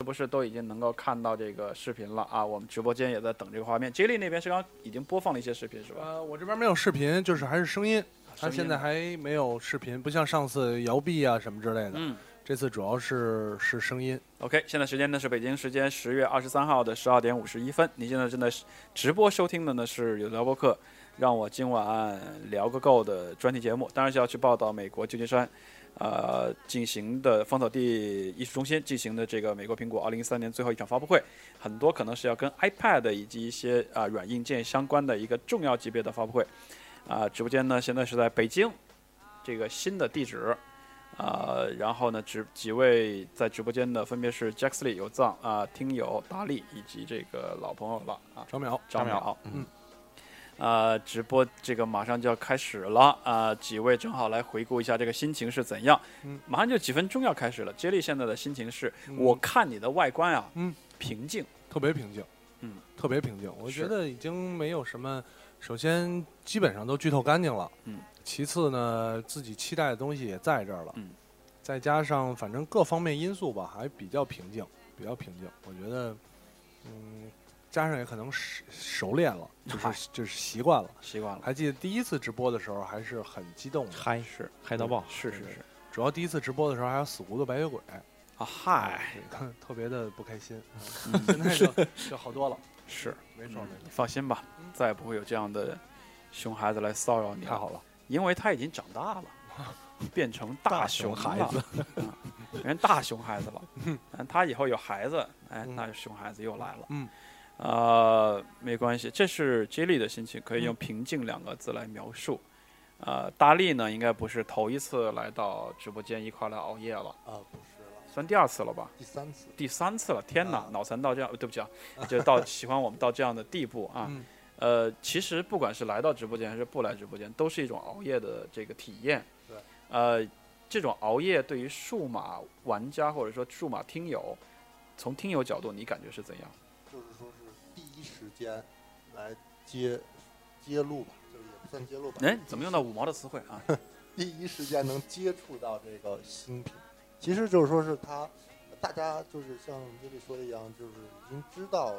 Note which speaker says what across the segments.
Speaker 1: 是不是都已经能够看到这个视频了啊？我们直播间也在等这个画面。杰力那边是刚刚已经播放了一些视频是吧？
Speaker 2: 呃，我这边没有视频，就是还是声音。他
Speaker 1: 啊声音
Speaker 2: 现在还没有视频，不像上次摇臂啊什么之类的。
Speaker 1: 嗯
Speaker 2: 这次主要是是声音。
Speaker 1: ，OK，现在时间呢是北京时间十月二十三号的十二点五十一分。您现在正在直播收听的呢是有聊播客，让我今晚啊聊个够的专题节目，当然是要去报道美国旧金山。呃，进行的芳草地艺术中心进行的这个美国苹果二零一三年最后一场发布会，很多可能是要跟 iPad 以及一些啊、软硬件相关的一个重要级别的发布会。啊、直播间呢现在是在北京这个新的地址，呃，然后呢，直几位在直播间的分别是 Jaxley 有藏啊、听友达利以及这个老朋友了啊，
Speaker 2: 张淼，
Speaker 1: 张
Speaker 3: 淼
Speaker 1: 淼，
Speaker 3: 嗯，
Speaker 1: 呃，直播这个马上就要开始了啊、几位正好来回顾一下这个心情是怎样，
Speaker 2: 嗯
Speaker 1: 马上就几分钟要开始了。接力现在的心情是，
Speaker 2: 嗯
Speaker 1: 我看你的外观啊，
Speaker 2: 嗯，
Speaker 1: 平静，
Speaker 2: 特别平静，
Speaker 1: 嗯，
Speaker 2: 特别平静。我
Speaker 1: 是
Speaker 2: 觉得已经没有什么，首先基本上都剧透干净了，
Speaker 1: 嗯。
Speaker 2: 其次呢，自己期待的东西也在这儿了，
Speaker 1: 嗯。
Speaker 2: 再加上反正各方面因素吧，还比较平静，比较平静。我觉得，嗯，加上也可能熟熟练了，就
Speaker 1: 嗨
Speaker 2: 是就是习惯了。
Speaker 1: 习惯了，
Speaker 2: 还记得第一次直播的时候还是很激动的，
Speaker 3: 嗨
Speaker 1: 是嗯
Speaker 3: 嗨到爆，
Speaker 1: 是是是
Speaker 2: 主要第一次直播的时候还有死胡子白血鬼，
Speaker 3: 哎
Speaker 1: 啊，嗨，
Speaker 2: 对， 特别的不开 心。
Speaker 1: 嗯
Speaker 2: 现在就就好多了，
Speaker 1: 是，
Speaker 2: 没
Speaker 1: 嗯
Speaker 2: 错没
Speaker 1: 你放心吧，再也不会有这样的熊孩子来骚扰你
Speaker 3: 嗯
Speaker 2: 错，
Speaker 1: 了
Speaker 2: 太。好了。
Speaker 1: 因为他已经长大了，变成大熊
Speaker 3: 大熊
Speaker 1: 了，嗯人大熊孩子了。嗯，他以后有孩子，哎，
Speaker 2: 嗯
Speaker 1: 那就熊孩子又来了。
Speaker 2: 嗯，
Speaker 1: 呃，没关系，这是 J 莉的心情，可以用
Speaker 2: 嗯
Speaker 1: 平静两个字来描述。呃，大力呢，应该不是头一次来到直播间一块来熬夜了，
Speaker 4: 啊，不是了，
Speaker 1: 算第二次了吧？
Speaker 4: 第三次。
Speaker 1: 第三次了，天哪
Speaker 4: 啊，
Speaker 1: 脑残到这样，呃对不 起啊，就到喜欢我们到这样的地步啊。
Speaker 2: 嗯
Speaker 1: 呃，其实不管是来到直播间还是不来直播间，都是一种熬夜的这个体验。
Speaker 4: 对，
Speaker 1: 呃，这种熬夜对于数码玩家或者说数码听友，从听友角度你感觉是 怎样？
Speaker 4: 就是说是第一时间来揭揭露吧，就是也不算揭露吧。
Speaker 1: 哎，怎么用到五毛的词汇啊？
Speaker 4: 第一时间能接触到这个新品，其实就是说是他，大家就是像这里说的一样，就是已经知道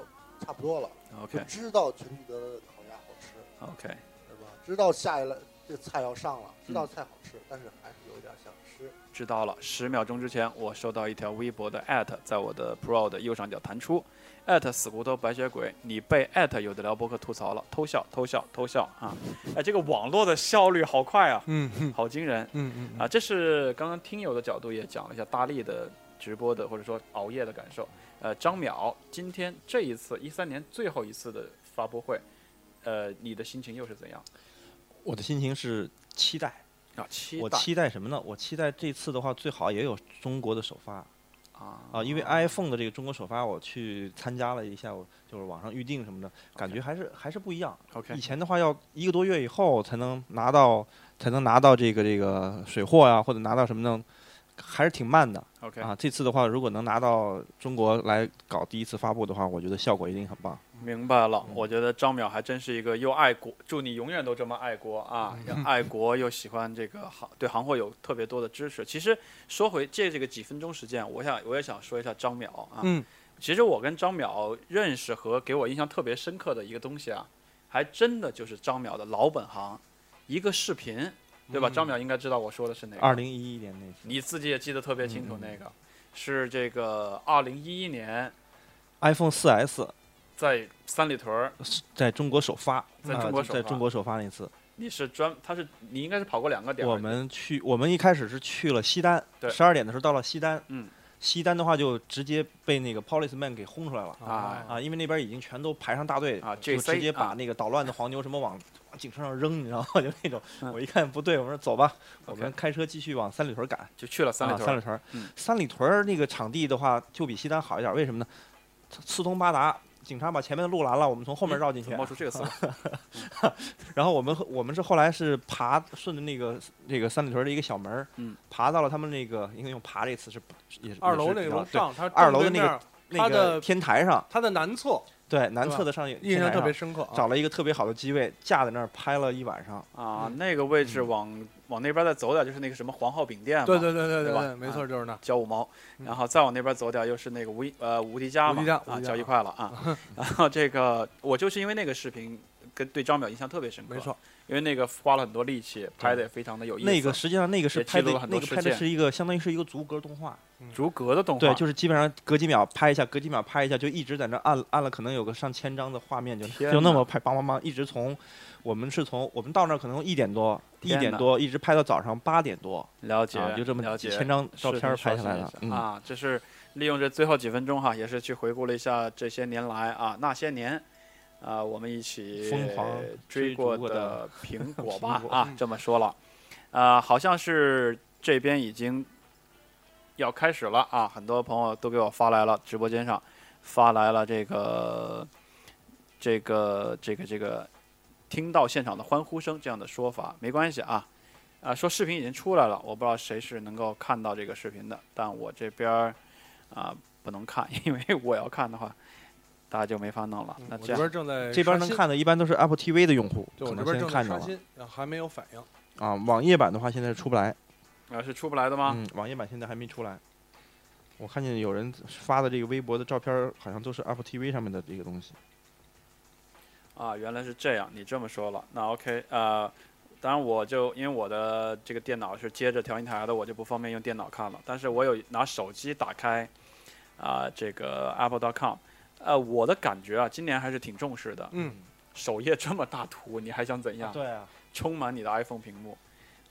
Speaker 4: 差不多了，就
Speaker 1: OK
Speaker 4: 知道全聚德的烤鸭好吃，
Speaker 1: OK，
Speaker 4: 对吧？知道下一来这菜要上了，知道
Speaker 1: 嗯
Speaker 4: 菜好吃，但是还是有点想吃。
Speaker 1: 知道了。十秒钟之前，我收到一条微博的 at，在我的 Pro 的右上角弹出，at 死骨头白血鬼，你被 at 有的聊博客吐槽了，偷笑偷笑偷笑啊！哎，这个网络的效率好快啊，
Speaker 2: 嗯嗯
Speaker 1: 好惊人。
Speaker 2: 嗯嗯
Speaker 1: 啊，这是刚刚听友的角度也讲了一下大力的直播的或者说熬夜的感受。呃，张淼，今天这一次一三年最后一次的发布会，呃，你的心情又是怎样
Speaker 3: 我的心情是期待，
Speaker 1: 啊？期
Speaker 3: 我
Speaker 1: 待
Speaker 3: 期待什么呢？我期待这次的话，最好也有中国的首发
Speaker 1: 啊
Speaker 3: 啊，因为 iPhone 的这个中国首发，我去参加了一下，我就是网上预定什么的，感觉还是还是不一样。
Speaker 1: OK
Speaker 3: 以前的话要一个多月以后才能拿到，才能拿到这个这个水货呀、或者拿到什么呢？还是挺慢的
Speaker 1: OK，、
Speaker 3: 啊！这次的话，如果能拿到中国来搞第一次发布的话，我觉得效果一定很棒。
Speaker 1: 明白了。我觉得张淼还真是一个又爱国，祝你永远都这么爱国啊！又爱国又喜欢这个行，对行货有特别多的支持。其实说回借这个几分钟时间，我想我也想说一下张淼啊。
Speaker 2: 嗯
Speaker 1: 其实我跟张淼认识和给我印象特别深刻的一个东西啊，还真的就是张淼的老本行，一个视频，对吧？
Speaker 2: 嗯
Speaker 1: 张淼应该知道我说的是哪个。
Speaker 3: 二零一一年那次
Speaker 1: 你自己也记得特别清楚，那个、是这个二零一一年
Speaker 3: iPhone 四 S
Speaker 1: 在三里屯儿，
Speaker 3: 在中国首发，
Speaker 1: 在
Speaker 3: 啊
Speaker 1: 中国首
Speaker 3: 在
Speaker 1: 发
Speaker 3: 中国首发那次，
Speaker 1: 你是专，他是你应该是跑过两个点儿。
Speaker 3: 我们去，我们一开始是去了西单，
Speaker 1: 对
Speaker 3: 十二点的时候到了西单，
Speaker 1: 嗯，
Speaker 3: 西单的话就直接被那个 policeman 给轰出来了。
Speaker 2: 嗯
Speaker 1: 啊
Speaker 3: 啊，因为那边已经全都排上大队
Speaker 1: 啊
Speaker 3: 就
Speaker 1: JC
Speaker 3: 直接
Speaker 1: 啊
Speaker 3: 把那个捣乱的黄牛什么往往警车上扔，你知道吗？就那 种
Speaker 1: 嗯，
Speaker 3: 我一看不对，我说走吧，我
Speaker 1: OK
Speaker 3: 们开车继续往三里屯赶。
Speaker 1: 就去了三里
Speaker 3: 啊
Speaker 1: 屯
Speaker 3: 三
Speaker 1: 儿。
Speaker 3: 里屯儿
Speaker 1: 嗯，
Speaker 3: 三里屯儿那个场地的话，就比西单好一点，为什么呢？四通八达，警察把前面的路拦了，我们从后面绕进
Speaker 1: 怎
Speaker 3: 去
Speaker 1: 么，冒出这 个词了？
Speaker 3: 然后我们我们是后来是爬顺着那个这个三里屯的一个小门儿，
Speaker 1: 嗯
Speaker 3: 爬到了他们那个应该用“爬”这个词是也是
Speaker 2: 二
Speaker 3: 也
Speaker 2: 楼
Speaker 3: 是
Speaker 2: 那个
Speaker 3: 比较
Speaker 2: 楼
Speaker 3: 对
Speaker 2: 上，它
Speaker 3: 二楼的
Speaker 2: 正对
Speaker 3: 那个
Speaker 2: 面
Speaker 3: 那
Speaker 2: 它的
Speaker 3: 个天台上，
Speaker 2: 它的南侧，
Speaker 3: 对南
Speaker 2: 对
Speaker 3: 侧
Speaker 2: 吧
Speaker 3: 的上印
Speaker 2: 印象特别深刻啊。
Speaker 3: 找了一个特别好的机位，架在那儿拍了一晚上。
Speaker 1: 啊，那个位置往往那边再走点就是那个什么皇后饼店嘛，
Speaker 2: 对对对对
Speaker 1: 对吧
Speaker 2: 对，没错，就是那儿。
Speaker 1: 交五毛，
Speaker 2: 嗯
Speaker 1: 然后再往那边走点又是那个无一呃无敌家
Speaker 2: 无
Speaker 1: 嘛
Speaker 2: 敌家无
Speaker 1: 啊
Speaker 2: 敌家
Speaker 1: 交一
Speaker 2: 啊
Speaker 1: 块了 啊，然后这个我就是因为那个视频跟对张淼印象特别深刻，
Speaker 2: 没错，
Speaker 1: 因为那个花了很多力气，拍的也非常的有意思。
Speaker 3: 那个实际上那个是
Speaker 1: 也记
Speaker 3: 拍的
Speaker 1: 录了很多
Speaker 3: 那个
Speaker 1: 事
Speaker 3: 拍的
Speaker 1: 件
Speaker 3: 是一个相当于是一个逐格动画，
Speaker 1: 逐格的动画，
Speaker 3: 对，就是基本上隔几秒拍一下，隔几秒拍一下，就一直在那按按了，可能有个上千张的画面，就
Speaker 1: 天
Speaker 3: 就那
Speaker 1: 哪
Speaker 3: 么拍，梆梆梆，一直从我们是从我们到那儿可能一点多，一
Speaker 1: 天
Speaker 3: 点
Speaker 1: 哪
Speaker 3: 多一直拍到早上八点多，
Speaker 1: 了解、
Speaker 3: 啊，就这么
Speaker 1: 了
Speaker 3: 几
Speaker 1: 解
Speaker 3: 千张照片儿拍下来
Speaker 1: 了
Speaker 3: 了，嗯，
Speaker 1: 啊，这是利用这最后几分钟哈，也是去回顾了一下这些年来啊那些年。啊，我们一起
Speaker 3: 疯狂
Speaker 1: 追
Speaker 3: 追逐
Speaker 1: 过
Speaker 3: 过
Speaker 1: 的
Speaker 3: 的
Speaker 1: 苹果吧
Speaker 3: 苹，果
Speaker 1: 啊，这么说了，啊，好像是这边已经要开始了啊，很多朋友都给我发来了，直播间上发来了这个这个这个这个听到现场的欢呼声这样的说法，没关系啊，啊，说视频已经出来了，我不知道谁是能够看到这个视频的，但我这边儿啊、不能看， 因为我要看的话，大家就没法弄了
Speaker 2: 嗯。
Speaker 1: 那
Speaker 2: 我
Speaker 1: 这
Speaker 2: 这
Speaker 1: 样
Speaker 2: 边正在
Speaker 3: 这边
Speaker 2: 刷
Speaker 3: 能
Speaker 2: 新，
Speaker 3: 看的一般都是 Apple TV 的用户，
Speaker 2: 对我
Speaker 3: 可
Speaker 2: 这
Speaker 3: 能
Speaker 2: 边
Speaker 3: 先
Speaker 2: 正
Speaker 3: 看
Speaker 2: 在刷
Speaker 3: 着了
Speaker 2: 新，然后还没有反应。
Speaker 3: 啊。网页版的话现在是出不来，
Speaker 1: 啊是出不来的吗？
Speaker 3: 嗯，网页版现在还没出来。我看见有人发的这个微博的照片儿，好像都是 Apple TV 上面的这个东西。
Speaker 1: 啊，原来是这样，你这么说了，那 OK，呃，当然我就因为我的这个电脑是接着调音台的，我就不方便用电脑看了，但是我有拿手机打开啊、这个 Apple.com，呃，我的感觉啊，今年还是挺重视的，
Speaker 2: 嗯，
Speaker 1: 首页这么大图，你还想怎样？
Speaker 3: 对啊，
Speaker 1: 充满你的 iPhone 屏幕。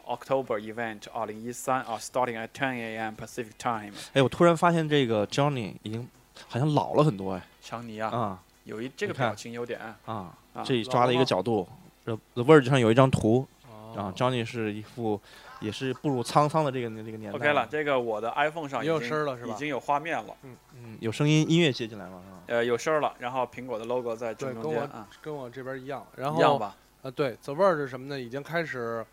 Speaker 1: October Event 2013啊，starting at 10 a.m. Pacific Time。
Speaker 3: 哎，我突然发现这个 Johnny 已经好像老了很多哎，
Speaker 1: 强尼啊，
Speaker 3: 啊
Speaker 1: 有一这个
Speaker 3: 你看
Speaker 1: 表情有点啊
Speaker 3: 啊
Speaker 1: 啊，
Speaker 3: 这
Speaker 2: 老
Speaker 3: 抓
Speaker 2: 了
Speaker 3: 了一
Speaker 2: 吗
Speaker 3: 个角度。呃，The Verge 上有一张图啊
Speaker 1: 哦
Speaker 2: 啊
Speaker 3: ，Johnny 是一副也是步入沧桑的这个这个年代。
Speaker 1: OK 了，，这个我的 iPhone 上已
Speaker 2: 也有
Speaker 1: 经
Speaker 2: 声儿了是吧
Speaker 1: 已经有画面了，
Speaker 3: 嗯，有声音音乐接进来啊了是吧？
Speaker 1: 呃，有声儿了，然后苹果的 logo 在正
Speaker 2: 对，跟
Speaker 1: 中间
Speaker 2: 我
Speaker 1: 啊，
Speaker 2: 跟我这边一样。然
Speaker 1: 一样
Speaker 2: 后
Speaker 1: 吧？
Speaker 2: 啊，对，The Verge 什么的已经开始，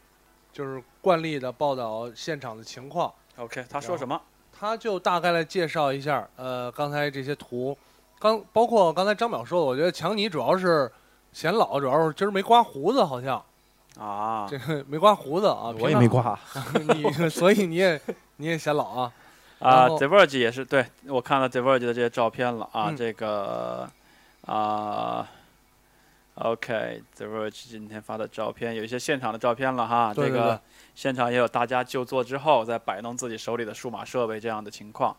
Speaker 2: 就是惯例的报道现场的情况。
Speaker 1: OK，他说什么？
Speaker 2: 他就大概来介绍一下，呃，刚才这些图，刚包括刚才张淼说的，我觉得强尼主要是显老，主要是今儿没刮胡子，好像
Speaker 1: 啊
Speaker 2: 这个没刮胡子啊，
Speaker 3: 我也没刮，
Speaker 2: 平常，你 所以你也你也显老啊，
Speaker 1: 啊
Speaker 2: 然后
Speaker 1: ，The Verge 也是，对我看了 The Verge 的这些照片了啊，
Speaker 2: 嗯
Speaker 1: 这个啊，OK，The Verge 今天发的照片有一些现场的照片了哈，
Speaker 2: 对
Speaker 1: 这
Speaker 2: 对
Speaker 1: 个
Speaker 2: 对
Speaker 1: 现场也有大家就坐之后在摆弄自己手里的数码设备这样的情况。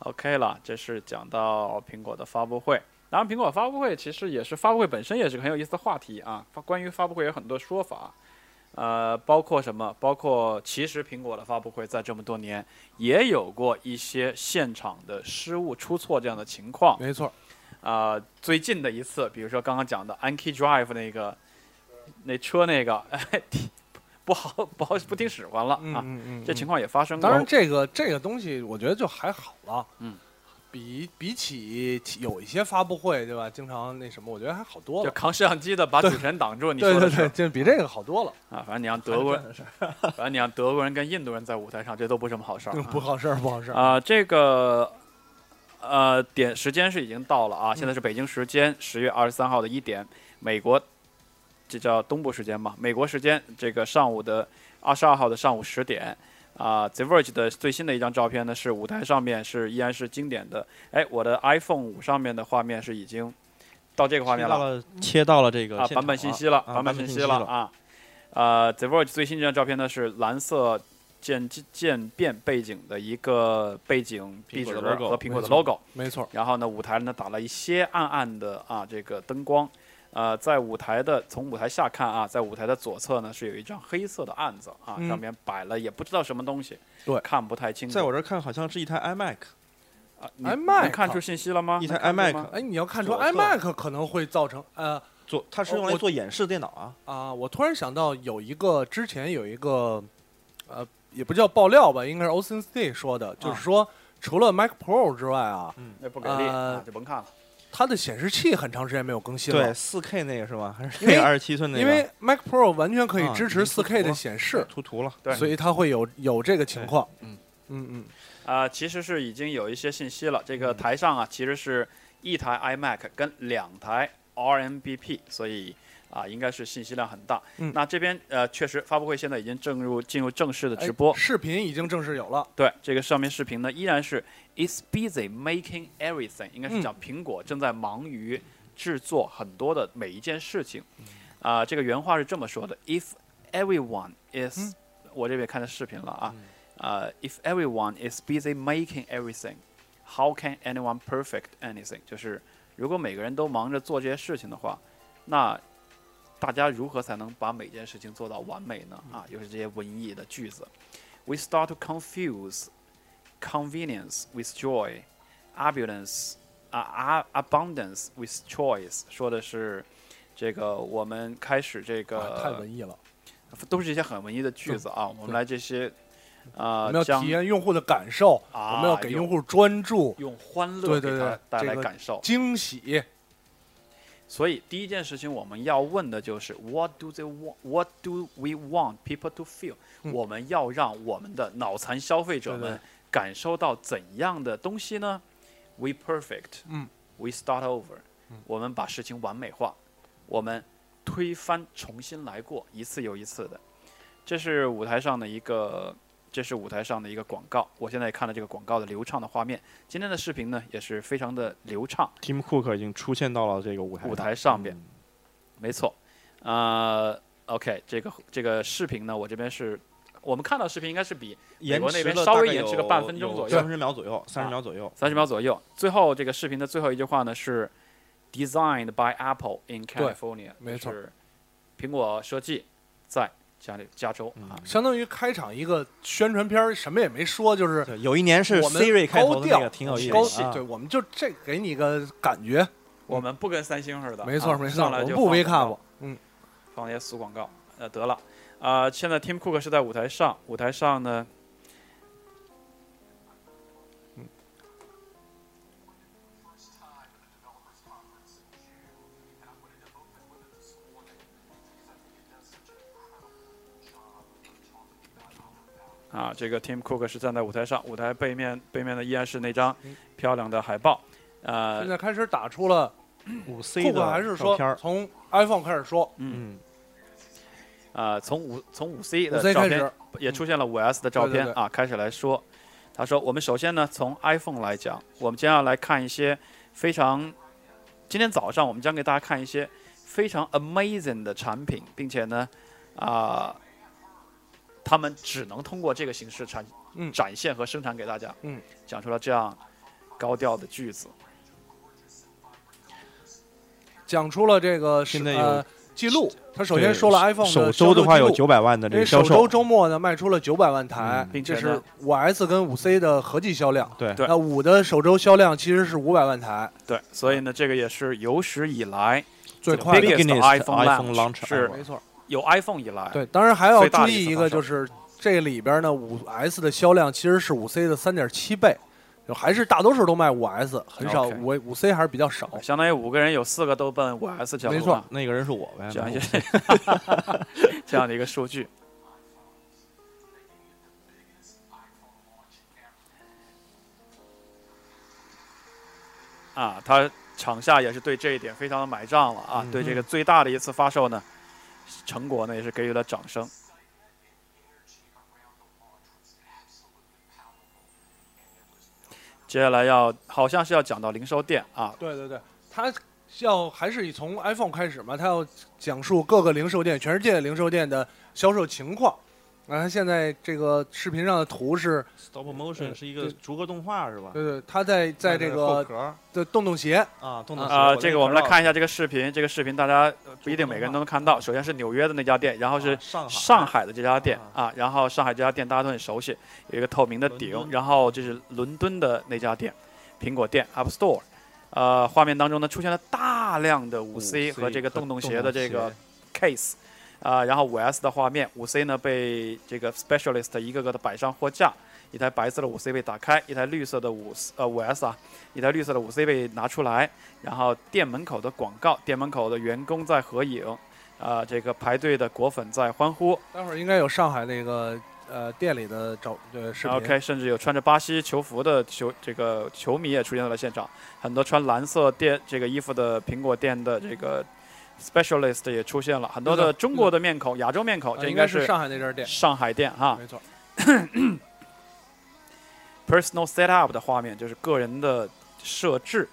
Speaker 1: OK 了，这是讲到苹果的发布会。当然，苹果发布会其实也是发布会本身也是个很有意思的话题啊。发关于发布会有很多说法，啊呃，包括什么？包括其实苹果的发布会在这么多年也有过一些现场的失误、出错这样的情况。
Speaker 2: 没错，
Speaker 1: 啊、最近的一次，比如说刚刚讲的 Anki Drive 那个那车那个， 哎，停不好不好不听使唤了
Speaker 2: 嗯
Speaker 1: 啊，
Speaker 2: 嗯嗯，
Speaker 1: 这情况也发生
Speaker 2: 嗯
Speaker 1: 过。
Speaker 2: 当然这个这个东西我觉得就还好了，
Speaker 1: 嗯，
Speaker 2: 比比起有一些发布会对吧，经常那什么，我觉得还好多
Speaker 1: 就
Speaker 2: 了，
Speaker 1: 扛摄像机的把主持人挡 住，你说
Speaker 2: 对
Speaker 1: 的
Speaker 2: 对
Speaker 1: 是
Speaker 2: 对，就比这个好多了，
Speaker 1: 啊，反正你让德国人，
Speaker 3: 是
Speaker 1: 反正你让德国人跟印度人在舞台上，这都不是什么好事儿、啊。
Speaker 2: 不好事儿不好事儿，
Speaker 1: 啊、这个呃点时间是已经到了啊，现在
Speaker 2: 嗯
Speaker 1: 是北京时间十月二十三号的一点，美国这叫东部时间嘛，美国时间这个上午的二十二号的上午十点。啊、t h e Verge 的最新的一张照片呢，是舞台上面是依然是经典的。哎，我的 iPhone 五上面的画面是已经到这个画面
Speaker 3: 切
Speaker 1: 了
Speaker 3: 到，了切到了这个
Speaker 1: 啊，
Speaker 3: 现
Speaker 1: 版本
Speaker 3: 场
Speaker 1: 信息了，
Speaker 3: 啊
Speaker 1: 版本
Speaker 3: 版本
Speaker 1: 息
Speaker 3: 信息
Speaker 1: 了
Speaker 3: 了
Speaker 1: 啊。呃，The Verge 最新这张照片呢是蓝色渐渐变背景的一个背景壁
Speaker 3: 苹
Speaker 1: 纸
Speaker 3: 果
Speaker 1: 和
Speaker 3: 的 logo，
Speaker 1: 苹果的
Speaker 2: 没错
Speaker 1: logo，
Speaker 2: 没错，
Speaker 1: 然后呢舞台呢打了一些暗暗的啊这个灯光，呃，在舞台的从舞台下看啊，在舞台的左侧呢是有一张黑色的案子啊，
Speaker 2: 嗯
Speaker 1: 上面摆了也不知道什么东西，
Speaker 2: 对
Speaker 1: 看不太清楚。
Speaker 3: 在我这儿看好像是一台 iMac，
Speaker 1: 啊你
Speaker 2: 哎
Speaker 1: 能
Speaker 2: ，Mac
Speaker 1: 看出信息了吗？
Speaker 3: 一
Speaker 1: 能
Speaker 3: 台
Speaker 1: 看出
Speaker 3: iMac
Speaker 1: 吗
Speaker 2: 哎，你要看出
Speaker 3: 左侧
Speaker 2: iMac 可能会造成呃
Speaker 3: 做它是
Speaker 2: 哦
Speaker 3: 用来
Speaker 2: 我
Speaker 3: 做演示电脑啊。
Speaker 2: 啊，我突然想到有一个之前有一个呃，也不叫爆料吧，应该是 Austin Stay 说的，就
Speaker 1: 啊
Speaker 2: 是说除了 Mac Pro 之外啊，
Speaker 1: 那不给力啊
Speaker 2: 呃，
Speaker 1: 就甭看了。
Speaker 2: 它的显示器很长时间没有更新
Speaker 3: 对，
Speaker 2: 了，
Speaker 3: 四 K 那个是吧？还是
Speaker 2: 因为
Speaker 3: 那个二十七寸那个？
Speaker 2: 因为 Mac Pro 完全可以
Speaker 3: 啊
Speaker 2: 支
Speaker 3: 已
Speaker 2: 持
Speaker 3: 经出
Speaker 2: 4K
Speaker 3: 图
Speaker 2: 的
Speaker 3: 了
Speaker 2: 显示，
Speaker 3: 图图了，
Speaker 1: 对
Speaker 2: 所以它会有有这个情
Speaker 3: 对
Speaker 2: 况。
Speaker 3: 嗯
Speaker 2: 嗯嗯，
Speaker 1: 啊、其实是已经有一些信息了。这个台上啊，其实是一台 iMac 跟两台 RMBP，所以啊，应该是信息量很大。
Speaker 2: 嗯
Speaker 1: 那这边呃，确实发布会现在已经正入进入正式的
Speaker 2: 哎
Speaker 1: 直播，
Speaker 2: 视频已经正式有了。
Speaker 1: 对，这个上面视频呢，依然是 It's busy making everything，应该
Speaker 2: 嗯
Speaker 1: 是讲苹果正在忙于制作很多的每一件事情。
Speaker 2: 嗯
Speaker 1: 啊、这个原话是这么说的：If everyone is，、
Speaker 2: 嗯
Speaker 1: 我这边看的视频了啊，啊 i f everyone is busy making everything，how can anyone perfect anything？就是如果每个人都忙着做这些事情的话，那大家如何才能把每件事情做到完美呢？啊，又是这些文艺的句子。We start to confuse convenience with joy, abundance 啊啊 abundance with choice，说的是这个我们开始这个、
Speaker 2: 啊太文艺了，
Speaker 1: 都是一些很文艺的句子啊。我们来这些啊、
Speaker 2: 嗯我
Speaker 1: 呃
Speaker 2: 们要
Speaker 1: 将
Speaker 2: 体验用户的感受，
Speaker 1: 啊
Speaker 2: 我们要给用户专注、
Speaker 1: 用欢乐
Speaker 2: 对
Speaker 1: 给
Speaker 2: 对
Speaker 1: 他
Speaker 2: 对
Speaker 1: 带
Speaker 2: 这
Speaker 1: 来
Speaker 2: 个
Speaker 1: 感受。
Speaker 2: 惊喜。
Speaker 1: 所以第一件事情我们要问的就是 What do they want? What do we want people to feel？、
Speaker 2: 嗯
Speaker 1: 我们要让我们的脑残消费者
Speaker 2: 对
Speaker 1: 们
Speaker 2: 对
Speaker 1: 感受到怎样的东西呢？We perfect，
Speaker 2: 嗯
Speaker 1: ，We start over，、我们把事情完美化，我们推翻，重新来过，一次又一次的。这是舞台上的一个，这是舞台上的一个广告。我现在看了这个广告的流畅的画面。今天的视频呢，也是非常的流畅。
Speaker 3: Tim Cook 已经出现到了这个舞台
Speaker 1: 舞台上边
Speaker 3: 嗯
Speaker 1: 没错，呃，OK，这个这个视频呢，我这边是我们看到视频应该是比
Speaker 3: 延
Speaker 1: 美国那
Speaker 3: 迟
Speaker 1: 边
Speaker 3: 了
Speaker 1: 稍
Speaker 3: 大
Speaker 1: 微
Speaker 3: 概
Speaker 1: 延迟个
Speaker 3: 有
Speaker 1: 半分钟
Speaker 3: 有
Speaker 1: 左右
Speaker 3: 三十秒左右，三
Speaker 1: 啊
Speaker 3: 十秒左右，
Speaker 1: 三十秒左右。最后这个视频的最后一句话呢是 “Designed by Apple in
Speaker 2: 对
Speaker 1: California”，
Speaker 2: 没错，
Speaker 1: 苹果设计在加利加州、啊。
Speaker 2: 相当于开场一个宣传片儿，什么也没说，就是
Speaker 3: 对，有一年是
Speaker 2: 我们
Speaker 3: Siri 开头
Speaker 2: 高
Speaker 3: 的
Speaker 2: 调，
Speaker 3: 那个，挺有意
Speaker 2: 高
Speaker 3: 思的、
Speaker 2: 对，
Speaker 3: 啊。
Speaker 2: 我们就这给你个感觉，
Speaker 1: 我们不跟三星似的，
Speaker 2: 没错
Speaker 1: 啊
Speaker 2: 没错，
Speaker 1: 上
Speaker 2: 我
Speaker 1: 来
Speaker 2: 们
Speaker 1: 就
Speaker 2: 不
Speaker 1: 放
Speaker 2: 微
Speaker 1: 广告
Speaker 2: 看过，嗯，
Speaker 1: 放那些死广告。呃，得了，啊、现在 Tim Cook 是在舞台上，舞台上呢，啊，这个 Tim Cook 是站在舞台上，舞台背面背面的依然是那张
Speaker 2: 嗯
Speaker 1: 漂亮的海报，呃
Speaker 2: 现，在开始打出了
Speaker 3: 五 C
Speaker 2: 库克
Speaker 3: 的
Speaker 2: 还是
Speaker 3: 照片
Speaker 2: 说
Speaker 3: 儿，
Speaker 2: 从 iPhone 开始说，
Speaker 3: 嗯，
Speaker 1: 啊，从五从五 C
Speaker 2: 五
Speaker 1: 的
Speaker 2: C
Speaker 1: 照
Speaker 2: 开
Speaker 1: 片
Speaker 2: 始，
Speaker 1: 也出现了五 S 的照片、
Speaker 2: 嗯对对对
Speaker 1: 啊，开始来说，他说我们首先呢从 iPhone 来讲，我们接下来看一些非常，今天早上我们将给大家看一些非常 amazing 的产品，并且呢，啊、他们只能通过这个形式产、
Speaker 2: 嗯
Speaker 1: 展现和生产给大家，
Speaker 2: 嗯，
Speaker 1: 讲出了这样高调的句子，
Speaker 2: 讲出了这个是
Speaker 3: 现在有
Speaker 2: 呃记录，他首
Speaker 3: 对
Speaker 2: 先说了 iPhone
Speaker 3: 首
Speaker 2: 的
Speaker 3: 周的话有
Speaker 2: 销售记录
Speaker 3: 九百万的
Speaker 2: 因
Speaker 3: 这
Speaker 1: 哎
Speaker 2: 为
Speaker 3: 个
Speaker 2: 首
Speaker 3: 销
Speaker 2: 周
Speaker 3: 售，
Speaker 2: 周末呢卖出了九百万台
Speaker 3: 嗯，
Speaker 1: 并且
Speaker 2: 这
Speaker 1: 呢
Speaker 2: 是五 S 跟五 C 的合计销量。
Speaker 3: 对
Speaker 1: 对
Speaker 2: 那五的首周销量其实是五百万台，
Speaker 1: 对，所以呢，这个也是有史以来
Speaker 2: 最
Speaker 1: The
Speaker 2: 快的
Speaker 1: biggest
Speaker 3: Biggest
Speaker 1: iPhone
Speaker 3: iPhone
Speaker 1: launch
Speaker 3: launch
Speaker 1: 是
Speaker 3: ever
Speaker 2: 没错。
Speaker 1: 有 iPhone 以来，
Speaker 2: 哎对，当然还要
Speaker 1: 最大
Speaker 2: 注
Speaker 1: 的一
Speaker 2: 意
Speaker 1: 次
Speaker 2: 一
Speaker 1: 发
Speaker 2: 个，
Speaker 1: 售
Speaker 2: 就是这里边呢，五 S 的销量其实是五 C 的三点七倍，就还是大多数都卖五 S，很少
Speaker 1: OK
Speaker 2: 五五 C 还是比较少。
Speaker 1: 相当于五个人有四个都奔五 S 角度
Speaker 2: 没错
Speaker 1: 了
Speaker 3: 那个人是我呗，
Speaker 1: 讲一些 这样的一个数据。啊，他场下也是对这一点非常的买账了啊，对这个最大的一次发售呢，成果呢也是给予了掌声。接下来要好像是要讲到零售店啊，
Speaker 2: 对对对，它要还是以从 iPhone 开始嘛，它要讲述各个零售店、全世界的零售店的销售情况。那它现在这个视频上的图是，
Speaker 3: Stop Motion
Speaker 2: 呃
Speaker 3: 是一
Speaker 2: 对
Speaker 3: 个逐格动画是吧？
Speaker 1: 呃
Speaker 2: 对对，它在在这啊个
Speaker 3: 壳
Speaker 2: 的洞洞鞋，
Speaker 3: 啊，动
Speaker 2: 动
Speaker 1: 啊、
Speaker 3: 啊，
Speaker 1: 这个我们来看一下这个视频。这个视频大家呃不一定每个人都能看到。首先是纽约的那家店，然后是
Speaker 3: 上
Speaker 1: 上海的这家店
Speaker 3: 啊
Speaker 1: 啊，然后上海这家店大家都很熟悉，有一个透明的
Speaker 3: 伦
Speaker 1: 顶，
Speaker 3: 敦
Speaker 1: 然后这是伦敦的那家店，苹果店 App Store。呃，画面当中呢出现了大量的五 C 和这个洞洞鞋的这个 case，啊、然后五 S 的画面，五 C 呢被这个 Specialist 一个个的摆上货架，一台白色的五 C 被打开，一台绿色的五呃五 S 啊，一台绿色的五 C 被拿出来，然后店门口的广告，店门口的员工在合影，啊、这个排队的果粉在欢呼
Speaker 2: 待会儿应该有上海那个呃店里的照呃视频。
Speaker 1: ，OK，甚至有穿着巴西球服的球这个球迷也出现在了现场，很多穿蓝色店这个衣服的苹果店的这个 Specialist 也出现了，很多的
Speaker 2: 是的
Speaker 1: 中国的面孔、亚洲面孔，
Speaker 2: 啊
Speaker 1: 这
Speaker 2: 应
Speaker 1: 该
Speaker 2: 是啊
Speaker 1: 是
Speaker 2: 上海那家店，
Speaker 1: 上海店哈。
Speaker 2: 没错。
Speaker 1: Personal Setup 的画面，就是个人的设置。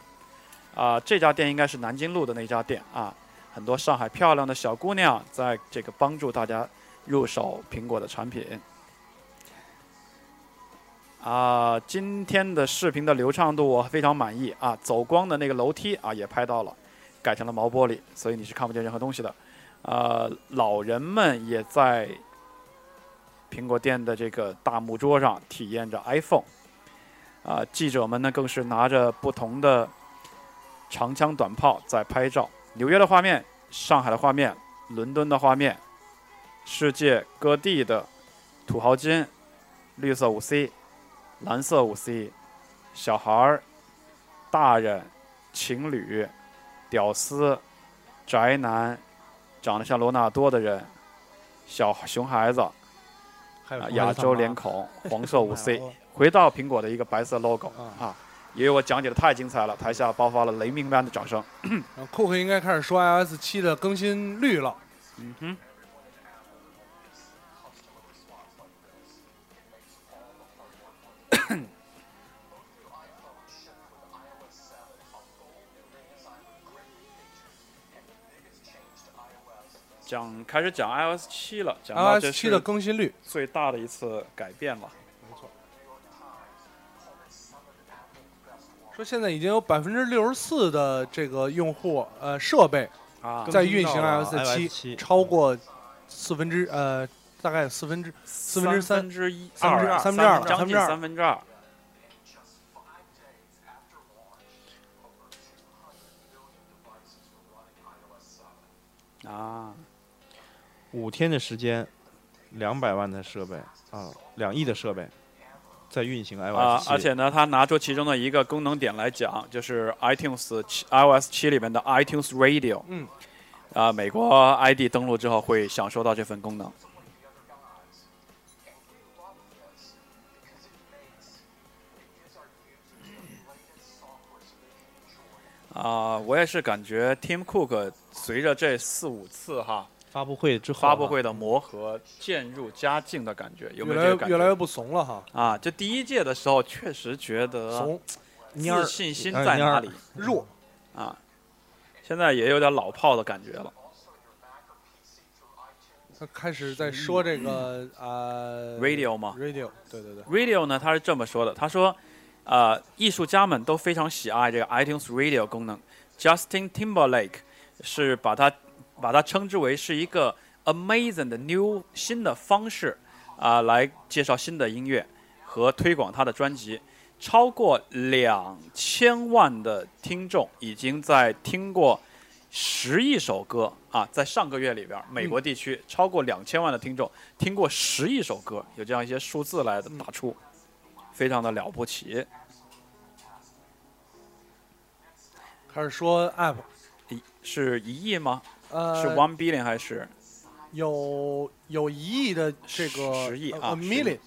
Speaker 1: 啊、这家店应该是南京路的那家店啊，很多上海漂亮的小姑娘在这个帮助大家入手苹果的产品。啊、今天的视频的流畅度我非常满意啊，走光的那个楼梯啊也拍到了，改成了毛玻璃，所以你是看不见任何东西的。呃，老人们也在苹果店的这个大木桌上体验着 iPhone。啊、记者们呢更是拿着不同的长枪短炮在拍照。纽约的画面、上海的画面、伦敦的画面，世界各地的土豪金、绿色五 C、蓝色五 C、小孩儿、大人、情侣、屌丝、宅男、长得像罗纳多的人、小熊孩子、
Speaker 3: 还有
Speaker 1: 啊
Speaker 3: 什么
Speaker 1: 亚洲脸 孔、黄色五 C，回到苹果的一个白色 logo 哎啊，因为我讲解的太精彩了，台下爆发了雷鸣般的掌声。
Speaker 2: 然后库克应该开始说 iOS 七的更新率了。
Speaker 1: 嗯哼。讲开始讲 iOS 七了，讲到
Speaker 2: iOS
Speaker 1: 这
Speaker 2: 七的
Speaker 1: 是
Speaker 2: 更新率，
Speaker 1: 最大的一次改变了。
Speaker 2: 没错。说现在已经有百分之六十四的这个用户呃设备
Speaker 1: 啊
Speaker 3: 更新
Speaker 2: 在运行
Speaker 3: 到了
Speaker 2: iOS 七，
Speaker 3: 7
Speaker 2: 超过四分之呃大概有四分之
Speaker 1: 四
Speaker 2: 分之三
Speaker 1: 三之一，
Speaker 2: 三分之
Speaker 1: 二
Speaker 2: 三分之二
Speaker 1: 将近
Speaker 2: 三
Speaker 1: 三分之二。啊，
Speaker 3: 五天的时间，两百万的设备啊，两亿的设备在运行 iOS
Speaker 1: 啊！
Speaker 3: 7
Speaker 1: 而且呢，他拿出其中的一个功能点来讲，就是 iTunes 七 iOS 七里面的 iTunes Radio。
Speaker 2: 嗯。
Speaker 1: 啊，美国 ID 登录之后会享受到这份功能。啊，我也是感觉 Tim Cook 随着这四五次哈
Speaker 3: 发布会之后啊，
Speaker 1: 发布会的磨合，渐入佳境的感觉，有没
Speaker 2: 越
Speaker 1: 有这
Speaker 2: 来
Speaker 1: 个
Speaker 2: 越
Speaker 1: 感觉？
Speaker 2: 越来越不怂了哈，
Speaker 1: 啊，就第一届的时候，确实觉得
Speaker 2: 怂
Speaker 3: 蔫儿
Speaker 1: 自信心
Speaker 3: 哎
Speaker 1: 在
Speaker 3: 蔫
Speaker 1: 哪
Speaker 3: 儿
Speaker 1: 里
Speaker 2: 弱。
Speaker 1: 啊，现在也有点老炮的感觉了。
Speaker 2: 他开始在说这个呃
Speaker 1: Radio 嘛
Speaker 2: radio，对对对，
Speaker 1: Radio 呢，他是这么说的，他说，呃，艺术家们都非常喜爱这个 iTunes Radio 功能。Justin Timberlake 是把它把它称之为是一个 amazing 的 new 新的方式啊、来介绍新的音乐和推广他的专辑。超过两千万的听众已经在听过十亿首歌啊，在上个月里边儿，美国地区超过两千万的听众听过十亿首歌，有这样一些数字来的打出，非常的了不起。
Speaker 2: 开始说 app，
Speaker 1: 一是一亿吗？
Speaker 2: 呃，
Speaker 1: 是 one billion 还是
Speaker 2: 有有一亿的这个
Speaker 1: 十亿
Speaker 2: 呃
Speaker 1: 啊
Speaker 2: 呃
Speaker 1: 十亿
Speaker 2: ，million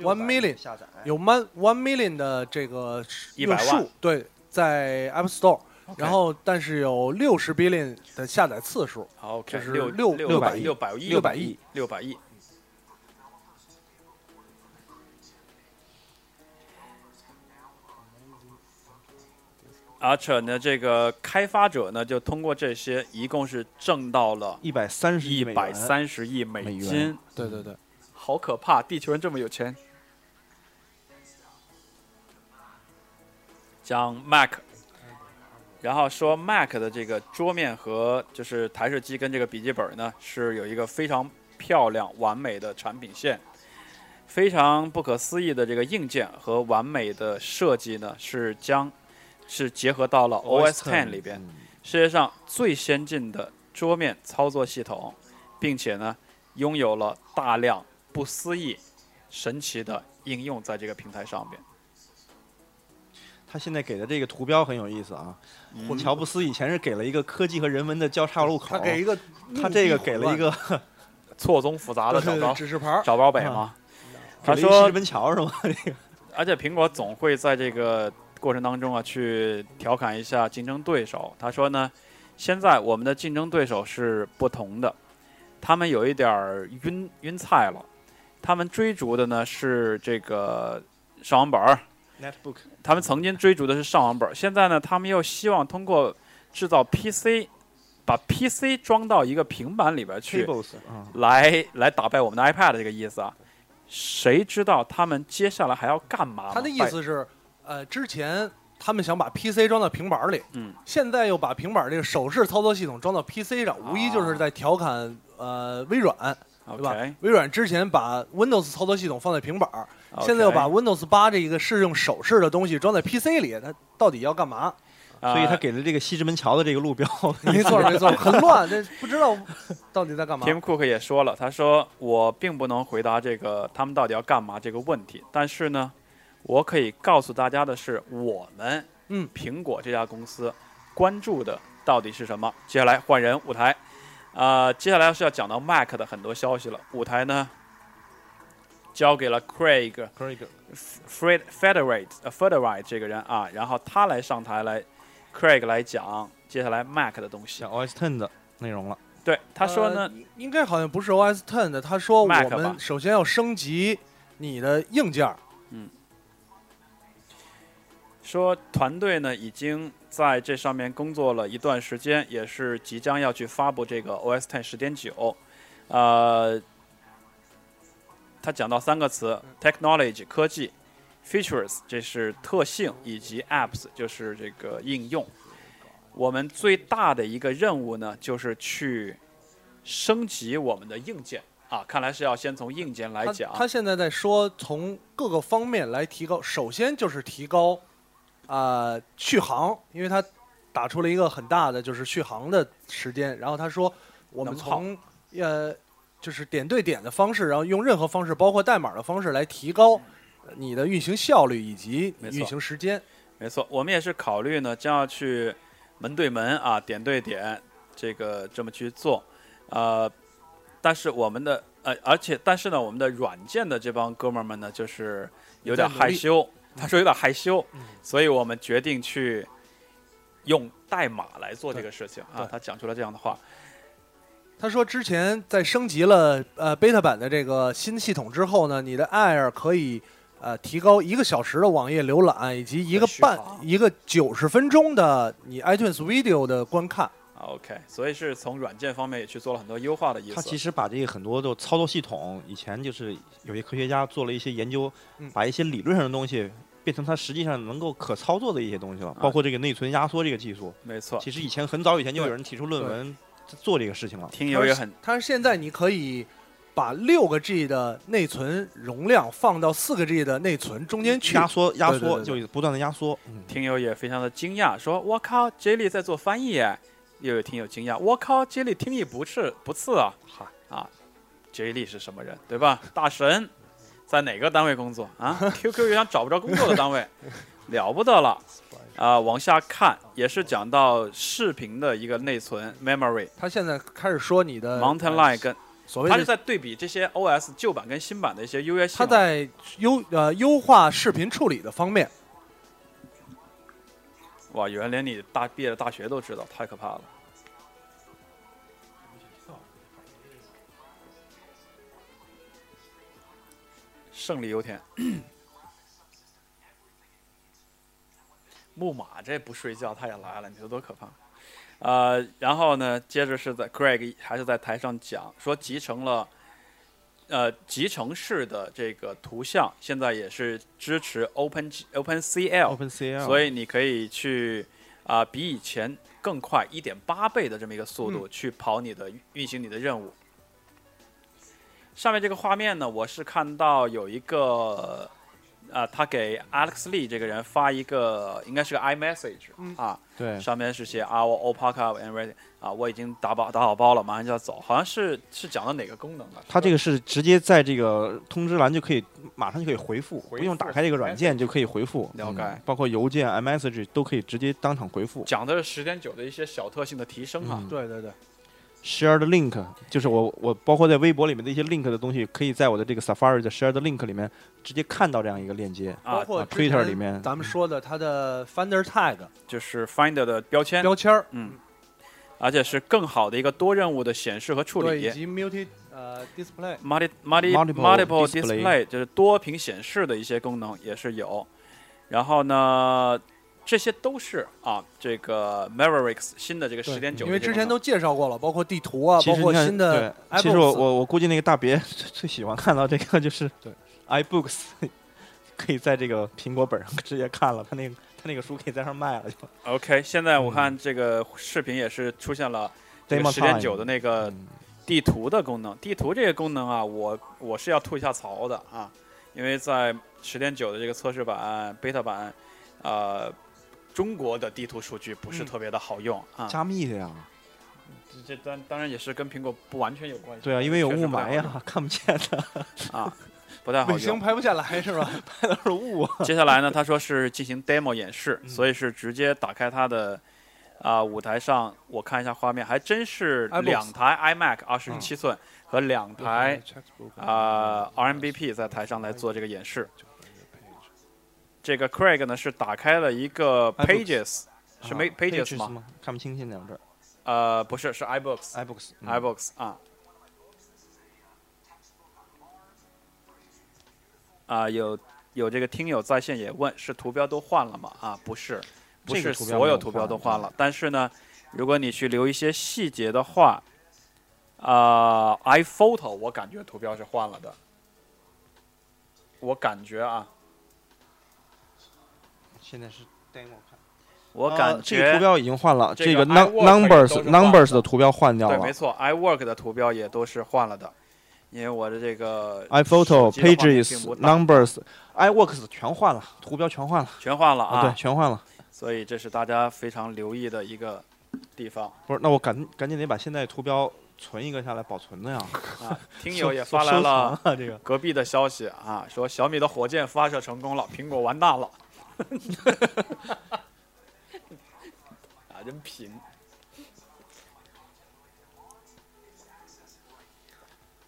Speaker 2: one million
Speaker 5: 下载
Speaker 2: 有 one one million 的这个
Speaker 1: 100
Speaker 2: 用
Speaker 1: 万
Speaker 2: 数，对，在 App Store，然后但是有六十 billion 的下载次数，
Speaker 1: OK
Speaker 2: 就是
Speaker 1: 六
Speaker 2: 六
Speaker 1: 六
Speaker 2: 六
Speaker 1: 百
Speaker 2: 百
Speaker 1: 六百亿
Speaker 2: 六百亿
Speaker 1: 六百亿。而且呢，这个开发者呢，就通过这些，一共是挣到了
Speaker 3: 一百三十
Speaker 1: 一
Speaker 3: 亿美
Speaker 1: 百
Speaker 3: 元，
Speaker 1: 三十亿
Speaker 3: 美
Speaker 1: 美
Speaker 3: 元
Speaker 1: 金，
Speaker 2: 对对对，
Speaker 3: 嗯
Speaker 1: 好可怕！地球人这么有钱。讲 Mac，然后说 Mac 的这个桌面和就是台式机跟这个笔记本呢，是有一个非常漂亮完美的产品线，非常不可思议的这个硬件和完美的设计呢，是将是结合到了 OS
Speaker 3: Ten
Speaker 1: Ten 里边。
Speaker 3: 嗯
Speaker 1: 世界上最先进的桌面操作系统，并且呢，拥有了大量不思议、神奇的应用在这个平台上面。
Speaker 3: 他现在给的这个图标很有意思啊。
Speaker 1: 嗯
Speaker 3: 乔布斯以前是给了一个科技和人文的交叉路口，
Speaker 2: 他给一个
Speaker 3: 他这个给了一个
Speaker 1: 错综复
Speaker 2: 呃
Speaker 1: 杂的找不着
Speaker 2: 指示牌儿，
Speaker 1: 找不着北吗？他
Speaker 3: 给了一个西
Speaker 1: 说
Speaker 3: 直，门 桥是吗？
Speaker 1: 而且苹果总会在这个过程当中啊，去调侃一下竞争对手。他说呢，现在我们的竞争对手是不同的，他们有一点儿晕晕菜了，他们追逐的呢是这个上网本儿，
Speaker 3: ，netbook
Speaker 1: 他们曾经追逐的是上网本儿，现在呢，他们又希望通过制造 PC，把 PC 装到一个平板里边去，
Speaker 3: tables 啊，
Speaker 1: 来来打败我们的 iPad 这个意思啊。谁知道他们接下来还要干
Speaker 3: 啊
Speaker 1: 嘛吗？
Speaker 2: 他的意思是，呃，之前他们想把 PC 装到平板儿里，
Speaker 1: 嗯，
Speaker 2: 现在又把平板儿这个手势操作系统装到 PC 上，无疑
Speaker 3: 啊
Speaker 2: 就是在调侃呃微软，对吧
Speaker 1: OK，
Speaker 2: 微软之前把 Windows 操作系统放在平板儿，
Speaker 1: OK
Speaker 2: 现在又把 Windows 八这一个是用手势的东西装在 PC 里，它到底要干嘛？
Speaker 1: 啊
Speaker 3: 所以他给了这个西直门桥的这个路 标，
Speaker 2: 没错没错，很乱，这不知道到底在干嘛。
Speaker 1: Tim Cook 也说了，他说我并不能回答这个他们到底要干嘛这个问题，但是呢，我可以告诉大家的是，我们
Speaker 2: 嗯
Speaker 1: 苹果这家公司关注的到底是什么。接下来换人舞台，呃，接下来是要讲到 Mac 的很多消息了。舞台呢交给了 Craig
Speaker 3: 可以可以
Speaker 1: Fred Federate呃 Federate 这个人啊，然后他来上台来 Craig 来讲接下来 Mac 的东西
Speaker 3: 讲。OS Ten 的内容了，
Speaker 1: 对，他说呢
Speaker 2: 呃，应应该好像不是 OS Ten 的，他说我
Speaker 1: Mac 吧
Speaker 2: 们首先要升级你的硬件儿，
Speaker 1: 说团队呢已经在这上面工作了一段时间，也是即将要去发布这个 OS Ten 十点九，呃，他讲到三个词：technology 科技，features 这是特性，以及 apps 就是这个应用。我们最大的一个任务呢，就是去升级我们的硬件啊，看来是要先从硬件来
Speaker 2: 他
Speaker 1: 讲。
Speaker 2: 他现在在说从各个方面来提高，首先就是提高啊、呃续航，因为他打出了一个很大的就是续航的时间，然后他说我们
Speaker 1: 能跑
Speaker 2: 从呃就是点对点的方式，然后用任何方式，包括代码的方式来提高你的运行效率以及
Speaker 1: 嗯没错
Speaker 2: 运行时间。
Speaker 1: 没错，我们也是考虑呢，将要去门对门啊，点对点，这个这么去做，呃，但是我们的呃，而且但是呢，我们的软件的这帮哥们儿们呢，就是有点害羞，他说有点害羞，
Speaker 3: 嗯
Speaker 1: 所以我们决定去用代码来做这个事情啊
Speaker 2: 对。
Speaker 1: 他讲出了这样的话，
Speaker 2: 他说，之前在升级了呃 beta 版的这个新系统之后呢，你的 Air 可以呃提高一个小时的网页浏览，以及一个
Speaker 1: 续
Speaker 2: 半
Speaker 1: 航
Speaker 2: 一个九十分钟的你 iTunes Video 的观看。
Speaker 1: 啊 OK，所以是从软件方面也去做了很多优化的意
Speaker 3: 他其
Speaker 1: 思。
Speaker 3: 实把这个很多的操作系统，以前就是有些科学家做了一些研究
Speaker 2: 嗯，
Speaker 3: 把一些理论上的东西变成它实际上能够可操作的一些东西
Speaker 2: 啊
Speaker 3: 了，包括这个内存压缩这个技术。
Speaker 1: 没错，
Speaker 3: 其实以前很早以前就有人提出论
Speaker 2: 对
Speaker 3: 文做这个事情了。
Speaker 1: 听友也很
Speaker 2: 他说现在你可以把六个 G 的内存容量放到四个 G 的内存中间去
Speaker 3: 压。缩压
Speaker 2: 对对
Speaker 3: 缩，
Speaker 2: 对
Speaker 3: 就不断的压缩。嗯
Speaker 1: 听友也非常的惊讶，说：“我靠，J 莉在做翻译耶！”又有听友惊讶：“我靠，J 莉听力不是不次啊！”
Speaker 3: 嗨
Speaker 1: 啊，J 莉是什么人，对吧？大神，在哪个单位工作啊？QQ 邮箱找不着工作的单位，了不得了啊、往下看，也是讲到视频的一个内存 memory。
Speaker 2: 他现在开始说你的
Speaker 1: Mountain Lion 跟
Speaker 2: 所谓
Speaker 1: 他是
Speaker 2: 的
Speaker 1: 在对比这些 OS 旧版跟新版的一些优越性。
Speaker 2: 他在优呃优化视频处理的方面。
Speaker 1: 哇，有人连你大毕业的大学都知道，太可怕了。胜利油田，木马这不睡觉，他也来了，你说多可怕？呃，然后呢，接着是在 Craig 还是在台上讲说集成了，呃，集成式的这个图像，现在也是支持 Open OpenCL
Speaker 3: OpenCL，
Speaker 1: 所以你可以去啊、比以前更快一点八倍的这么一个速度、去跑你的运行你的任务。上面这个画面呢，我是看到有一个啊、他给 Alex Lee 这个人发一个，应该是个 iMessage、啊，
Speaker 3: 对
Speaker 1: 上面是写啊 Our all pack up and ready 啊，我已经打包打好包了，马上就要走，好像是是讲到哪个功能了？啊
Speaker 3: 它这个是直接在这个通知栏就可以马上就可以回复，
Speaker 1: 回
Speaker 3: 不用打开这个软件就可以回复。
Speaker 1: 了解
Speaker 3: 嗯包括邮件、iMessage 都可以直接当场回复。
Speaker 1: 讲的是十点九的一些小特性的提升啊。
Speaker 3: 嗯
Speaker 2: 对对对，
Speaker 3: Shared link 就是我我包括在微博里面的一些 link 的东西，可以在我的这个 Safari 的 Shared link 里面直接看到这样一个链接。
Speaker 2: 包
Speaker 1: 啊，
Speaker 2: 括
Speaker 3: 啊
Speaker 2: 之前
Speaker 3: ，Twitter 里面嗯
Speaker 1: 嗯
Speaker 2: 咱们说的它的 Finder Tag
Speaker 1: 就是 Finder 的标签，
Speaker 2: 标签儿。
Speaker 1: 嗯，而且是更好的一个多任务的显示和处
Speaker 2: 对，
Speaker 1: 理
Speaker 2: 以。及 multi 呃 display，
Speaker 1: multi multi
Speaker 3: Multiple
Speaker 1: multiple
Speaker 3: display
Speaker 1: display 就是多屏显示的一些功能也是有。然后呢，这些都是啊，这个 Mavericks 新的这个
Speaker 3: 对
Speaker 1: 十点九，
Speaker 2: 因为之前都介绍过了，包括地图啊，
Speaker 3: 其
Speaker 2: 包
Speaker 3: 实
Speaker 2: 括
Speaker 3: 你看
Speaker 2: 新的
Speaker 3: 对
Speaker 2: iBooks。
Speaker 3: 其实我我我估计那个大别最喜欢看到这个就是
Speaker 2: 对
Speaker 3: iBooks，可以在这个苹果本上直接看了，他那个他那个书可以在上卖了，就
Speaker 1: OK。现在我
Speaker 3: 嗯
Speaker 1: 看这个视频也是出现了这
Speaker 3: Demo
Speaker 1: 个十点九
Speaker 3: time
Speaker 1: 的那个
Speaker 3: 嗯
Speaker 1: 地图的功能。地图这个功能啊，我我是要吐一下槽的啊，因为在十点九的这个测试版 beta 版，呃，中国的地图数据不是
Speaker 2: 嗯
Speaker 1: 特别的好用啊。
Speaker 3: 加密的呀，
Speaker 1: 这这当当然也是跟苹果不完全有关系。
Speaker 3: 对啊，因为有
Speaker 1: 确
Speaker 3: 雾
Speaker 1: 实不太好
Speaker 3: 霾呀，看不见的
Speaker 1: 用啊，不太好
Speaker 2: 卫星
Speaker 1: 用。
Speaker 2: 拍不下来是 吧？
Speaker 3: 都是雾啊。
Speaker 1: 接下来呢，他说是进行 demo 演示，
Speaker 3: 嗯
Speaker 1: 所以是直接打开它的啊、舞台上，我看一下画面，还真是
Speaker 2: iBox
Speaker 1: 两台 iMac 二十七
Speaker 3: 嗯
Speaker 1: 寸和两台啊、RMBP 在台上来做这个演示。这个 Craig 呢是打开了一个
Speaker 3: iBooks
Speaker 1: Pages，是没
Speaker 3: 啊
Speaker 1: Pages 吗
Speaker 3: 吗？看不清现在我这儿
Speaker 1: 呃，不是，是 iBooks。
Speaker 3: iBooks 嗯
Speaker 1: iBox 啊。啊，有有这个听友在线也问，是图标都换了吗？啊，不是，不
Speaker 3: 这
Speaker 1: 是
Speaker 3: 个图标
Speaker 1: 所
Speaker 3: 没
Speaker 1: 有
Speaker 3: 有
Speaker 1: 图标
Speaker 3: 换嗯
Speaker 1: 都换
Speaker 3: 对
Speaker 1: 了，但是呢，如果你去留一些细节的话，啊、i p h o t o 我感觉图标是换了的，我感觉
Speaker 3: 哦
Speaker 1: 啊，
Speaker 3: 现在是 demo 看。
Speaker 1: 我
Speaker 3: 啊
Speaker 1: 感
Speaker 3: 这个图
Speaker 1: 标
Speaker 3: 标已经换了，
Speaker 1: 这
Speaker 3: 这
Speaker 1: 个
Speaker 3: 个 num-
Speaker 1: iWork 也都是
Speaker 3: numbers
Speaker 1: 换的
Speaker 3: numbers 的图标换掉
Speaker 1: 对，
Speaker 3: 了
Speaker 1: 没错，iWork 的图标也都是换了的，因为我的这个手
Speaker 3: ，iPhoto
Speaker 1: 机的画面并
Speaker 3: Pages
Speaker 1: 不大
Speaker 3: numbers iWorks 全换了，图标全换了
Speaker 1: 全换了啊，
Speaker 3: 对，全换了。
Speaker 1: 所以这是大家非常留意的一个地方
Speaker 3: 不是，那我赶赶紧得把现在图标存一个下来保存的呀。
Speaker 1: 啊。听
Speaker 3: 收
Speaker 1: 友也发
Speaker 3: 收
Speaker 1: 来
Speaker 3: 收藏啊
Speaker 1: 了
Speaker 3: 了这个，
Speaker 1: 隔壁的消息啊，说小米的火箭发射成功了，苹果完 蛋了。 啊，真贫。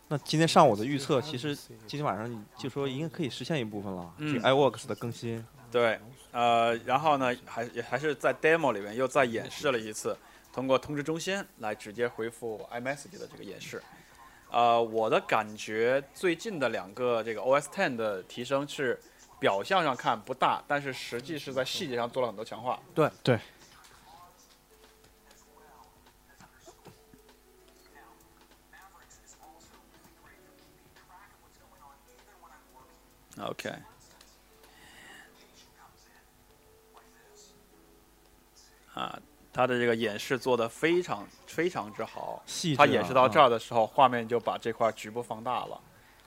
Speaker 3: 那今天 上午的预测，其实今天晚上你就说应该可以实现一部分了。
Speaker 1: 嗯
Speaker 3: 这个 iWorks 的更新，
Speaker 1: 对，呃，然后呢，还也还是在 demo 里面又再演示了一次，通过通知中心来直接回复 iMessage 的这个演示。呃，我的感觉最近的两个这个 OS 10的提升是表象上看不大，但是实际是在细节上做了很多强化。
Speaker 2: 对
Speaker 3: 对。
Speaker 1: OK，啊，它的这个演示做的非常非常之好。
Speaker 3: 细致、啊
Speaker 1: 它演示到这儿的时候，画面就把这块局部放大了。
Speaker 3: 啊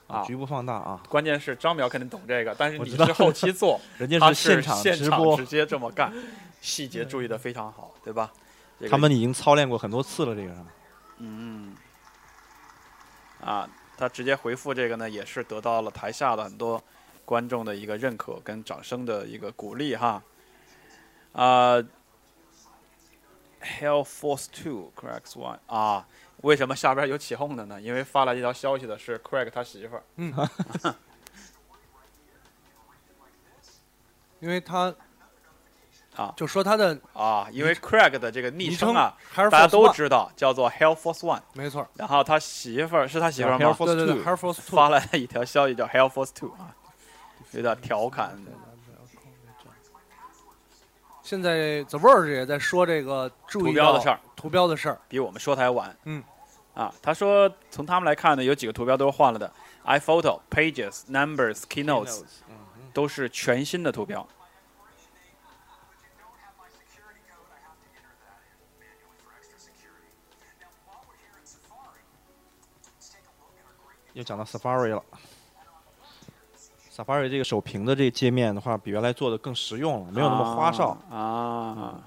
Speaker 1: 啊
Speaker 3: 局部放大啊，
Speaker 1: 关键是张淼肯定懂这个，但是
Speaker 3: 我
Speaker 1: 你
Speaker 3: 知道
Speaker 1: 是后期 做，
Speaker 3: 人家
Speaker 1: 他
Speaker 3: 是现场
Speaker 1: 现
Speaker 3: 直播
Speaker 1: 直，接这么干，细节注意的非常好，对吧？这个
Speaker 3: 他们已经操练过很多次了。这个
Speaker 1: 嗯，啊，他直接回复这个呢，也是得到了台下的很多观众的一个认可跟掌声的一个鼓励哈。啊、h e l l Force Two Craig's One 啊，为什么下边有起哄的呢？因为发来一条消息的是 Craig 他媳妇儿，
Speaker 2: 嗯 因为他
Speaker 1: 啊
Speaker 2: 就说他的
Speaker 1: 啊，因为 Craig 的这个昵
Speaker 2: 昵
Speaker 1: 称啊，
Speaker 2: 还是
Speaker 1: 大家都知道叫做 Hell Force One，
Speaker 2: 没错，
Speaker 1: 然后他媳妇儿是他媳妇儿吗
Speaker 3: Hell Force
Speaker 2: 对对对
Speaker 3: Two
Speaker 2: ，Air Force Two
Speaker 1: 发来了一条消息叫 Hell Force Two 啊，有点调侃。
Speaker 2: 现在 The Verge 也在说这个注
Speaker 1: 图
Speaker 2: 意
Speaker 1: 标
Speaker 2: 到
Speaker 1: 的事儿，
Speaker 2: 图标的事儿，
Speaker 1: 比我们说的还晚。
Speaker 2: 嗯，
Speaker 1: 啊，他说从他们来看呢，有几个图标都是换了的，iPhoto、Pages、Numbers、Keynotes 都是全新的图标。
Speaker 3: 又讲到 Safari 了。Safari 这个首屏的这个界面的话，比原来做的更实用了，没有那么花哨。
Speaker 1: 啊啊。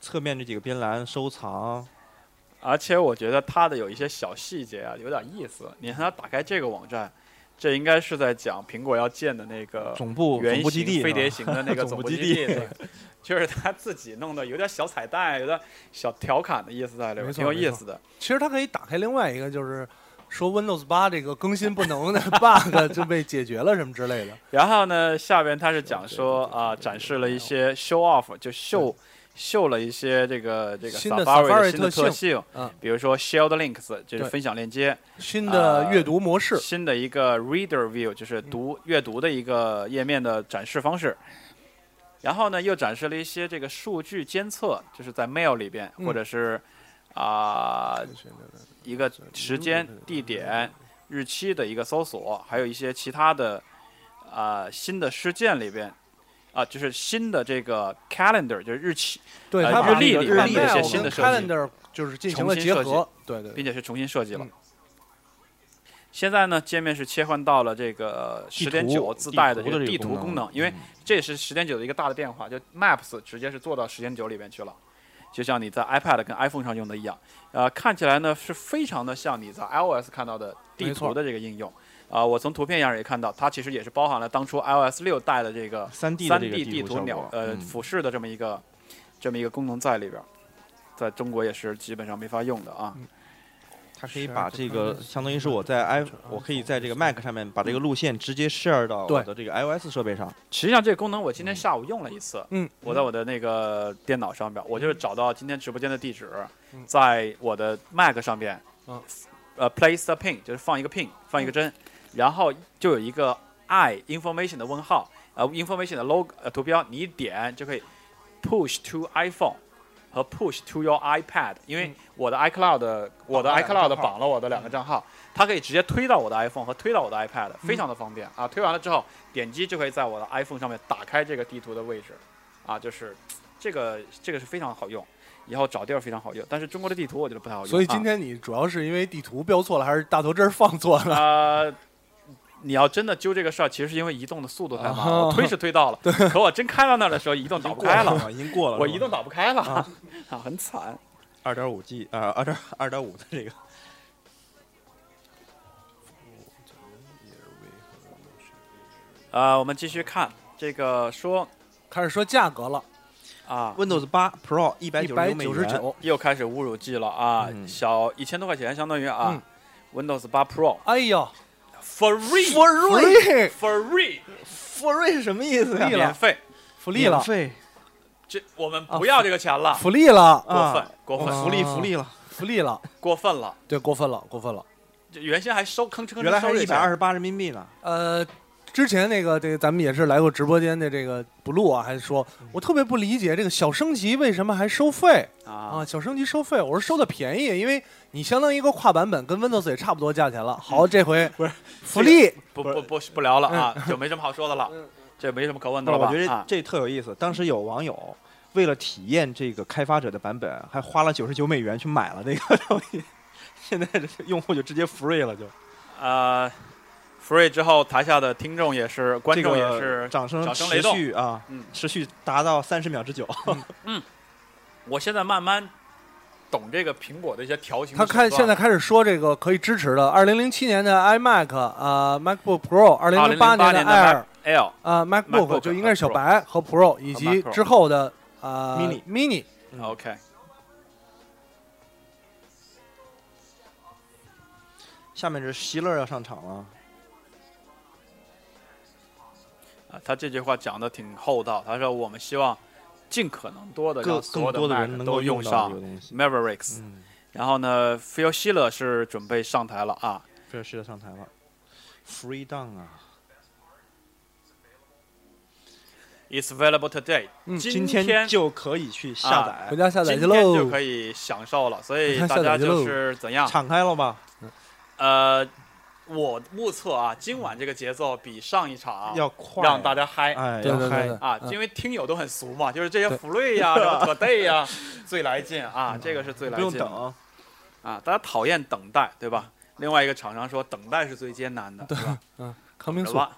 Speaker 3: 侧面这几个边栏收藏，
Speaker 1: 而且我觉得它的有一些小细节啊，有点意思。你看他打开这个网站，这应该是在讲苹果要建的那个
Speaker 3: 总部
Speaker 1: 原
Speaker 3: 总部基
Speaker 1: 型
Speaker 3: 地
Speaker 1: 飞碟
Speaker 3: 是吧
Speaker 1: 型的那个
Speaker 3: 总
Speaker 1: 总
Speaker 3: 部
Speaker 1: 部
Speaker 3: 基
Speaker 1: 地，
Speaker 3: 地
Speaker 1: 对就是他自己弄的，有点小彩蛋，有点小调侃的意思在里
Speaker 2: 没
Speaker 1: 面，
Speaker 2: 错
Speaker 1: 挺有
Speaker 2: 没
Speaker 1: 意
Speaker 2: 错
Speaker 1: 思的。
Speaker 2: 其实它可以打开另外一个，就是说 Windows 八这个更新不能的 bug 就被解决了什么之类的。
Speaker 1: 然后呢，下边他是讲说啊、展示了一些 show off，就秀秀了一些这个这个
Speaker 2: 新的
Speaker 1: Safari 的
Speaker 2: Safari
Speaker 1: 新的
Speaker 2: 特性
Speaker 1: 特性，
Speaker 2: 嗯
Speaker 1: 比如说 Shared Links 就是
Speaker 2: 对
Speaker 1: 分享链接，
Speaker 2: 新的
Speaker 1: 呃
Speaker 2: 阅读模式，
Speaker 1: 新的一个 Reader View 就是读阅读的一个页面的展示方式。然后呢，又展示了一些这个数据监测，就是在 Mail 里边，
Speaker 2: 嗯
Speaker 1: 或者是啊、一个时间、地点、日期的一个搜索，还有一些其他的啊、新的事件里边啊、就是新的这个 calendar，就是日期，
Speaker 2: 对
Speaker 1: 呃
Speaker 2: 它把
Speaker 1: 日历
Speaker 2: 那个
Speaker 1: 里
Speaker 2: 日
Speaker 1: 面
Speaker 2: 历
Speaker 1: 的一些
Speaker 2: 啊
Speaker 1: 新的
Speaker 2: 跟
Speaker 1: 设计
Speaker 2: calendar 就是进行
Speaker 1: 重
Speaker 2: 了
Speaker 1: 新
Speaker 2: 结
Speaker 1: 设计
Speaker 2: 合，对对，对
Speaker 1: 并且是重新设计了。
Speaker 2: 嗯
Speaker 1: 现在呢，界面是切换到了这个十点九自带的这个地图功能，因为这也是十点九的一个大的变化，就 Maps 直接是做到十点九里边去了，就像你在 iPad 跟 iPhone 上用的一样，呃，看起来呢是非常的像你在 iOS 看到的地
Speaker 2: 没错
Speaker 1: 图的这个应用，啊、我从图片上也看到，它其实也是包含了当初 iOS 六带的这个
Speaker 3: 三 D
Speaker 1: 三
Speaker 3: 的这
Speaker 1: D
Speaker 3: 个
Speaker 1: 地
Speaker 3: 图效
Speaker 1: 鸟
Speaker 3: 果
Speaker 1: 呃
Speaker 3: 嗯
Speaker 1: 俯视的这么一个这么一个功能在里边儿，在中国也是基本上没法用的啊，
Speaker 3: 它可以
Speaker 2: Share
Speaker 3: 把
Speaker 2: to
Speaker 3: 这个
Speaker 2: others
Speaker 3: 相当于是我在 i，我可以在这个 Mac 上面把这个路线直接 share 到我
Speaker 2: 对
Speaker 3: 的这个 iOS 设备上。
Speaker 1: 实际上这个功能我今天下午用了一次，
Speaker 2: 嗯，
Speaker 1: 我在我的那个电脑上边，我
Speaker 3: 嗯
Speaker 1: 就是找到今天直播间的地址
Speaker 2: 嗯，
Speaker 1: 在我的 Mac 上边，
Speaker 2: 嗯
Speaker 1: 呃，place a pin 就是放一个 pin 放一
Speaker 3: 嗯
Speaker 1: 个针，然后就有一个 i information 的问号，呃，information 的 logo 呃图标，你一点就可以 push to iPhone 和 push to your iPad，因为
Speaker 2: 嗯
Speaker 1: 我的 iCloud 的我的
Speaker 3: 绑了两个
Speaker 1: iCloud
Speaker 3: 账号
Speaker 1: 绑了我的两个账号，它可以直接推到我的 iPhone 和推到我的 iPad，非
Speaker 3: 嗯
Speaker 1: 常的方便啊！推完了之后，点击就可以在我的 iPhone 上面打开这个地图的位置，啊，就是这个这个是非常好用，以后找地儿非常好用。但是中国的地图我觉得不太好用，
Speaker 2: 所以今天你主要是因为地图标错了，还是大头针儿放错了？
Speaker 1: 啊、呃你要真的揪这个事儿，其实是因为移动的速度太慢了，
Speaker 2: 哦
Speaker 1: 我推是推到了，可我真开到那儿的时候，移动打不开了，
Speaker 3: 已经过了，
Speaker 1: 我移动打不开了，
Speaker 3: 啊
Speaker 1: 啊，很惨。
Speaker 3: 二点五 G 啊，二点二点五的 这个。
Speaker 1: 呃，我们继续看这个说
Speaker 2: 开始说价格了，
Speaker 1: 啊，
Speaker 3: Windows 八 Pro 一百
Speaker 2: 一
Speaker 3: 九
Speaker 2: 百
Speaker 3: 美
Speaker 2: 九十
Speaker 3: 元，
Speaker 2: 九
Speaker 1: 又开始侮辱季了啊，
Speaker 3: 嗯
Speaker 1: 小一千多块钱，相当于
Speaker 2: 嗯
Speaker 1: 啊、Windows 八 Pro
Speaker 2: 哎呀
Speaker 1: for free
Speaker 2: ，free
Speaker 1: for free
Speaker 3: 福瑞是什么意思呀？
Speaker 2: 利了
Speaker 1: 免费，
Speaker 2: 福利了
Speaker 3: 免，费
Speaker 1: 这我们不要这个钱了，
Speaker 2: 福利了，
Speaker 1: 过
Speaker 3: 啊
Speaker 1: 分！过分、
Speaker 2: 啊
Speaker 3: 福利福利了，
Speaker 2: 福利了，
Speaker 1: 过分了，
Speaker 2: 对，过分了，过分了。
Speaker 1: 这原先还收吭哧吭
Speaker 3: 原来
Speaker 1: 哧
Speaker 3: 还
Speaker 1: 收
Speaker 3: 是
Speaker 1: 这
Speaker 3: 一百
Speaker 1: 钱
Speaker 3: 二十八人民币呢。
Speaker 2: 呃，之前那个这个咱们也是来过直播间的这个 blue 啊，还说
Speaker 1: 嗯
Speaker 2: 我特别不理解这个小升级为什么还收费啊？
Speaker 1: 啊，
Speaker 2: 小升级收费，我说收的便宜，因为你相当于一个跨版本，跟 Windows 也差不多价钱了。
Speaker 1: 嗯
Speaker 2: 好，这回
Speaker 3: 不是
Speaker 2: 福利，
Speaker 1: 不不不不聊了啊，就没什么好说的
Speaker 4: 嗯
Speaker 2: 嗯
Speaker 1: 了，
Speaker 4: 啊
Speaker 1: 这没什么可问的了吧？
Speaker 3: 我觉得
Speaker 1: 啊，
Speaker 3: 这特有意思。当时有网友为了体验这个开发者的版本，还花了九十九美元去买了那个东西。 现在这用户就直接 free 了，就
Speaker 1: 呃，free 之后台下的听众也是，观
Speaker 3: 这
Speaker 1: 众
Speaker 3: 个
Speaker 1: 也是，
Speaker 3: 掌声
Speaker 1: 掌声
Speaker 3: 持
Speaker 1: 雷动
Speaker 3: 续啊，
Speaker 1: 嗯
Speaker 3: 持续达到三十秒之久。
Speaker 1: 我现在慢慢懂这个苹果的一些条形手
Speaker 2: 他
Speaker 1: 段啊
Speaker 2: 开
Speaker 1: 了。
Speaker 2: 现在开始说这个可以支持的，二零零七年的 iMac 啊、MacBook Pro，二零零八
Speaker 1: 2008
Speaker 2: 的
Speaker 1: 年
Speaker 2: Air
Speaker 1: Mac L
Speaker 2: 啊、MacBook
Speaker 1: MacBook
Speaker 2: 就应该是小
Speaker 1: 和 Pro
Speaker 2: 白和 Pro，以及
Speaker 1: Mac Pro
Speaker 2: 之后的啊
Speaker 3: Mini
Speaker 2: Mini。
Speaker 1: OK，
Speaker 3: 下面是席勒要上场了，
Speaker 1: 啊，他这句话讲的挺厚道。他说：“我们希望尽可能多的
Speaker 3: 更
Speaker 1: 让所
Speaker 3: 更
Speaker 1: 有
Speaker 3: 多的
Speaker 1: Mac
Speaker 3: 人能
Speaker 1: 都
Speaker 3: 够
Speaker 1: 用
Speaker 3: 到
Speaker 1: 上
Speaker 3: 这个东西。
Speaker 1: Mavericks。
Speaker 3: 嗯，
Speaker 1: 然后呢 f i l s h i l e r 是准备上台了啊。
Speaker 3: 这是上台了，free down 啊，
Speaker 1: It's available today，、
Speaker 2: 嗯
Speaker 1: 今
Speaker 3: 天就可以去下载
Speaker 1: 啊
Speaker 2: 回，家下载
Speaker 1: 今
Speaker 2: 去
Speaker 1: 天
Speaker 2: 喽！
Speaker 1: 就可以享受了。所以
Speaker 2: 你看
Speaker 1: 大
Speaker 2: 下
Speaker 1: 家
Speaker 2: 载去
Speaker 1: 就
Speaker 2: 喽
Speaker 1: 是怎样？
Speaker 3: 敞开了吧？
Speaker 1: 呃，我目测啊，今晚这个节奏比上一场
Speaker 3: 要快，
Speaker 1: 啊让大家嗨。
Speaker 3: 哎，
Speaker 2: 对
Speaker 3: 要
Speaker 2: 对对
Speaker 3: 嗨
Speaker 2: 对
Speaker 1: 啊，
Speaker 2: 嗯
Speaker 1: 因为听友都很俗嘛，就是这些
Speaker 2: 对
Speaker 1: 福瑞呀、然后 today 呀、最来劲啊，这个是最来
Speaker 3: 不
Speaker 1: 劲
Speaker 3: 用
Speaker 1: 的。
Speaker 3: 等，
Speaker 1: 啊，大家讨厌等待，对吧？另外一个厂商说等待是最艰难的，对吧？
Speaker 2: coming
Speaker 1: 好
Speaker 2: soon
Speaker 1: 吧。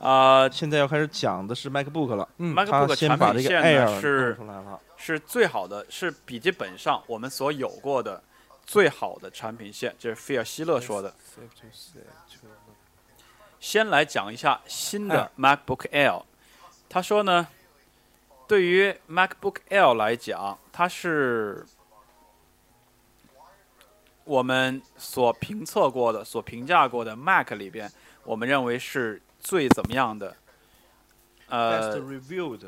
Speaker 1: 啊、
Speaker 3: 现在要开始讲的是 MacBook 了，
Speaker 2: 嗯
Speaker 1: MacBook
Speaker 3: 他先
Speaker 1: 产
Speaker 3: 把
Speaker 1: 品
Speaker 3: 这个
Speaker 1: 线呢
Speaker 3: Air
Speaker 1: 是
Speaker 3: 弄出来了，
Speaker 1: 是最好的，是笔记本上我们所有过的最好的产品线，这是菲尔希勒说的。先来讲一下新的 MacBook Air，他说呢，对于 MacBook Air 来讲，它是我们所评测过的、所评价过的 Mac 里边，我们认为是最怎么样的？
Speaker 3: best
Speaker 1: 呃，
Speaker 3: reviewed，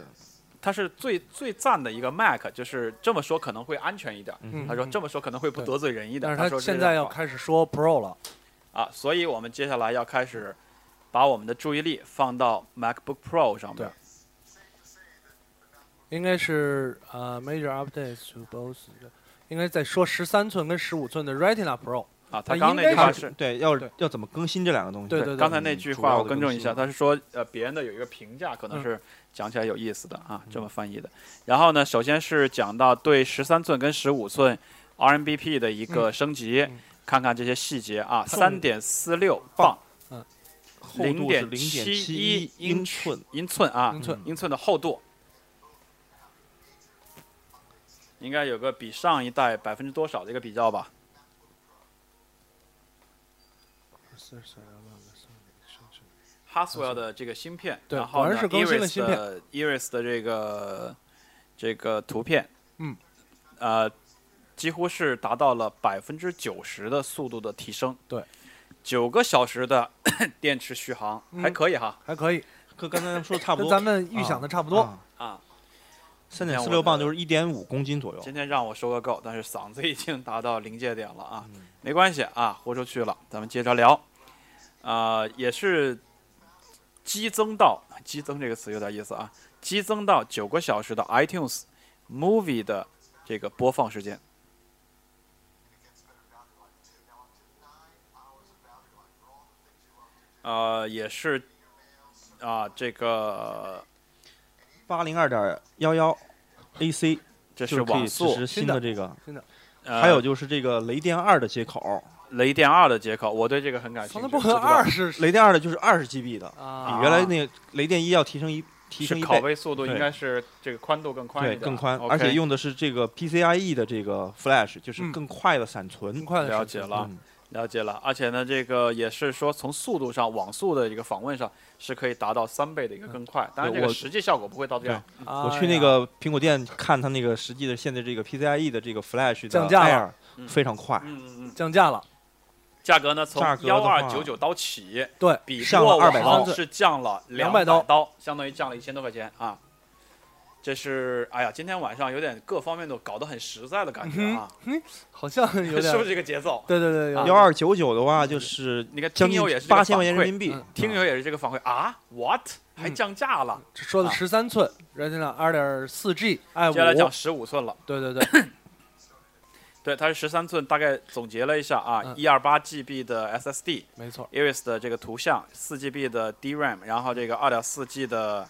Speaker 1: 它是最最赞的一个 Mac，就是这么说可能会安全一点儿。
Speaker 2: 嗯
Speaker 1: 他说这么说可能会不
Speaker 2: 对
Speaker 1: 得罪人一点
Speaker 2: 但
Speaker 1: 儿。
Speaker 2: 是
Speaker 1: 说
Speaker 2: 他
Speaker 1: 这
Speaker 2: 现
Speaker 1: 样
Speaker 2: 在要
Speaker 1: 话
Speaker 2: 开始说 Pro 了，
Speaker 1: 啊，所以我们接下来要开始把我们的注意力放到 MacBook Pro 上面
Speaker 2: 对。应该是呃 major updates to both，the- 应该在说十三寸跟十五寸的 Retina Pro。
Speaker 1: 啊，他
Speaker 2: 应
Speaker 1: 刚那
Speaker 2: 该
Speaker 1: 句话
Speaker 2: 是
Speaker 1: 是
Speaker 3: 对，要
Speaker 2: 对
Speaker 3: 要怎么更新这两个东西？
Speaker 2: 对对对
Speaker 1: 刚才那
Speaker 3: 嗯
Speaker 1: 句
Speaker 3: 主
Speaker 1: 话
Speaker 3: 要
Speaker 1: 我
Speaker 3: 的
Speaker 1: 更
Speaker 3: 更
Speaker 1: 正一
Speaker 3: 新
Speaker 1: 下，
Speaker 3: 嘛
Speaker 1: 他是说呃别人的有一个评价，可能
Speaker 2: 嗯
Speaker 1: 是讲起来有意思的啊，这么翻译的。然后呢，首先是讲到对十三寸跟十五寸 RMBP 的一个升级，
Speaker 2: 嗯
Speaker 1: 看看这些细节啊，
Speaker 2: 重
Speaker 1: 三点四六磅
Speaker 3: 厚度是
Speaker 1: 0.71
Speaker 3: 0.71英寸，
Speaker 1: 英寸啊，
Speaker 2: 英寸
Speaker 1: 英寸的厚度。应该有个比上一代百分之多少的一个比较吧？Haswell 的这个芯片，
Speaker 2: 对
Speaker 1: 然后
Speaker 2: 果然
Speaker 1: 呢
Speaker 2: 是更新了
Speaker 1: Iris
Speaker 2: 芯片
Speaker 1: 的 Iris 的这个这个图片，
Speaker 2: 嗯，
Speaker 1: 呃，几乎是达到了百分之九十的速度的提升。
Speaker 2: 对，
Speaker 1: 九个小时的 电池续航
Speaker 2: 嗯
Speaker 1: 还可以哈
Speaker 2: 还可以，
Speaker 3: 跟刚才说的差不
Speaker 2: 跟
Speaker 3: 多，
Speaker 2: 咱们预想的差不多。
Speaker 1: 啊！
Speaker 3: 三点四六磅就是一点五公斤左右。
Speaker 1: 今天让我收个够，但是嗓子已经达到临界点了啊，
Speaker 3: 嗯
Speaker 1: 没关系啊，豁出去了，咱们接着聊。啊、也是激增到“激增”这个词有点意思啊，激增到九个小时的 iTunes Movie 的这个播放时间。呃，也是啊、这个
Speaker 3: 八零二点幺幺 AC
Speaker 1: 这
Speaker 3: 就是可
Speaker 1: 网
Speaker 3: 以支
Speaker 1: 速
Speaker 3: 持，新
Speaker 2: 新的
Speaker 3: 这个，
Speaker 1: 呃、
Speaker 3: 还有就是这个雷电二的接口，
Speaker 1: 雷电二的接口，我对这个很感兴趣。
Speaker 2: 不
Speaker 1: 知道
Speaker 2: 二是
Speaker 3: 雷电二的就是二十 GB 的，
Speaker 2: 啊
Speaker 3: 比原来那个雷电一要提升一提升
Speaker 1: 是
Speaker 3: 一
Speaker 1: 拷
Speaker 3: 倍，
Speaker 1: 贝速度应
Speaker 3: 对
Speaker 1: 该是这个宽度更宽一
Speaker 3: 对，
Speaker 1: 点，
Speaker 3: 更宽，
Speaker 1: OK
Speaker 3: 而且用的是这个 PCIe E 的这个 Flash，就是
Speaker 2: 嗯
Speaker 3: 更快的闪存
Speaker 2: 挺。快的
Speaker 1: 了
Speaker 2: 事情
Speaker 1: 解了，
Speaker 3: 嗯
Speaker 1: 了解了。而且呢，这个也是说从速度上，网速的一个访问上是可以达到三倍的一个更快，当然这
Speaker 3: 对
Speaker 1: 个
Speaker 3: 我
Speaker 1: 实际效果不会到这样。
Speaker 2: 我
Speaker 3: 我去那个苹果店看它那个实际的现在这个 PCIe E 的这个 Flash 的
Speaker 2: 降价了
Speaker 3: Air 非常快，
Speaker 1: 嗯嗯嗯，
Speaker 2: 降价了，
Speaker 1: 价格呢从
Speaker 3: 价格的
Speaker 1: 幺
Speaker 3: 话
Speaker 1: 二九九刀起，
Speaker 2: 对，
Speaker 1: 比
Speaker 3: 上了
Speaker 1: 过
Speaker 3: 200
Speaker 1: 往
Speaker 2: 刀
Speaker 1: 是降了
Speaker 2: 200
Speaker 1: 刀，
Speaker 2: 刀
Speaker 1: 相当于降了一千多块钱啊。这是哎呀，今天晚上有点各方面都搞得很实在的感觉
Speaker 3: 嗯
Speaker 1: 啊，
Speaker 2: 好像有点
Speaker 1: 是不是这个节奏？
Speaker 2: 对对
Speaker 1: 啊
Speaker 2: 对，有
Speaker 3: 幺
Speaker 2: 点
Speaker 3: 二九九的话就是
Speaker 1: 嗯你看听
Speaker 3: 将近
Speaker 1: 友也是这个
Speaker 3: 八千块钱
Speaker 1: 反馈
Speaker 3: 人民币
Speaker 2: 嗯，
Speaker 1: 听友也是这个反馈啊，what 还
Speaker 2: 嗯
Speaker 1: 降价了？
Speaker 2: 说的
Speaker 1: 啊
Speaker 2: 十三寸 Retina 二点四 G i 五，
Speaker 1: 接下来讲十五寸了，
Speaker 2: 对对对，
Speaker 1: 对，它是十三寸，大概总结了一下啊
Speaker 2: 嗯，
Speaker 1: 一二八 GB 的 SSD。
Speaker 2: 没错，
Speaker 1: Iris 的这个图像，四 GB 的 DRAM，然后这个二点四 G 的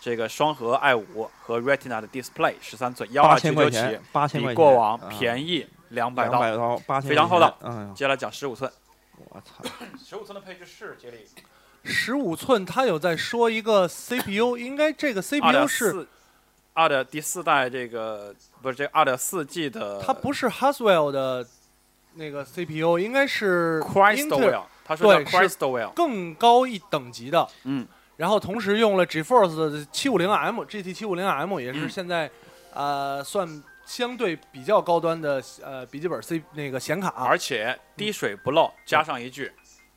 Speaker 1: 这个双核 i 5和 Retina 的 Display，十三寸幺
Speaker 3: 八
Speaker 1: 二九
Speaker 3: 千
Speaker 1: 九
Speaker 3: 块
Speaker 1: 起
Speaker 3: 钱，，八千块
Speaker 1: 比
Speaker 3: 钱
Speaker 1: 过往
Speaker 3: 宜
Speaker 1: 便宜嗯两百
Speaker 3: 两
Speaker 1: 刀。
Speaker 3: 百刀，八千
Speaker 1: 非常厚道
Speaker 3: 嗯，
Speaker 1: 接下来讲十五寸，
Speaker 3: 我操，
Speaker 1: 十五寸的配置是杰里
Speaker 2: 十五寸它有在说一个 CPU，应该这个
Speaker 1: 二点
Speaker 2: CPU 是
Speaker 1: 四二的第四代这个不是这二点四 G 的，
Speaker 2: 它不是 Haswell 的那个 CPU，应该是英特尔
Speaker 1: Crystalwell，它说叫
Speaker 2: 对是
Speaker 1: Crystalwell，
Speaker 2: 更高一等级的，
Speaker 1: 嗯，
Speaker 2: 然后同时用了 GeForce 的七五零 M GT 七五零 M，也是
Speaker 1: 嗯
Speaker 2: 现在、呃算相对比较高端的呃笔记本 C 那个显卡，
Speaker 1: 而且滴水不漏，
Speaker 2: 嗯
Speaker 1: 加上一句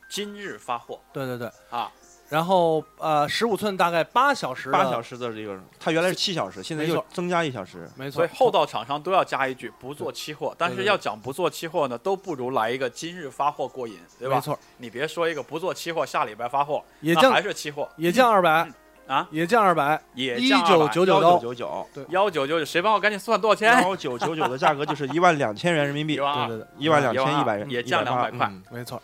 Speaker 1: 今日发货
Speaker 2: 对对对，
Speaker 1: 啊。
Speaker 2: 然后呃十五寸大概八小时，
Speaker 3: 八小
Speaker 2: 时，
Speaker 3: 时的这个，它原来是七小时，现在
Speaker 2: 没
Speaker 3: 又
Speaker 2: 错
Speaker 3: 增加一小时。
Speaker 2: 没错，
Speaker 1: 所以厚道厂商都要加一句不做期货，但是要讲不做期货呢，都不如来一个今日发货过瘾，对吧？
Speaker 2: 没，错，
Speaker 1: 你别说一个不做期货，下礼拜发货，
Speaker 2: 也
Speaker 1: 那
Speaker 2: 降
Speaker 1: 还是期货
Speaker 2: 也降二百
Speaker 1: 啊，
Speaker 2: 也降二百，
Speaker 1: 也
Speaker 2: 一九九九
Speaker 3: 幺
Speaker 2: 刀，
Speaker 3: 九九
Speaker 1: 幺九九九，谁帮我赶紧算多少
Speaker 3: 九，
Speaker 1: 钱？
Speaker 3: 幺九九九的价格就是一万两千元人民 币
Speaker 1: 一，万
Speaker 2: 对
Speaker 1: 二
Speaker 2: 对对，
Speaker 3: 一万啊两千一百
Speaker 1: 12,200也降200块
Speaker 2: 没错，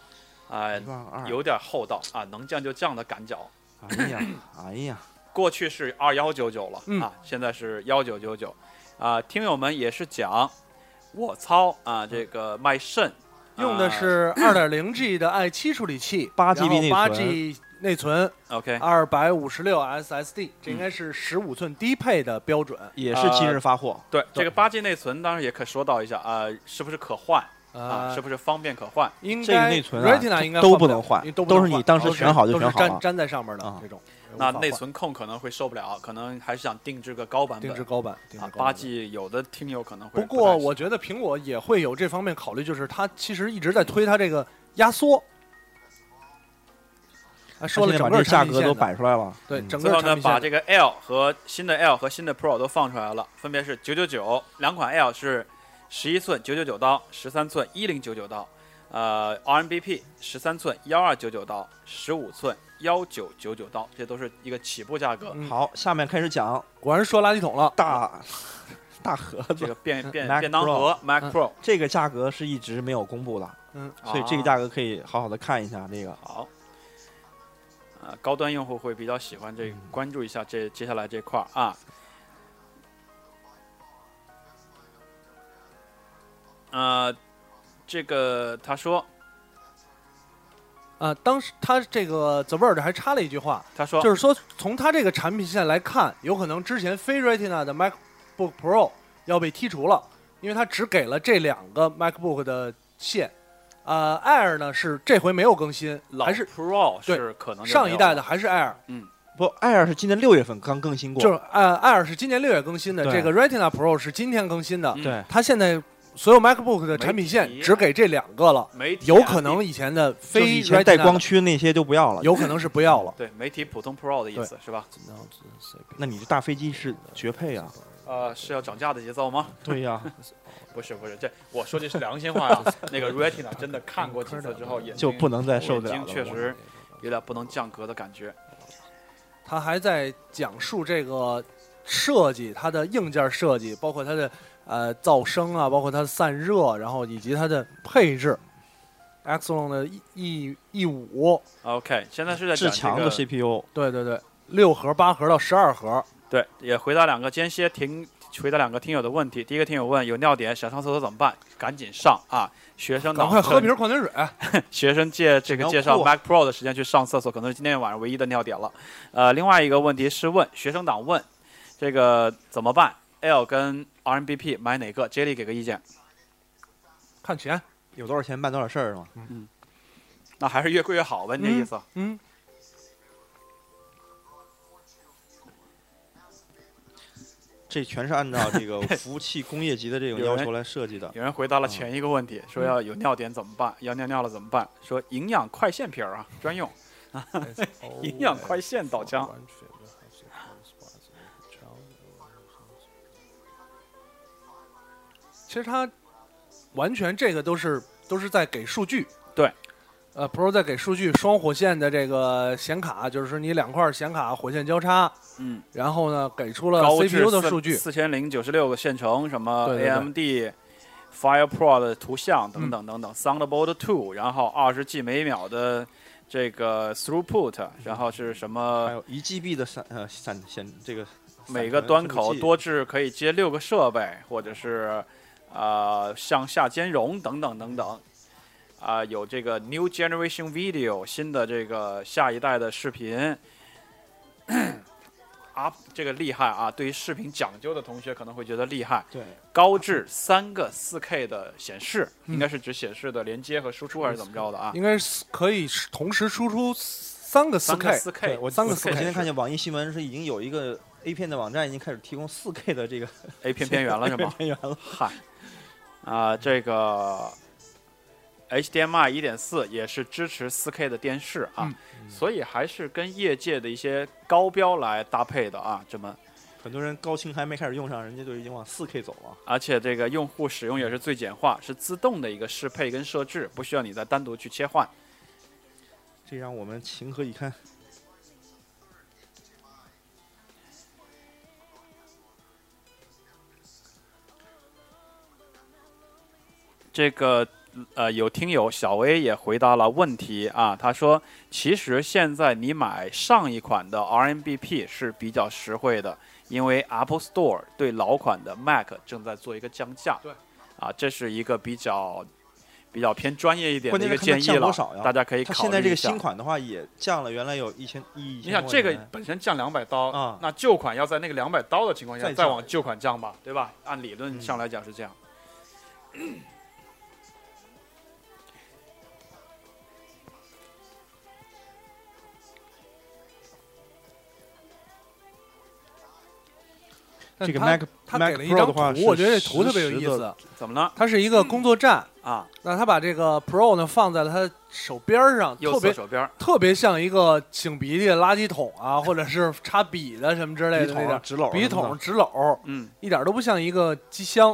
Speaker 1: 哎
Speaker 2: 啊
Speaker 3: 一，万二，嗯
Speaker 1: 有点厚道啊，能降就降的赶脚。
Speaker 3: 哎 呀，哎呀，
Speaker 1: 过去是二幺九九了、
Speaker 2: 嗯
Speaker 1: 啊，现在是幺九九九，啊，听友们也是讲，我操啊，这个卖肾啊
Speaker 2: 用
Speaker 3: 啊
Speaker 2: 的是二点零 G 的 i 七处理器，
Speaker 3: 8 GB 内存哎
Speaker 2: 八 G 内存，
Speaker 1: 啊 OK，
Speaker 2: 二百五十六 SSD，这应该是十五寸低配的标准。
Speaker 3: 也是今日发
Speaker 2: 呃
Speaker 3: 货，
Speaker 1: 对这个八 G 内存，当然也可说到一下啊、是不是可换啊？
Speaker 2: 啊
Speaker 1: 是，不是方便可换？
Speaker 2: 应该
Speaker 3: 嗯这个内存啊
Speaker 2: Retina 应该
Speaker 3: 都
Speaker 2: 不
Speaker 3: 不能换
Speaker 2: 你都
Speaker 3: 都
Speaker 2: 能
Speaker 3: 是
Speaker 2: 换
Speaker 3: 你当时
Speaker 2: 都是
Speaker 3: 选好就
Speaker 2: 都是
Speaker 3: 选好
Speaker 2: 粘
Speaker 3: 了
Speaker 2: 粘在上面的
Speaker 3: 啊
Speaker 2: 这种。
Speaker 1: 那
Speaker 2: 无法
Speaker 1: 内
Speaker 2: 换
Speaker 1: 存控可能会受不了，可能还是想定制个高版本
Speaker 2: 定制高版，定制
Speaker 1: 啊
Speaker 2: 高。版
Speaker 1: 八 G 有的听友可能会
Speaker 2: 不
Speaker 1: 太
Speaker 2: 过
Speaker 1: 喜
Speaker 2: 我觉得苹果也会有这方面考虑，就是它其实一直在推它这个压缩，啊，说了
Speaker 3: 现
Speaker 2: 整
Speaker 3: 在把这
Speaker 2: 个
Speaker 3: 个价
Speaker 2: 产品
Speaker 3: 格
Speaker 2: 线
Speaker 3: 都
Speaker 2: 的
Speaker 3: 摆出来了，
Speaker 2: 对，
Speaker 3: 嗯
Speaker 2: 整
Speaker 1: 最
Speaker 2: 个
Speaker 1: 后
Speaker 2: 产
Speaker 1: 呢，
Speaker 2: 品
Speaker 1: 把
Speaker 2: 线
Speaker 1: 这个 L 和新的 L 和新的 Pro 都放出来了，分别是九九九两款 L 是十一寸九九九刀，十三寸一零九九刀，呃 RMBP 十三寸幺二九九刀，十五寸幺九九九刀，这都是一个起步价格。
Speaker 2: 嗯
Speaker 3: 好，下面开始讲
Speaker 2: 果然说垃圾桶了，
Speaker 3: 大大盒
Speaker 1: 这
Speaker 3: 子，
Speaker 1: 个便便
Speaker 3: Mac
Speaker 1: 便当
Speaker 3: Pro
Speaker 1: 盒 Mac
Speaker 2: 嗯
Speaker 1: Pro，、
Speaker 3: 这个价格是一直没有公布的，所以这个
Speaker 1: 啊
Speaker 3: 价格可以好好的看一下这个。
Speaker 1: 好。呃，高端用户会比较喜欢
Speaker 2: 嗯
Speaker 1: 这，关注一下这接下来这块儿啊。呃，这个他说，
Speaker 2: 啊，当时他这个 The Verge 还插了一句话，
Speaker 1: 他说，
Speaker 2: 就是说从他这个产品线来看，有可能之前非 Retina 的 MacBook Pro 要被剔除了，因为它只给了这两个 MacBook 的线。呃，Air 呢是这回没有更新，
Speaker 1: 老
Speaker 2: 还是
Speaker 1: Pro
Speaker 2: 对
Speaker 1: 是可能就
Speaker 2: 上
Speaker 1: 没
Speaker 2: 一
Speaker 1: 有
Speaker 2: 代的
Speaker 1: 了
Speaker 2: 还是 Air，
Speaker 3: 不，Air 是今年六月份刚更新过，
Speaker 2: 就是呃 Air 是今年六月更新的，
Speaker 3: 对
Speaker 2: 这个 Retina Pro 是今天更新的。
Speaker 1: 嗯
Speaker 3: 对
Speaker 2: 它现在所有 MacBook 的产品
Speaker 1: 没
Speaker 2: 线
Speaker 1: 提
Speaker 2: 只给这两个了，
Speaker 1: 媒体
Speaker 2: 有
Speaker 1: 啊
Speaker 2: 可能以前的
Speaker 3: 就是
Speaker 2: 非
Speaker 3: 以前带
Speaker 2: Retina
Speaker 3: 光
Speaker 2: 的
Speaker 3: 驱那些就不要了。
Speaker 2: 有可能是不要了。
Speaker 1: 对媒体普通 Pro 的意思是吧？
Speaker 3: 那你这大飞机是绝配啊！
Speaker 1: 呃，是要涨价的节奏吗？
Speaker 3: 对呀、
Speaker 1: 不是不是，这我说句是良心 话呀、啊那个 Retina 真的看过几次之后，眼
Speaker 3: 就
Speaker 1: 睛
Speaker 3: 不能再受得了
Speaker 1: 眼
Speaker 3: 了。
Speaker 1: 睛确实有点不能降格的感觉。
Speaker 2: 他还在讲述这个设计，它的硬件设计，包括它的呃噪声啊，包括它的散热，然后以及它的配置。Exelon 的 E E E 五，
Speaker 1: OK，现在是在
Speaker 3: 至
Speaker 1: 讲
Speaker 3: 强
Speaker 1: 这
Speaker 3: 的
Speaker 1: 个
Speaker 3: CPU，
Speaker 2: 对对对，六核、八核到十二核，
Speaker 1: 对，也回答两个间歇停，回答两个听友的问题。第一个听友问有尿点想上厕所怎么办？赶紧上啊！学生
Speaker 2: 赶
Speaker 1: 党
Speaker 2: 快喝
Speaker 1: 趁
Speaker 2: 瓶矿泉水。
Speaker 1: 学生借这个介绍
Speaker 2: 啊
Speaker 1: Mac Pro 的时间去上厕所，可能是今天晚上唯一的尿点了。呃，另外一个问题是问学生党问这个怎么办？L 跟 RMBP 买哪个？Jelly 给个意见。
Speaker 2: 看钱，
Speaker 3: 有多少钱办多少事儿嘛。
Speaker 1: 那还是越贵越好吧？你这意思？
Speaker 2: 嗯，
Speaker 3: 这全是按照 这个服务器工业级的这种
Speaker 1: 有
Speaker 3: 要
Speaker 1: 人
Speaker 3: 求来设计的。
Speaker 1: 有人回
Speaker 2: 嗯
Speaker 1: 答了前一个问题，说要有尿点怎么办？要尿尿了怎么办？说营养快线瓶儿啊，专用。
Speaker 3: 哦
Speaker 1: 营养快线导枪。
Speaker 2: 其实它完全这个都是都是在给数据。
Speaker 1: 对，
Speaker 2: 呃，Pro 在给数据，双火线的这个显卡，就是说你两块显卡火线交叉，
Speaker 1: 嗯。
Speaker 2: 然后呢给出了
Speaker 1: 高
Speaker 2: CPU 的数据。
Speaker 1: 四千零九十六个线程，什么
Speaker 2: 对嗯对对
Speaker 1: AMD Fire Pro 的图像等等等等、s o u n d b o l t Two，然后二十 G 每秒的这个 throughput，然后是什
Speaker 3: 还
Speaker 1: 么？
Speaker 3: 有一 GB 的闪呃闪显这个
Speaker 1: 呃每个端口
Speaker 3: 闪存处理器
Speaker 1: 多至可以接六个设备，或者是呃向下兼容等等等等。啊、有这个 New Generation Video 新的这个下一代的视频。啊，这个厉害啊！对于视频讲究的同学可能会觉得厉害，
Speaker 3: 对
Speaker 1: 高至三个四 K 的显示，
Speaker 2: 嗯
Speaker 1: 应该是指显示的连接和输出还是怎么着的啊？
Speaker 2: 应该是可以同时输出三个四
Speaker 1: 三个
Speaker 2: K，
Speaker 1: 四 K，
Speaker 3: 对我
Speaker 2: 三个
Speaker 3: 我
Speaker 2: 四 K
Speaker 3: 我今天
Speaker 2: 是
Speaker 3: 看见网易新闻是已经有一个 A 片的网站已经开始提供 4K 的这个
Speaker 1: A 片边缘了是 吗？
Speaker 3: 片源了。
Speaker 1: 嗨，啊、这个 HDMI 一点四也是支持四 K 的电视啊，所以还是跟业界的一些高标来搭配的啊，这么。
Speaker 3: 很多人高清还没开始用上，人家就已经往 4K 走了。
Speaker 1: 而且这个用户使用也是最简化，是自动的一个适配跟设置，不需要你再单独去切换。
Speaker 3: 这让我们情何以堪？
Speaker 1: 这个呃，有听友小 A 也回答了问题啊，他说，其实现在你买上一款的 RMBP 是比较实惠的，因为 Apple Store 对老款的 Mac 正在做一个降价。
Speaker 2: 对，
Speaker 1: 啊，这是一个比较比较偏专业一点的
Speaker 3: 关
Speaker 1: 一个
Speaker 3: 键是看它
Speaker 1: 建议
Speaker 3: 降
Speaker 1: 了
Speaker 3: 多少呀，
Speaker 1: 大家可以
Speaker 3: 它
Speaker 1: 考虑
Speaker 3: 现在这个
Speaker 1: 一下
Speaker 3: 新。款的话也降了，原来有一千一。
Speaker 1: 你想这个本身降两百刀
Speaker 3: 啊
Speaker 1: 那旧款要在那个两百刀的情况下
Speaker 3: 再
Speaker 1: 再
Speaker 3: 降
Speaker 1: 往旧款降吧，对吧？按理论
Speaker 3: 嗯
Speaker 1: 上来讲是这样。
Speaker 2: 但
Speaker 3: 这个
Speaker 2: 它
Speaker 3: Mac
Speaker 2: 它
Speaker 3: Mac
Speaker 2: 给了一
Speaker 3: Pro
Speaker 2: 张
Speaker 3: 的话
Speaker 2: 图，
Speaker 3: 是
Speaker 2: 我觉得这图特别有
Speaker 3: 实时
Speaker 2: 意
Speaker 3: 的
Speaker 2: 思。
Speaker 1: 怎么了？
Speaker 2: 它是一个工作站，
Speaker 1: 啊，
Speaker 2: 那他把这个 Pro 呢放在了他手边儿上，
Speaker 1: 右
Speaker 2: 特
Speaker 1: 侧
Speaker 2: 别
Speaker 1: 手边儿
Speaker 2: 特别像一个擤鼻涕的垃圾桶啊，或者是插笔的什么之类
Speaker 3: 笔
Speaker 2: 的那
Speaker 3: 筒
Speaker 2: 点
Speaker 3: 啊、
Speaker 2: 儿
Speaker 3: 纸篓儿
Speaker 2: 笔
Speaker 3: 什么的
Speaker 2: 筒、纸篓，
Speaker 1: 嗯，
Speaker 2: 一点都不像一个机箱。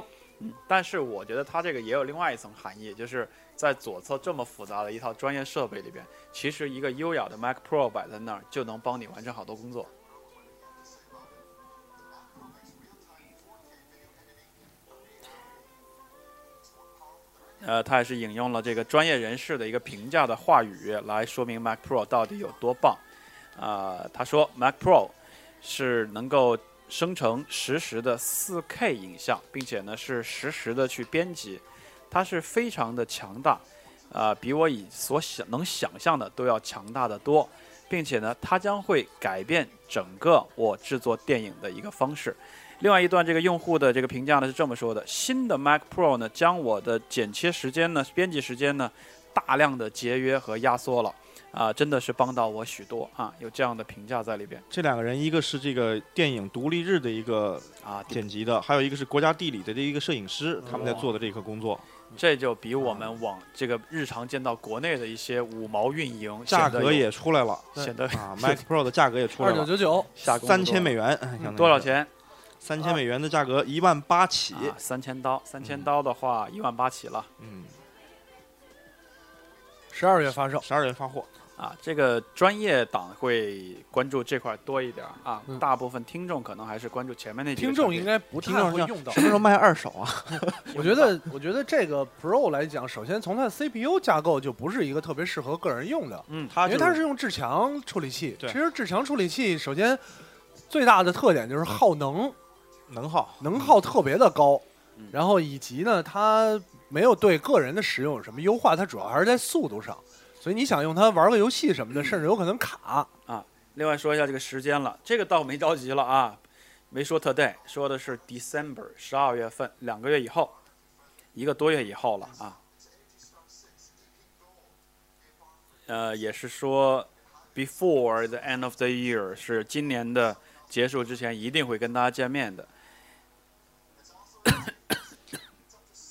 Speaker 1: 但是我觉得它这个也有另外一层含义，就是在左侧这么复杂的一套专业设备里边，其实一个优雅的 Mac Pro 摆在那儿就能帮你完成好多工作。呃，他也是引用了这个专业人士的一个评价的话语来说明 Mac Pro 到底有多棒。啊、他说 Mac Pro 是能够生成实时的 4K 影像，并且呢是实时的去编辑，它是非常的强大，啊、比我以所想能想象的都要强大的多，并且呢，它将会改变整个我制作电影的一个方式。另外一段这个用户的这个评价呢是这么说的：新的 Mac Pro 呢，将我的剪切时间呢、编辑时间呢，大量的节约和压缩了，啊、真的是帮到我许多啊，有这样的评价在里边
Speaker 3: 这两个人，一个是这个电影独立日的一个
Speaker 1: 啊，
Speaker 3: 剪辑的，还有一个是国家地理的这一个摄影师，他们在做的这个工作，
Speaker 1: 这就比我们往这个日常见到国内的一些五毛运营
Speaker 3: 价
Speaker 1: 显得有
Speaker 3: 格也出来了
Speaker 1: 显得
Speaker 3: 啊，Mac Pro 的价格也出来
Speaker 2: 二九
Speaker 3: 了，
Speaker 2: 九九，
Speaker 1: 下功夫
Speaker 3: 三千美元，哎
Speaker 1: 多少？钱？
Speaker 3: 三千美元的价格一万八起，
Speaker 1: 啊，三千刀，三千刀的话一万八起了
Speaker 3: 嗯，
Speaker 2: 十二月发售。
Speaker 3: 十二月发货，
Speaker 1: 啊。这个专业党会关注这块多一点儿啊
Speaker 2: 嗯，
Speaker 1: 大部分听众可能还是关注前面那几个
Speaker 2: 听众
Speaker 1: 产品
Speaker 2: 应该不
Speaker 3: 听
Speaker 2: 太
Speaker 3: 众
Speaker 2: 会
Speaker 3: 像
Speaker 2: 用到
Speaker 3: 什。么时候卖二手 啊？
Speaker 2: 我觉得，我觉得这个 Pro 来讲，首先从它的 CPU 架构就不是一个特别适合个人用的，
Speaker 1: 嗯，
Speaker 3: 它
Speaker 2: 因为它是用至强处理器。
Speaker 3: 对
Speaker 2: 其实至强处理器首先最大的特点就是耗能，
Speaker 3: 能耗，
Speaker 2: 能耗特别的高
Speaker 1: 嗯，
Speaker 2: 然后以及呢，它没有对个人的使用有什么优化，它主要还是在速度上。所以你想用它玩个游戏什么的，甚至有可能卡。
Speaker 1: 另外说一下这个时间了，这个倒没着急了啊，没说 today，说的是 December 十二月份，两个月以后，一个多月以后了啊。呃，也是说 before the end of the year 是今年的结束之前一定会跟大家见面的。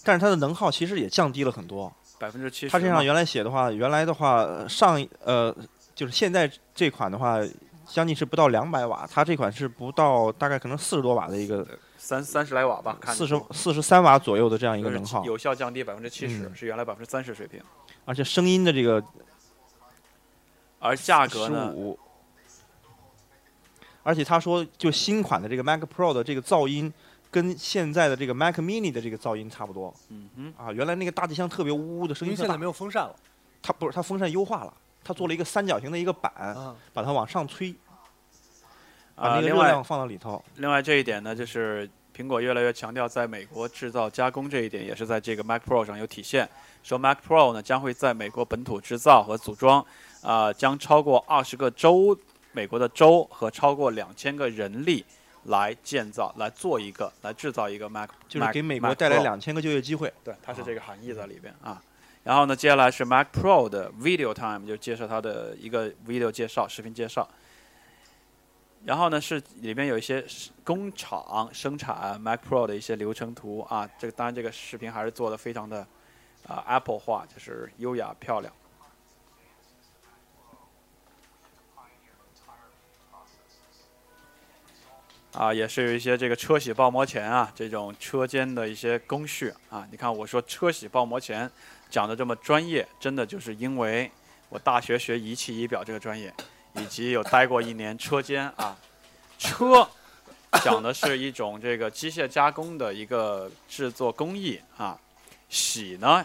Speaker 3: 但是它的能耗其实也降低了很多。
Speaker 1: 百分之七十，
Speaker 3: 它这上原来写的话，原来的话呃上一呃就是现在这款的话，将近是不到两百瓦，它这款是不到大概可能四十多瓦的一个
Speaker 1: 三三十来瓦吧，看着
Speaker 3: 四十四十三瓦左右的这样一个
Speaker 1: 就是
Speaker 3: 能耗，
Speaker 1: 有效降低百分之七十，
Speaker 3: 嗯
Speaker 1: 是原来百分之三十水平。
Speaker 3: 而且声音的这个
Speaker 1: 而价格
Speaker 3: 十
Speaker 1: 呢，
Speaker 3: 五，而且他说就新款的这个 Mac Pro 的这个噪音跟现在的这个 Mac Mini 的这个噪音差不多
Speaker 1: 嗯哼，
Speaker 3: 啊，原来那个大机箱特别呜呜的声
Speaker 2: 因
Speaker 3: 音
Speaker 2: 为
Speaker 3: 特
Speaker 2: 现在
Speaker 3: 大
Speaker 2: 没，有风扇了
Speaker 3: 它不是它风扇优化了，它做了一个三角形的一个板，
Speaker 1: 嗯
Speaker 2: 啊，
Speaker 3: 把它往上推，把
Speaker 1: 啊，
Speaker 3: 那个
Speaker 1: 另
Speaker 3: 热
Speaker 1: 外
Speaker 3: 量放到里头。
Speaker 1: 另外这一点呢，就是苹果越来越强调在美国制造加工这一点，也是在这个 Mac Pro 上有体现。说 Mac Pro 呢将会在美国本土制造和组装，啊、将超过二十个州，美国的州和超过两千个人力来建造、来做一个、来制造一个 Mac，
Speaker 3: 就是给
Speaker 1: Mac-
Speaker 3: 美国
Speaker 1: Mac
Speaker 3: 带来
Speaker 1: Pro
Speaker 3: 两千个就业机会。
Speaker 1: 对，它是
Speaker 3: 啊
Speaker 1: 这个含义在里边啊。然后呢，接下来是 Mac Pro 的 Video Time，就介绍它的一个 video 介绍、视频介绍。然后呢，是里边有一些是工厂生产 Mac Pro 的一些流程图啊。这个当然，这个视频还是做的非常的啊、Apple 化，就是优雅漂亮。啊，也是有一些这个车铣爆膜钳啊，这种车间的一些工序啊。你看我说车铣爆膜钳讲的这么专业，真的就是因为我大学学仪器仪表这个专业，以及有待过一年车间啊。车讲的是一种这个机械加工的一个制作工艺啊，铣呢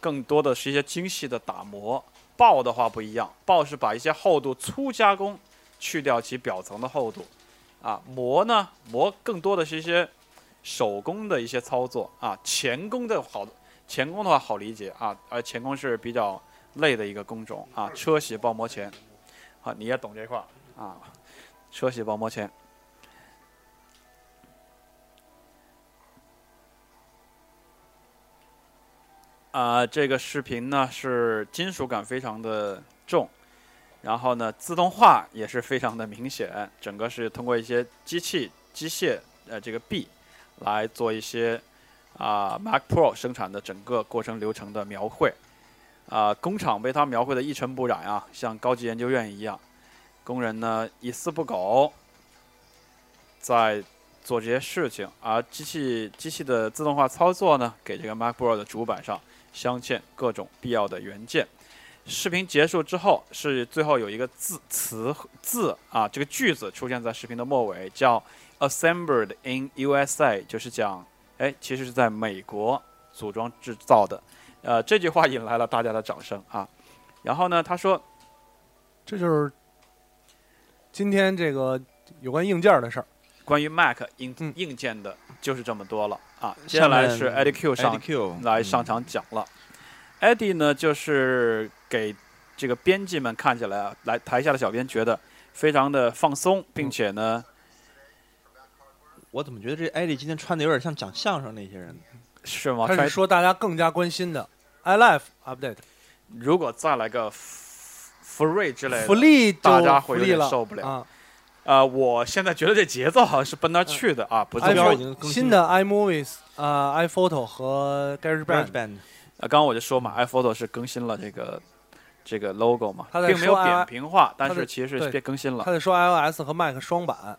Speaker 1: 更多的是一些精细的打磨，爆的话不一样，爆是把一些厚度粗加工，去掉其表层的厚度。啊，磨呢，磨更多的是一些手工的一些操作啊，钳工的好，钳工的话好理解啊，而钳工是比较累的一个工种啊，车铣爆磨钳，啊，你也懂这块儿啊，车铣爆磨钳。啊、这个视频呢是金属感非常的重，然后呢，自动化也是非常的明显，整个是通过一些机器、机械呃这个臂来做一些啊、啊、Mac Pro 生产的整个过程流程的描绘，啊、工厂被它描绘的一尘不染啊，像高级研究院一样，工人呢一丝不苟，在做这些事情，而机器机器的自动化操作呢，给这个 Mac Pro 的主板上镶嵌各种必要的元件。视频结束之后，是最后有一个字词字啊，这个句子出现在视频的末尾，叫 "assembled in USA"，就是讲，哎，其实是在美国组装制造的。呃，这句话引来了大家的掌声啊。然后呢，他说，
Speaker 2: 这就是今天这个有关硬件的事儿。
Speaker 1: 关于 Mac 硬
Speaker 2: 嗯
Speaker 1: 硬件的就是这么多了啊。接下
Speaker 3: 下
Speaker 1: 来
Speaker 3: 面
Speaker 1: 是 Eddie Q 嗯上
Speaker 3: IDQ
Speaker 1: 来上场讲了。Eddie 呢，就是给这个编辑们看起来啊，来台下的小编觉得非常的放松，并且呢，
Speaker 3: 嗯我怎么觉得这艾丽今天穿的有点像讲相声那些人？
Speaker 1: 是吗？
Speaker 2: 他是
Speaker 1: 穿
Speaker 2: 说大家更加关心的 iLife update
Speaker 1: 如果再来个福福瑞之类的
Speaker 2: 福利就
Speaker 1: 大家
Speaker 2: 福
Speaker 1: 会有
Speaker 2: 利
Speaker 1: 点
Speaker 2: 了，
Speaker 1: 受不了
Speaker 2: 啊！
Speaker 1: 呃，我现在觉得这节奏好像是奔那儿去的啊，不是
Speaker 2: iPhone
Speaker 1: 标
Speaker 3: 标已经更新
Speaker 2: 新的 iMovies 啊、iPhoto 和 GarageBand，
Speaker 3: Band
Speaker 1: 呃，刚刚我就说嘛，iPhoto 是更新了这个这个 logo 嘛，
Speaker 2: 他在
Speaker 1: 并没有
Speaker 2: 说啊
Speaker 1: 扁平化，但
Speaker 2: 他
Speaker 1: 是
Speaker 2: 在
Speaker 1: 其实
Speaker 2: 对
Speaker 1: 别更新了
Speaker 2: 他。得说 iOS 和 Mac 双版，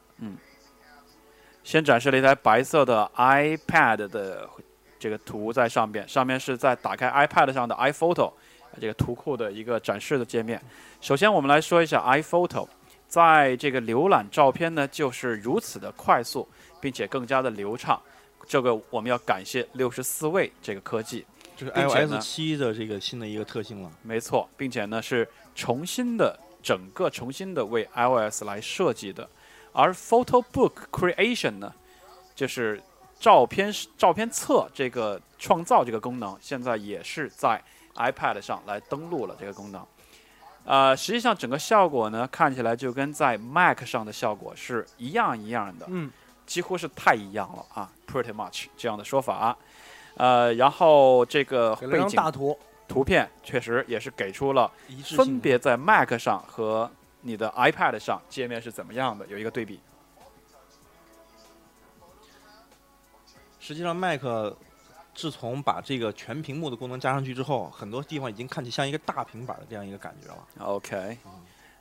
Speaker 1: 先展示了一台白色的 iPad 的这个图在上边，上面是在打开 iPad 上的 iPhoto 呃这个图库的一个展示的界面。首先，我们来说一下 iPhoto，在这个浏览照片呢，就是如此的快速，并且更加的流畅。这个我们要感谢六十四位这个科技，
Speaker 3: 这
Speaker 1: 并且呢
Speaker 3: 是 iOS 七的这个新的一个特性了。
Speaker 1: 没错，并且呢是重新的整个重新的为 iOS 来设计的，而 Photo Book Creation 呢，就是照片照片册这个创造这个功能，现在也是在 iPad 上来登录了这个功能。呃，实际上整个效果呢，看起来就跟在 Mac 上的效果是一样一样的，
Speaker 2: 嗯，
Speaker 1: 几乎是太一样了啊，pretty much 这样的说法。呃，然后这个
Speaker 2: 给了
Speaker 1: 背
Speaker 2: 张
Speaker 1: 景
Speaker 2: 大图，
Speaker 1: 图片确实也是给出了
Speaker 3: 一致性的
Speaker 1: 分别在 Mac 上和你的 iPad 上界面是怎么样的，有一个对比。
Speaker 3: 实际上，Mac 自从把这个全屏幕的功能加上去之后，很多地方已经看起像一个大平板的这样一个感觉了。
Speaker 1: OK，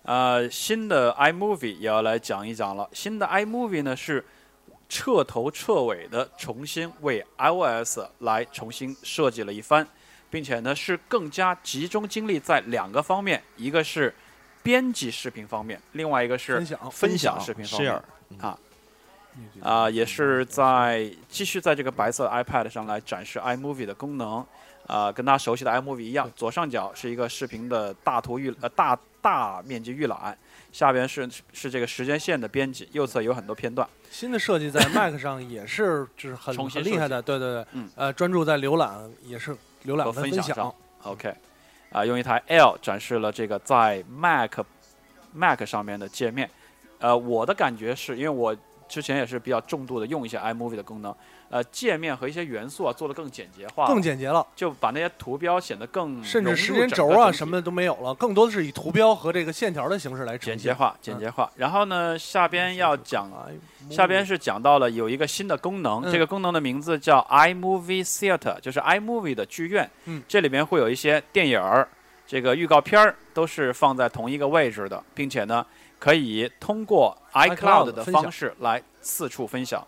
Speaker 1: 呃，新的 iMovie 也要来讲一讲了。新的 iMovie 呢是彻头彻尾的重新为 iOS 来重新设计了一番，并且呢是更加集中精力在两个方面，一个是编辑视频方面，另外一个是
Speaker 2: 分享
Speaker 1: 分享视频方面
Speaker 3: share，
Speaker 1: 啊、也是在继续在这个白色 iPad 上来展示 iMovie 的功能，啊、跟大家熟悉的 iMovie 一样，左上角是一个视频的大图预呃大大面积预览，下边是是这个时间线的编辑，右侧有很多片段。
Speaker 2: 新的设计在 Mac 上 也是就是很
Speaker 1: 重新
Speaker 2: 很厉害的，对对对，
Speaker 1: 嗯
Speaker 2: 呃，专注在浏览也是浏览
Speaker 1: 和分
Speaker 2: 跟分
Speaker 1: 享上 OK，啊、用一台 L 展示了这个在 Mac Mac 上面的界面。呃，我的感觉是因为我之前也是比较重度的用一些 iMovie 的功能，呃，界面和一些元素啊做的更简洁化了，
Speaker 2: 更简洁了，
Speaker 1: 就把那些图标显得更
Speaker 2: 甚
Speaker 1: 融入
Speaker 2: 至时间
Speaker 1: 整
Speaker 2: 轴
Speaker 1: 个
Speaker 2: 啊
Speaker 1: 整体
Speaker 2: 什么的都没有了，更多的是以图标和这个线条的形式来呈
Speaker 1: 简
Speaker 2: 现。哎
Speaker 1: 洁化，简洁化。然后呢，下
Speaker 2: 嗯
Speaker 1: 边要讲，
Speaker 2: iMovie
Speaker 1: 下边是讲到了有一个新的功能，
Speaker 2: 嗯
Speaker 1: 这个功能的名字叫 iMovie Theater，就是 iMovie 的剧院。
Speaker 2: 嗯
Speaker 1: 这里面会有一些电影儿、这个预告片儿都是放在同一个位置的，并且呢，可以通过
Speaker 2: iCloud
Speaker 1: iCloud 的
Speaker 2: 分享
Speaker 1: 方式来四处分享。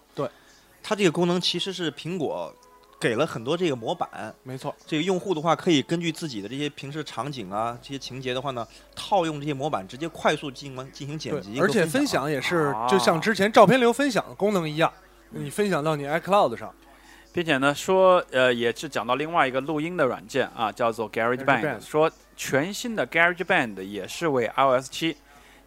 Speaker 3: 它这个功能其实是苹果给了很多这个模板，
Speaker 2: 没错，
Speaker 3: 这个用户的话可以根据自己的这些平时场景啊、这些情节的话呢，套用这些模板，直接快速进行进行剪
Speaker 2: 对
Speaker 3: 辑，，
Speaker 2: 而且
Speaker 3: 分
Speaker 2: 分享也是
Speaker 1: 啊
Speaker 2: 就像之前照片流分享的功能一样，你分享到你 iCloud 上，
Speaker 1: 并且呢说，呃，也是讲到另外一个录音的软件啊，叫做 GarageBand，
Speaker 2: GarageBand
Speaker 1: 说全新的 GarageBand 也是为 iOS 七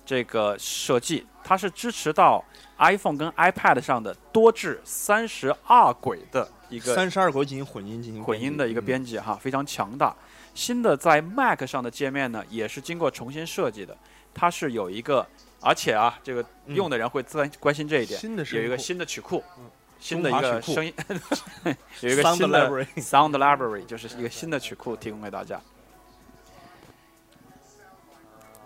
Speaker 1: 这个设计，它是支持到 iPhone 跟 iPad 上的多至三十二轨的一个
Speaker 3: 三十二轨进行混音进行
Speaker 1: 混音的一个
Speaker 3: 编辑。嗯
Speaker 1: 编辑哈，非常强大。新的在 Mac 上的界面呢，也是经过重新设计的，它是有一个，而且啊，这个
Speaker 3: 嗯
Speaker 1: 用的人会自然关心这一点，
Speaker 2: 新的是
Speaker 1: 有一个新的曲库
Speaker 2: 嗯，
Speaker 1: 新的一
Speaker 3: 中
Speaker 1: 个
Speaker 3: 华曲库
Speaker 1: 声音， 有一个
Speaker 3: Sound
Speaker 1: 新的
Speaker 3: library
Speaker 1: Sound Library，就是一个新的曲库提供给大家。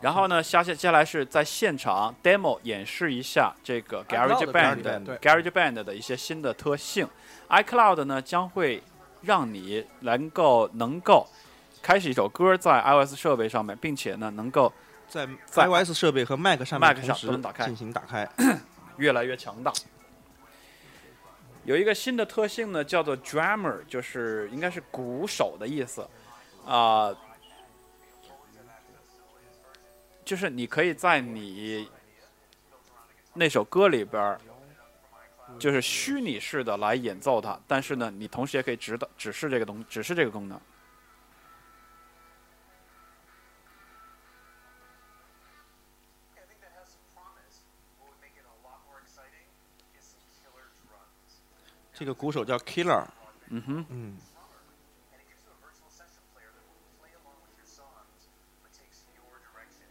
Speaker 1: 然后呢，下下接下来是在现场 demo 演示一下这个 GarageBand 的
Speaker 3: GarageBand
Speaker 2: 对
Speaker 1: GarageBand 的一些新的特性。iCloud 呢将会让你能够能够开始一首歌在 iOS 设备上面，并且呢能够
Speaker 3: 在
Speaker 1: 在
Speaker 3: iOS 设备和 Mac 上面
Speaker 1: Mac 上
Speaker 3: 同时
Speaker 1: 都能打开
Speaker 3: 进行打开。
Speaker 1: 越来越强大。有一个新的特性呢，叫做 drummer，就是应该是鼓手的意思啊、就是你可以在你那首歌里边儿，就是虚拟式的来演奏它，但是呢，你同时也可以指导指示这个东，指示这个功能。
Speaker 5: I think that has some promise. What would make it a lot more exciting is some killer drums.
Speaker 3: 这个鼓手叫 Killer，
Speaker 1: 嗯哼，
Speaker 3: 嗯，
Speaker 5: And it gives you a virtual session player that will play along with your songs, but takes your direction.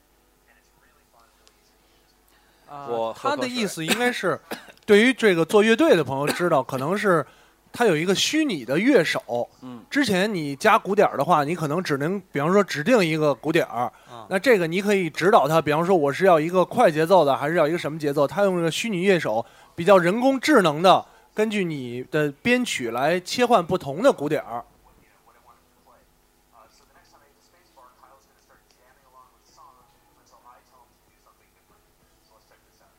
Speaker 5: And it's really fun, really easy to use.
Speaker 2: 啊
Speaker 1: 我喝
Speaker 2: 他
Speaker 1: 口
Speaker 2: 的
Speaker 1: 水
Speaker 2: 意思应该是，对于这个做乐队的朋友知道，可能是他有一个虚拟的乐手。
Speaker 1: 嗯，
Speaker 2: 之前你加鼓点儿的话，你可能只能，比方说指定一个鼓点儿
Speaker 3: 啊，
Speaker 2: 那这个你可以指导他，比方说我是要一个快节奏的，还是要一个什么节奏？他用这个虚拟乐手比较人工智能的，根据你的编曲来切换不同的鼓点儿。
Speaker 5: You know, what I wanted to play. Uh, so the next time I hit the space bar, Kyle's going to start jamming along with the song until I tell him to do something different. So let's check this out.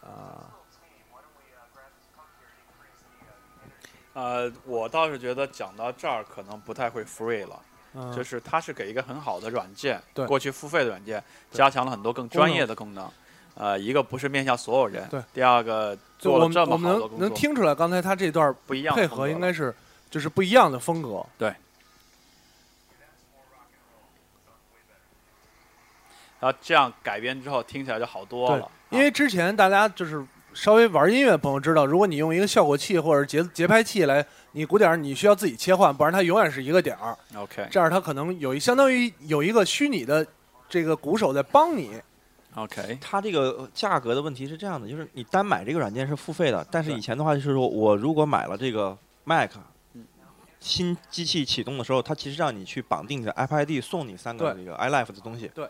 Speaker 2: 啊，
Speaker 5: Little tame. Why don't we uh, grab this punk here and increase the uh, the energy?
Speaker 1: 呃，我倒是觉得讲到这儿可能不太会 free 了。
Speaker 2: 嗯
Speaker 1: 就是它是给一个很好的软件，
Speaker 2: 对
Speaker 1: 过去付费的软件，
Speaker 2: 对
Speaker 1: 加强了很多更专业的功能。呃，一个不是面向所有人，
Speaker 2: 对
Speaker 1: 第二个
Speaker 2: 就
Speaker 1: 做
Speaker 2: 我
Speaker 1: 了
Speaker 2: 们
Speaker 1: 这
Speaker 2: 我
Speaker 1: 么
Speaker 2: 们
Speaker 1: 好的
Speaker 2: 能
Speaker 1: 工
Speaker 2: 能
Speaker 1: 作，
Speaker 2: 听出来，刚才他这段
Speaker 1: 不一样的
Speaker 2: 配
Speaker 1: 风格
Speaker 2: 合
Speaker 1: 了
Speaker 2: 应该是就是不一样的风格。
Speaker 1: 然后这样改编之后听起来就好多
Speaker 2: 对
Speaker 1: 了。，
Speaker 2: 因为之前大家就是稍微玩音乐的朋友知道，如果你用一个效果器或者节节拍器来，你鼓点儿你需要自己切换，不然它永远是一个点儿。
Speaker 1: 啊 OK
Speaker 2: 这样它可能有一相当于有一个虚拟的这个鼓手在帮你。
Speaker 1: OK，
Speaker 3: 它这个价格的问题是这样的，就是你单买这个软件是付费的，但是
Speaker 1: 对
Speaker 3: 以前的话就是说我如果买了这个 Mac
Speaker 1: 嗯。
Speaker 3: 新机器启动的时候，它其实让你去绑定你的 Apple ID，送你三个
Speaker 2: 对
Speaker 3: 这个 iLife 的东西。
Speaker 2: 对。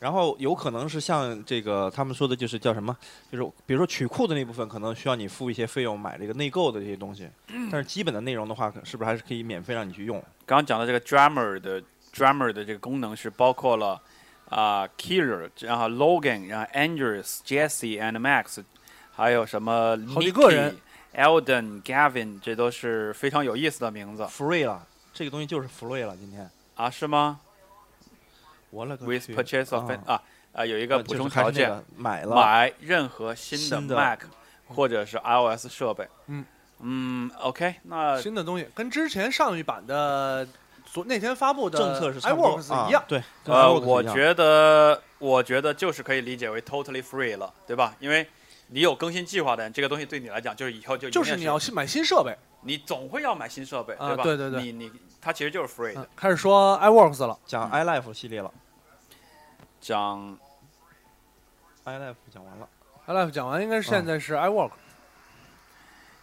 Speaker 3: 然后有可能是像这个他们说的，就是叫什么，就是比如说曲库的那部分，可能需要你付一些费用买这个内购的这些东西。但是基本的内容的话，可是不是还是可以免费让你去用？
Speaker 1: 刚刚讲的这个 drummer 的 drummer 的这个功能是包括了啊、Killer，然后 Logan，然后 Andrews、Jesse and Max，还有什么
Speaker 2: 好几个
Speaker 1: Nicky
Speaker 2: 人、
Speaker 1: Elden、Gavin，这都是非常有意思的名字
Speaker 3: free 了，这个东西就是 free 了。今天
Speaker 1: 啊，是吗
Speaker 3: 我勒个
Speaker 1: ？With
Speaker 3: 去
Speaker 1: purchase of
Speaker 3: 啊
Speaker 1: an- 啊啊有一个
Speaker 3: 啊
Speaker 1: 补
Speaker 3: 就是
Speaker 1: 充
Speaker 3: 还是
Speaker 1: 条
Speaker 3: 那
Speaker 1: 件，
Speaker 3: 个买了，
Speaker 1: 买任何新的
Speaker 3: 新的
Speaker 1: Mac 或者是 iOS 设备。
Speaker 2: 嗯
Speaker 1: 嗯，OK，那
Speaker 2: 新的东西跟之前上一版的昨那天发布的
Speaker 3: 政策是差不多
Speaker 2: iWorks 一样
Speaker 3: 啊，。对，跟
Speaker 1: 呃，
Speaker 3: iWorks
Speaker 1: 我
Speaker 3: 一样
Speaker 1: 觉得我觉得就是可以理解为 totally free 了，对吧？因为你有更新计划的人，这个东西对你来讲就是以后就
Speaker 2: 就
Speaker 1: 永远是
Speaker 2: 是你要新买新设备，
Speaker 1: 你总会要买新设备，
Speaker 2: 啊
Speaker 1: 吧？
Speaker 2: 对对对
Speaker 1: 你你它其实就是 free 的。
Speaker 2: 嗯开始说 iWorks 了，
Speaker 3: 讲
Speaker 1: 嗯
Speaker 3: iLife 系列了
Speaker 1: 讲
Speaker 3: ，iLife 讲完了，
Speaker 2: iLife 讲完应该是现在
Speaker 3: 啊
Speaker 2: 是 iWork，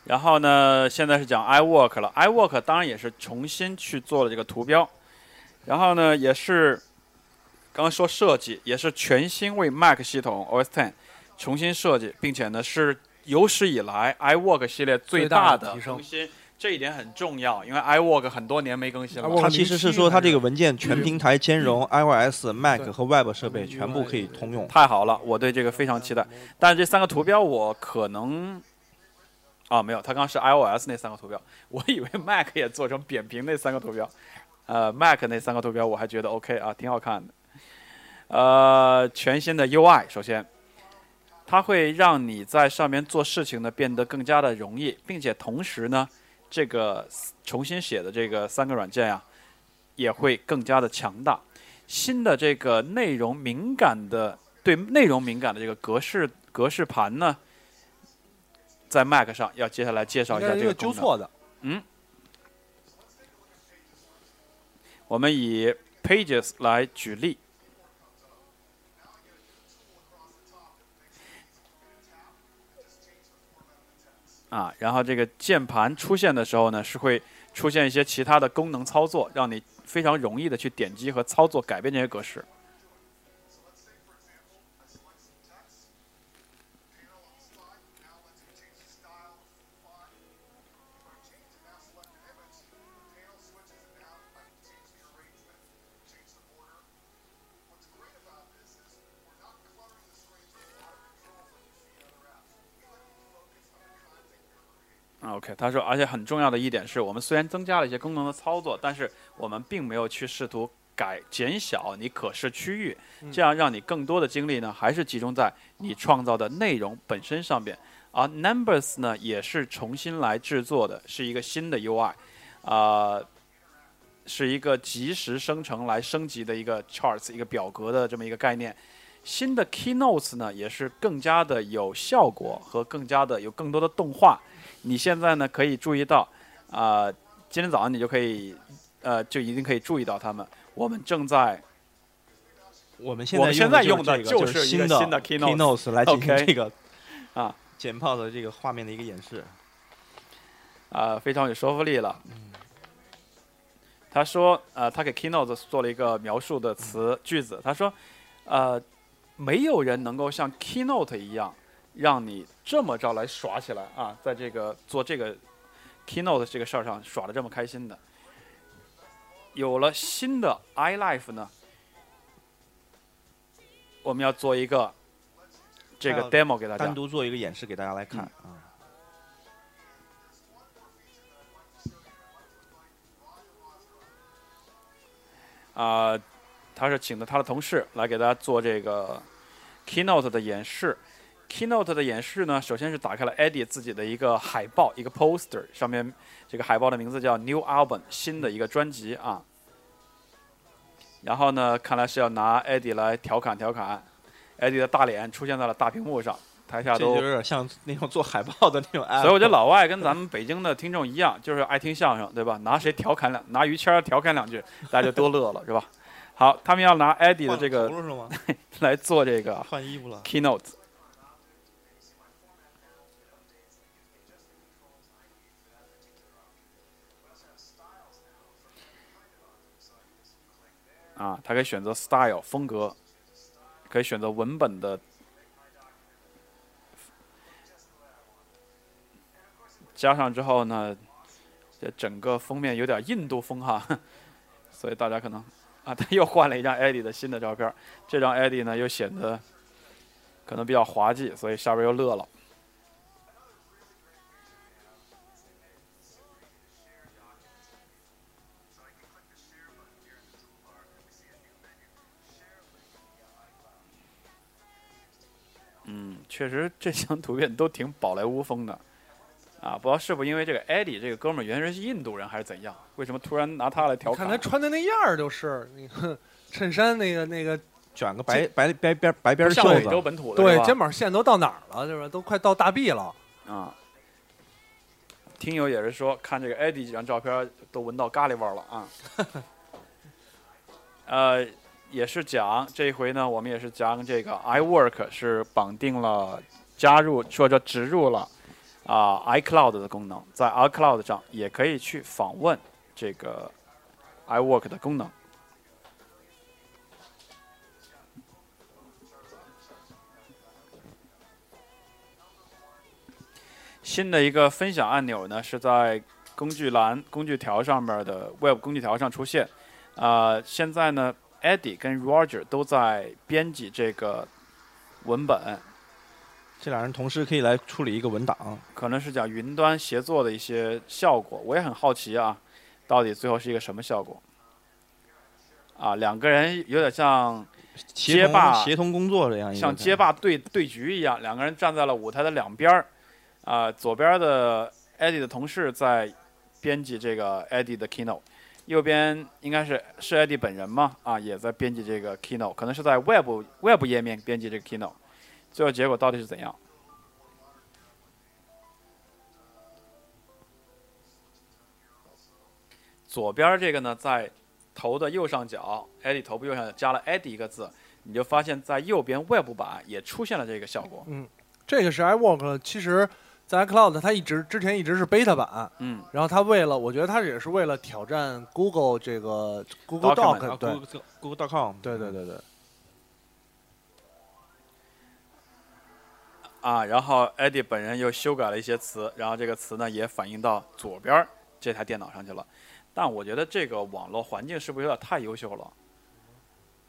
Speaker 1: 然后呢，现在是讲 iWork 了，iWork 当然也是重新去做了这个图标，然后呢，也是刚刚说设计，也是全新为 Mac 系统 OS Ten 重新设计，并且呢是有史以来 iWork 系列最大
Speaker 2: 最大的
Speaker 1: 的
Speaker 2: 提升
Speaker 1: 更新，这一点很重要，因为 iWork 很多年没更新了。
Speaker 2: iWork
Speaker 3: 它其实是说它这个文件全平台兼容 iOS、Mac
Speaker 2: 对
Speaker 3: 和 Web 设备全部可以通用。
Speaker 1: 太好了，我对这个非常期待。但是这三个图标我可能啊没有，它刚刚是 iOS 那三个图标，我以为 Mac 也做成扁平那三个图标。呃，Mac 那三个图标我还觉得 OK 啊，挺好看的。呃，全新的 UI，首先它会让你在上面做事情呢变得更加的容易，并且同时呢，这个重新写的这个三个软件呀、也会更加的强大。新的这个内容敏感的对内容敏感的这个格式格式盘呢，在 Mac 上要接下来介绍
Speaker 2: 应
Speaker 1: 一下
Speaker 2: 该是
Speaker 1: 这
Speaker 2: 一个
Speaker 1: 功能。
Speaker 2: 纠错的，
Speaker 1: 我们以 Pages 来举例。啊，然后这个键盘出现的时候呢，是会出现一些其他的功能操作，让你非常容易的去点击和操作改变这些格式。OK，他啊说，而且很重要的一点是我们虽然增加了一些功能的操作，但是我们并没有去试图改减小你可视区域，这样让你更多的精力呢还是集中在你创造的内容本身上边。而 Numbers 呢也是重新来制作的，是一个新的 UI，啊、是一个即时生成来升级的一个 charts 一个表格的这么一个概念。新的 Keynotes 呢也是更加的有效果和更加的有更多的动画。你现在呢可以注意到，啊、今天早上你就可以，呃，就一定可以注意到它们。我们正在
Speaker 3: 我们现
Speaker 1: 我
Speaker 3: 在
Speaker 1: 们现在
Speaker 3: 用
Speaker 1: 用的
Speaker 3: 这个
Speaker 1: 就
Speaker 3: 就是
Speaker 1: 一个
Speaker 3: 新
Speaker 1: 新的 Keynotes
Speaker 3: Keynotes 来进行
Speaker 1: OK
Speaker 3: 这个
Speaker 1: 啊
Speaker 3: 简报的这个画面的一个演示。
Speaker 1: 啊、非常有说服力了。
Speaker 3: 嗯
Speaker 1: 他说，呃，他给 Keynote 做了一个描述的
Speaker 3: 嗯
Speaker 1: 词句子，他说，呃，没有人能够像 Keynote 一样让你这么着来耍起来啊，在这个做这个 Keynote 这个事儿上耍的这么开心的。有了新的 iLife 呢，我们要做一个这
Speaker 3: 还
Speaker 1: 个
Speaker 3: 要
Speaker 1: demo 给大家嗯
Speaker 3: 单。独做一个演示给大家来看啊。
Speaker 1: 啊、他是请的他的同事来给大家做这个 Keynote 的演示。Keynote 的演示呢，首先是打开了 Eddie 自己的一个海报，一个 poster，上面这个海报的名字叫 New Album，新的一个专辑啊。然后呢，看来是要拿 Eddie 来调侃调侃。Eddie 的大脸出现在了大屏幕上，台下
Speaker 3: 这
Speaker 1: 都
Speaker 3: 就有点像那种做海报的那种 app。
Speaker 1: 所以我觉得老外跟咱们北京的听众一样， 就是爱听相声，对吧？拿谁调侃两，拿于谦儿调侃两句，大家就多乐了，是吧？好，他们要拿 Eddie 的这 个
Speaker 3: 换了头了是吗
Speaker 1: 来做这个
Speaker 3: 换衣服了。
Speaker 1: keynote。啊，它可以选择 style 风格，可以选择文本的加上之后呢，这整个封面有点印度风哈， 所以大家可能啊，他又换了一张 Eddie 的新的照片儿，这张 Eddie 呢又显得可能比较滑稽，所以下边又乐了。嗯，确实这张图片都挺宝莱坞风的，啊，不知道是不是因为这个 Eddie 这个哥们儿原来是印度人还是怎样，为什么突然拿他来调
Speaker 2: 看
Speaker 1: 侃？
Speaker 2: 他穿的那样儿，就是那个衬衫那个那个，
Speaker 3: 卷个白白白边白边
Speaker 1: 不
Speaker 3: 袖
Speaker 1: 像美洲
Speaker 3: 子，
Speaker 1: 本土的，
Speaker 2: 对
Speaker 1: 是，吧
Speaker 2: 肩膀线都到哪儿了？对吧？都快到大臂了。
Speaker 1: 啊。听友也是说，看这个 Eddie 几张照片都闻到咖喱味儿了啊。呃，也是讲这一回呢，我们也是讲这个 iWork 是绑定了加入或者植入了啊、iCloud 的功能，在 iCloud 上也可以去访问这个 iWork 的功能。新的一个分享按钮呢，是在工具栏、工具条上面的 Web 工具条上出现。呃，现在呢，Eddie 跟 Roger 都在编辑这个文本，
Speaker 3: 这俩人同时可以来处理一个文档。
Speaker 1: 可能是讲云端协作的一些效果。我也很好奇啊，到底最后是一个什么效果？啊，两个人有点像
Speaker 3: 协
Speaker 1: 街霸
Speaker 3: 同协同工作这样一个
Speaker 1: 像街霸对对局一样，两个人站在了舞台的两边儿，啊、左边的 Eddie 的同事在编辑这个 Eddie 的 keynote，右边应该是是 Eddie 本人嘛，啊，也在编辑这个 keynote，可能是在 Web Web 页面编辑这个 keynote，最后结果到底是怎样？左边这个呢，在头的右上角，Eddie 头部右上角加了 Eddie 一个字，你就发现在右边 Web 版也出现了这个效果。
Speaker 2: 这个是 iWork，其实在 iCloud 它一直之前一直是 beta 版，
Speaker 1: 嗯，
Speaker 2: 然后它为了，我觉得它也是为了挑战 Google 这个 Google
Speaker 1: Document，
Speaker 3: 呃
Speaker 1: 嗯
Speaker 2: Doc，对
Speaker 3: Google Google com，
Speaker 2: 对对对对，
Speaker 1: 啊，然后 Eddie 本人又修改了一些词，然后这个词呢也反映到左边儿这台电脑上去了。但我觉得这个网络环境是不是有点太优秀了？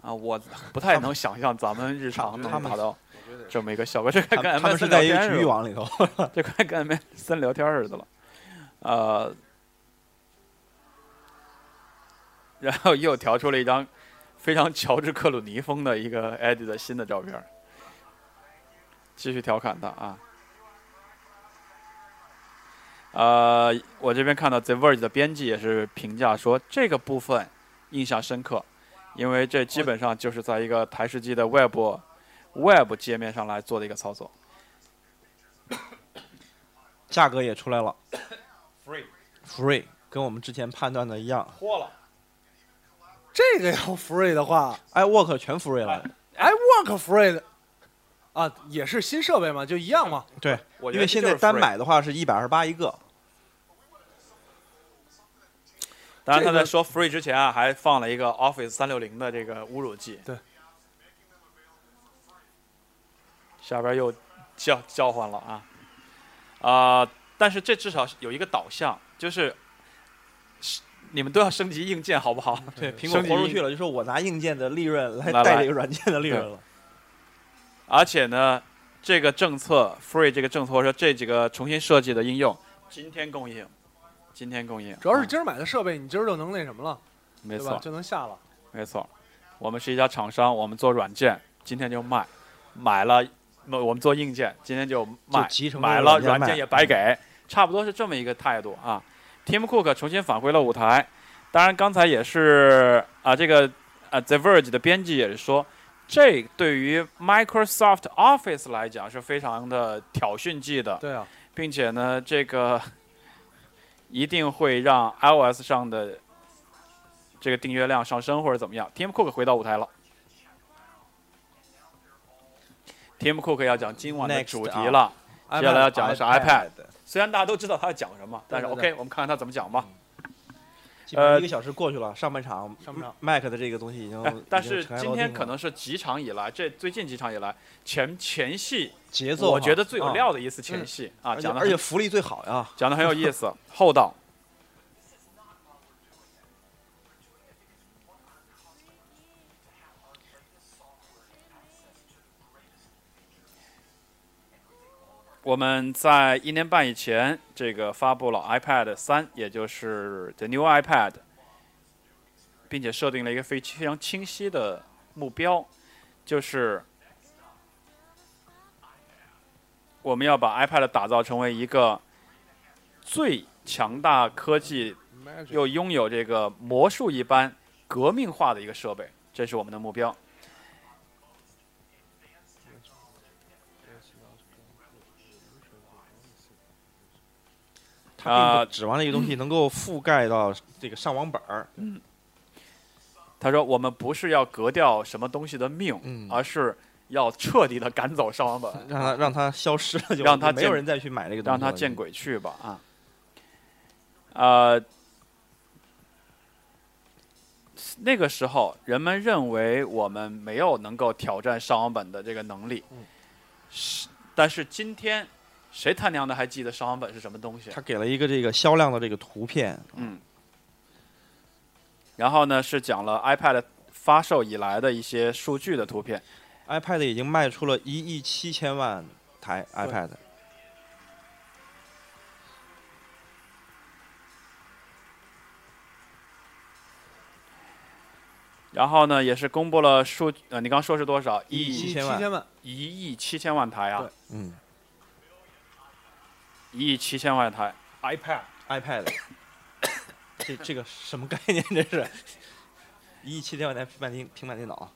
Speaker 1: 啊，我不太能想象咱们日常能
Speaker 3: 他们
Speaker 1: 达到
Speaker 2: 我觉得也是
Speaker 1: 这么一个效果。这
Speaker 3: 他
Speaker 1: 快 跟
Speaker 3: 他们
Speaker 1: MS
Speaker 3: 是
Speaker 1: 聊
Speaker 3: 在一
Speaker 1: 天
Speaker 3: 个
Speaker 1: 似
Speaker 3: 局
Speaker 1: 的
Speaker 3: 域网里头，
Speaker 1: 这快跟 MS 三聊天似的了，呃，然后又调出了一张非常乔治克鲁尼风的一个 Eddie 的新的照片儿，继续调侃他啊。呃，我这边看到 The Verge 的编辑也是评价说这个部分印象深刻，因为这基本上就是在一个台式机的 Web Web 界面上来做的一个操作。
Speaker 3: 价格也出来了，free，free，跟我们之前判断的一样
Speaker 1: 脱了。
Speaker 2: 这个要 free 的话
Speaker 3: ，iWork 哎全 free
Speaker 1: 哎
Speaker 3: 了，
Speaker 2: ，iWork free 的啊，也是新设备嘛，就一样嘛。
Speaker 3: 对，
Speaker 1: 我觉
Speaker 3: 因
Speaker 1: 得这
Speaker 3: 为现
Speaker 1: 就
Speaker 3: 在
Speaker 1: 是
Speaker 3: 单
Speaker 1: free，
Speaker 3: 买的话是一百二十八一个，
Speaker 1: 当然他
Speaker 2: 这个
Speaker 1: 在说 free 之前啊，还放了一个 Office 三六零的这个侮辱技。
Speaker 2: 对。
Speaker 1: 下边又叫叫唤了啊，啊、但是这至少是有一个导向，就是是你们都要升级硬件，好不好？
Speaker 3: 对，苹
Speaker 1: 升
Speaker 3: 果
Speaker 1: 级
Speaker 3: 豁出去了，就说我拿硬件的利润来
Speaker 1: 来
Speaker 3: 带
Speaker 1: 来
Speaker 3: 这个软件的利润了，
Speaker 1: 而且呢，这个政策 free 这个政策或者说这几个重新设计的应用，今天供应，今天供应，
Speaker 2: 主要是
Speaker 1: 嗯、
Speaker 2: 今儿买的设备，你今儿就能那什么了，
Speaker 1: 没
Speaker 2: 对
Speaker 1: 错
Speaker 2: 吧？，就能下了。
Speaker 1: 没错，我们是一家厂商，我们做软件，今天就卖，买了，那我们做硬件，今天就卖
Speaker 3: 就集，成
Speaker 1: 买
Speaker 3: 了
Speaker 1: 了
Speaker 3: 软件
Speaker 1: 软件
Speaker 3: 卖
Speaker 1: 也白给，差不多是这么一个态度啊。Tim Cook 重新返回了舞台，当然刚才也是啊，这个啊 The Verge 的编辑也是说，这对于 Microsoft Office 来讲是非常的挑衅剂的，
Speaker 2: 对啊，
Speaker 1: 并且呢，这个 一定会让 iOS 上的这个订阅量上升或者怎么样。Tim Cook 回到舞台了。Tim Cook 要讲今晚的
Speaker 3: Next 啊
Speaker 1: 主题了，接下来要讲的是 iPad。虽然大家都知道他要讲什么，但是
Speaker 2: 对
Speaker 1: OK，
Speaker 2: 对
Speaker 1: 我们看看他怎么讲吧。
Speaker 3: 基本
Speaker 1: 呃
Speaker 3: 上一个小时过去了，上半场
Speaker 2: 上半场
Speaker 3: Mac 的这个嗯东西已经
Speaker 1: 哎， 但
Speaker 3: 已
Speaker 1: 是
Speaker 3: 经尘埃
Speaker 1: 今
Speaker 3: 落定
Speaker 1: 天
Speaker 3: 了
Speaker 1: 可能是几场以来，这最近几场以来前前戏，
Speaker 3: 节奏哈，
Speaker 1: 我觉得最有
Speaker 3: 啊嗯
Speaker 1: 料的一次前戏啊，
Speaker 3: 而且
Speaker 1: 讲的啊
Speaker 3: 而且福利最好呀，
Speaker 1: 讲的很有意思，厚道。我们在一年半以前，这个发布了 iPad 三，也就是 The New iPad，并且设定了一个非非常清晰的目标，就是我们要把 iPad 打造成为一个最强大科技又拥有这个魔术一般革命化的一个设备，这是我们的目标。
Speaker 3: 他
Speaker 1: 啊
Speaker 3: 并不指望这个东西能够覆盖到这个上网本儿，
Speaker 1: 他说：“我们不是要革掉什么东西的命，
Speaker 3: 嗯
Speaker 1: 而是要彻底的赶走上网本，
Speaker 3: 让它让它消失了，就
Speaker 1: 让它
Speaker 3: 没有
Speaker 1: 见
Speaker 3: 人再去买这个东
Speaker 1: 让
Speaker 3: 西了，
Speaker 1: 他见鬼去吧！”啊，呃，那个时候人们认为我们没有能够挑战上网本的这个能力，
Speaker 2: 嗯
Speaker 1: 是，但是今天谁他娘的还记得上网本是什么东西？
Speaker 3: 他给了一个这个销量的这个图片，
Speaker 1: 嗯，然后呢是讲了 iPad 发售以来的一些数据的图片。
Speaker 3: iPad 已经卖出了一亿七千万台 iPad，
Speaker 1: 然后呢，也是公布了数，呃，你刚说是多少？
Speaker 3: 一
Speaker 1: 一亿
Speaker 2: 七
Speaker 3: 亿七千万
Speaker 2: 千万，
Speaker 1: 一亿七千万台啊
Speaker 2: 对！
Speaker 3: 嗯
Speaker 1: 一亿七千万台，
Speaker 3: ，iPad iPad，这这个什么概念？这是 一亿七千万台平板电平板电脑，啊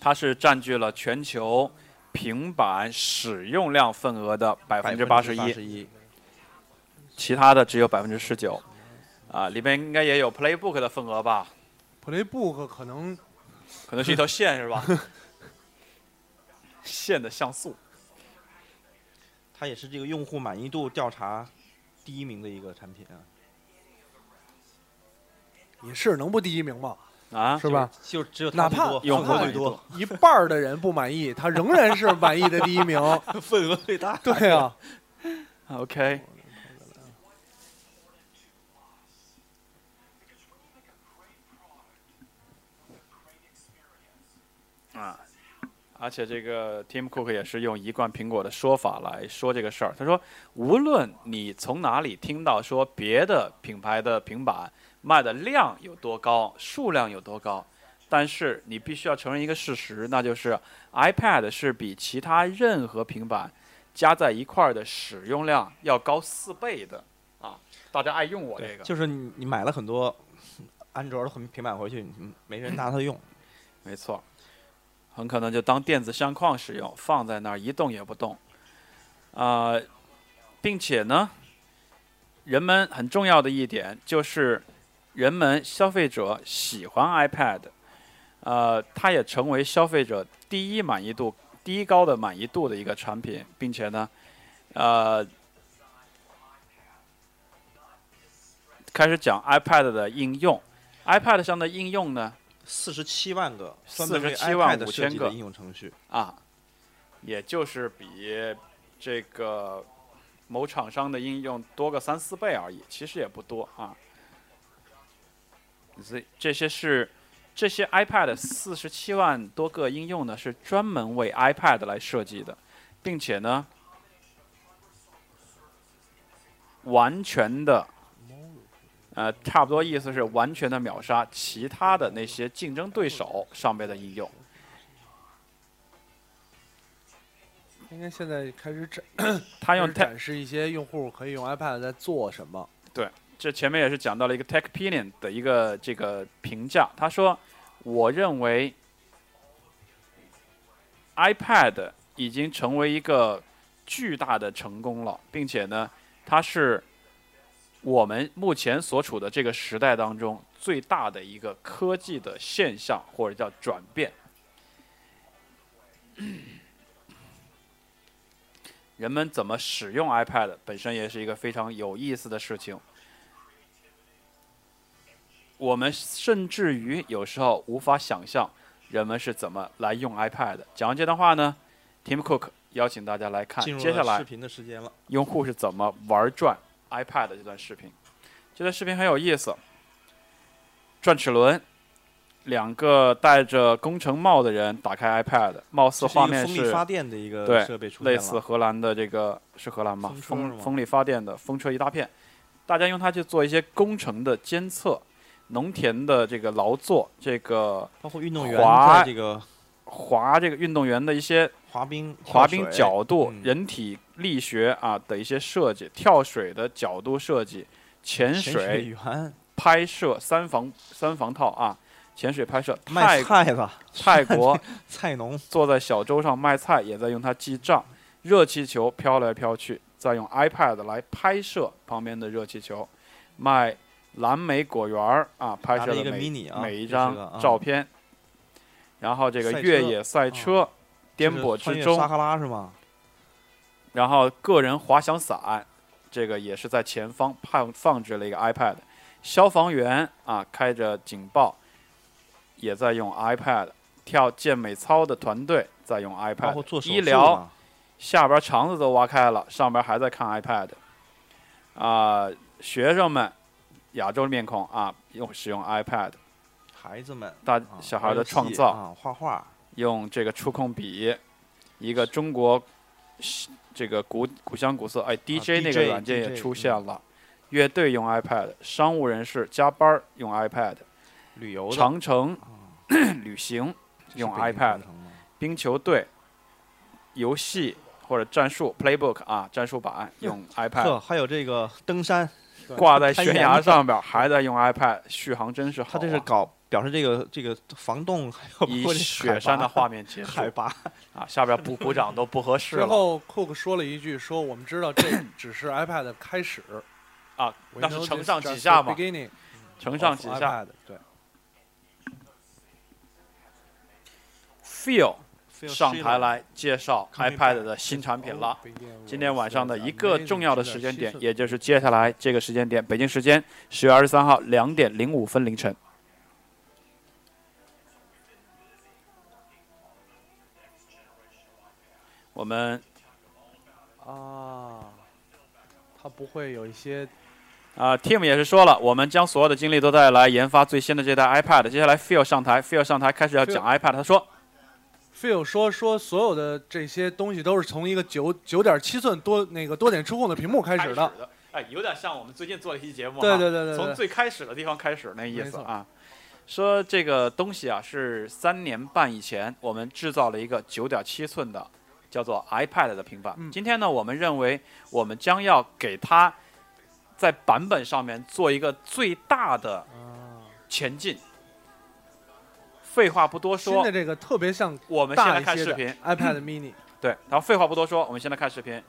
Speaker 1: 它是占据了全球平板使用量份额的百分之八十一，
Speaker 3: 一，
Speaker 1: 其他的只有百分之十九。啊，里边应该也有 Playbook 的份额吧？
Speaker 2: Playbook 可能
Speaker 1: 可能是一条 线是吧？线的像素。
Speaker 3: 它也是这个用户满意度调查第一名的一个产品啊，
Speaker 2: 也是能不第一名吗？
Speaker 1: 啊，
Speaker 2: 是吧？
Speaker 3: 就只有它
Speaker 2: 哪
Speaker 3: 最
Speaker 2: 怕
Speaker 3: 多
Speaker 1: 用户
Speaker 3: 份额
Speaker 1: 最
Speaker 3: 最
Speaker 1: 多
Speaker 3: 多，
Speaker 2: 一半儿的人不满意，他仍然是满意的 第一名。
Speaker 3: 份额最大。
Speaker 2: 对啊，
Speaker 1: OK，啊，而且这个 Tim Cook 也是用一贯苹果的说法来说这个事儿。他说，无论你从哪里听到说别的品牌的平板卖的量有多高，数量有多高，但是你必须要承认一个事实，那就是 iPad 是比其他任何平板加在一块儿的使用量要高四倍的啊！大家爱用我这个，
Speaker 3: 就是你你买了很多安卓的很平板回去，你没人拿它用。
Speaker 1: 没错，很可能就当电子相框使用，放在那儿一动也不动。啊、并且呢，人们很重要的一点就是，人们消费者喜欢 iPad，呃，它也成为消费者第一满意度、第一高的满意度的一个产品，并且呢，呃。开始讲 iPad 的应用，iPad 上的应用呢，
Speaker 3: 四十七万个，专门为
Speaker 1: 47万
Speaker 3: iPad
Speaker 1: 5000
Speaker 3: 设计
Speaker 1: 个
Speaker 3: 的应用程序，
Speaker 1: 啊，也就是比这个某厂商的应用多个三四倍而已，其实也不多啊。所以这些是这些 iPad 四十七万多个应用呢，是专门为 iPad 来设计的，并且呢，完全的。呃，差不多意思是完全的秒杀其他的那些竞争对手上面的应用。
Speaker 2: 应该现在开始展
Speaker 1: 他用 Te-
Speaker 2: 开始展示一些用户可以用 iPad 在做什么。
Speaker 1: 这前面也是讲到了一个 TechPinion 的一个这个评价，他说，我认为 iPad 已经成为一个巨大的成功了，并且呢，它是我们目前所处的这个时代当中最大的一个科技的现象或者叫转变。人们怎么使用 iPad 本身也是一个非常有意思的事情。我们甚至于有时候无法想象人们是怎么来用 iPad 的。讲完这段话呢，Tim Cook 邀请大家来看
Speaker 3: 进入
Speaker 1: 啊接下
Speaker 3: 了
Speaker 1: 来
Speaker 3: 视频的时间了。
Speaker 1: 用户是怎么玩转 iPad 的这段视频。这段视频很有意思，转齿轮，两个戴着工程帽的人打开 iPad，貌似
Speaker 3: 这是
Speaker 1: 画
Speaker 3: 一个
Speaker 1: 面
Speaker 3: 风力
Speaker 1: 是
Speaker 3: 发电的一个
Speaker 1: 对
Speaker 3: 设备出现
Speaker 1: 类似
Speaker 3: 了，
Speaker 1: 荷兰的这个是荷兰吗
Speaker 3: 风？车是
Speaker 1: 风
Speaker 3: 吗
Speaker 1: 风力发电的风车一大片，大家用它去做一些工程的监测、农田的这个劳作、这个
Speaker 3: 包括运动员
Speaker 1: 滑
Speaker 3: 在这个
Speaker 1: 滑这个运动员的一些
Speaker 3: 滑冰、
Speaker 1: 滑
Speaker 3: 跳
Speaker 1: 冰
Speaker 3: 水
Speaker 1: 角度、
Speaker 3: 嗯
Speaker 1: 人体力学啊的一些设计、跳水的角度设计、潜
Speaker 3: 潜水
Speaker 1: 水、
Speaker 3: 员
Speaker 1: 拍摄三防三防套啊，潜水拍摄。泰
Speaker 3: 卖菜的
Speaker 1: 泰国
Speaker 3: 菜农，
Speaker 1: 坐在小舟上卖菜，也在用它记账。热气球飘来飘去，再用 iPad 来拍摄旁边的热气球。卖蓝莓果园儿啊，拍摄
Speaker 3: 拿着
Speaker 1: 的
Speaker 3: 一个
Speaker 1: 每
Speaker 3: mini 啊
Speaker 1: 每一
Speaker 3: 这是个
Speaker 1: 张
Speaker 3: 啊
Speaker 1: 照片。然后这个
Speaker 3: 赛车啊
Speaker 1: 越野赛车颠簸
Speaker 3: 穿
Speaker 1: 之
Speaker 3: 越
Speaker 1: 中，
Speaker 3: 撒哈拉是吗？
Speaker 1: 然后个人滑翔伞，这个也是在前方放放置了一个 iPad。消防员啊，开着警报，也在用 iPad。跳健美操的团队在用
Speaker 3: 包括
Speaker 1: iPad。
Speaker 3: 做手术
Speaker 1: 哎
Speaker 3: 啊
Speaker 1: 医疗
Speaker 3: 的
Speaker 1: 下边肠子都挖开了，上边还在看 iPad。啊、学生们，亚洲面孔啊，用使用 iPad，
Speaker 3: 孩子们
Speaker 1: 大
Speaker 3: 啊
Speaker 1: 小孩的
Speaker 3: 玩游戏
Speaker 1: 创造。
Speaker 3: 啊，画画，
Speaker 1: 用这个触控笔，一个中国这个古古香古色，
Speaker 3: 啊
Speaker 1: 哎，DJ 那个
Speaker 3: DJ
Speaker 1: 软件也
Speaker 3: DJ
Speaker 1: 出现了。
Speaker 3: 嗯
Speaker 1: 乐队用 iPad，商务人士加班儿用 iPad，
Speaker 3: 旅游的
Speaker 1: 长城
Speaker 3: 啊
Speaker 1: 旅行
Speaker 3: 这是
Speaker 1: 用
Speaker 3: 北京
Speaker 1: iPad，
Speaker 3: 长城吗
Speaker 1: 冰球队游戏或者战术 Playbook 啊，战术版用 iPad，
Speaker 3: 呵，还有这个登山，
Speaker 1: 挂在悬
Speaker 3: 攀岩
Speaker 1: 崖
Speaker 3: 的
Speaker 1: 上边儿还在用 iPad，续航真是好、
Speaker 3: 他
Speaker 1: 啊。
Speaker 3: 这是搞表示这个这个防冻，还有包
Speaker 1: 以
Speaker 3: 括这海
Speaker 1: 雪
Speaker 3: 拔
Speaker 1: 山的画面结束
Speaker 3: 海拔
Speaker 1: 啊，下边不鼓掌都不合适
Speaker 2: 最
Speaker 1: 了
Speaker 2: 后，Cook 说了一句：“说我们知道这 只是 iPad 的开始，
Speaker 1: 啊，那是
Speaker 2: We know
Speaker 1: 承
Speaker 2: this
Speaker 1: 上启
Speaker 2: just the
Speaker 1: 下嘛，
Speaker 2: beginning
Speaker 1: 承上
Speaker 2: of
Speaker 1: 启下。
Speaker 2: iPad，对，
Speaker 1: feel 上台来介绍
Speaker 2: Coming
Speaker 1: iPad
Speaker 2: back
Speaker 1: 的新产品
Speaker 2: Oh,
Speaker 1: 了。今
Speaker 2: 今
Speaker 1: 天
Speaker 2: 天
Speaker 1: 晚
Speaker 2: 晚
Speaker 1: 上
Speaker 2: 上
Speaker 1: 的
Speaker 2: 的
Speaker 1: 一
Speaker 2: 一
Speaker 1: 个
Speaker 2: 个
Speaker 1: 重
Speaker 2: 重
Speaker 1: 要
Speaker 2: 要
Speaker 1: 的
Speaker 2: 的
Speaker 1: 时
Speaker 2: 时
Speaker 1: 间
Speaker 2: 间
Speaker 1: 点
Speaker 2: 点，，
Speaker 1: 也哦就是接下来这个时间点，北京时间十月二十三号两点零五分凌晨。我们
Speaker 2: 啊，他不会有一些
Speaker 1: 啊、t i m 也是说了，我们将所有的精力都带来研发最新的这代 iPad。接下来 Phil 上台，Phil 上台开始要讲 iPad。他说
Speaker 2: Phil 说说所有的这些东西都是从一个九九点七寸多那个多点触控的屏幕开始的，，
Speaker 1: 哎，有点像我们最近做了一期节目哈，
Speaker 2: 对对对对对
Speaker 1: 从最开始的地方开始那意
Speaker 2: 没
Speaker 1: 思
Speaker 2: 错
Speaker 1: 啊。说这个东西啊，是三年半以前我们制造了一个九点七寸的叫做 iPad 的平板。
Speaker 2: 嗯
Speaker 1: 今天呢，我们认为我们将要给它在版本上面做一个最大的
Speaker 2: 啊
Speaker 1: 前进。废话不多
Speaker 2: 新
Speaker 1: 说
Speaker 2: 的，这个特别像
Speaker 1: 我们先
Speaker 2: 大
Speaker 1: 来
Speaker 2: 一
Speaker 1: 看
Speaker 2: 些
Speaker 1: 视
Speaker 2: 的
Speaker 1: 频。
Speaker 2: iPad mini，
Speaker 1: 对，然后废话不多说，我们先来看视频。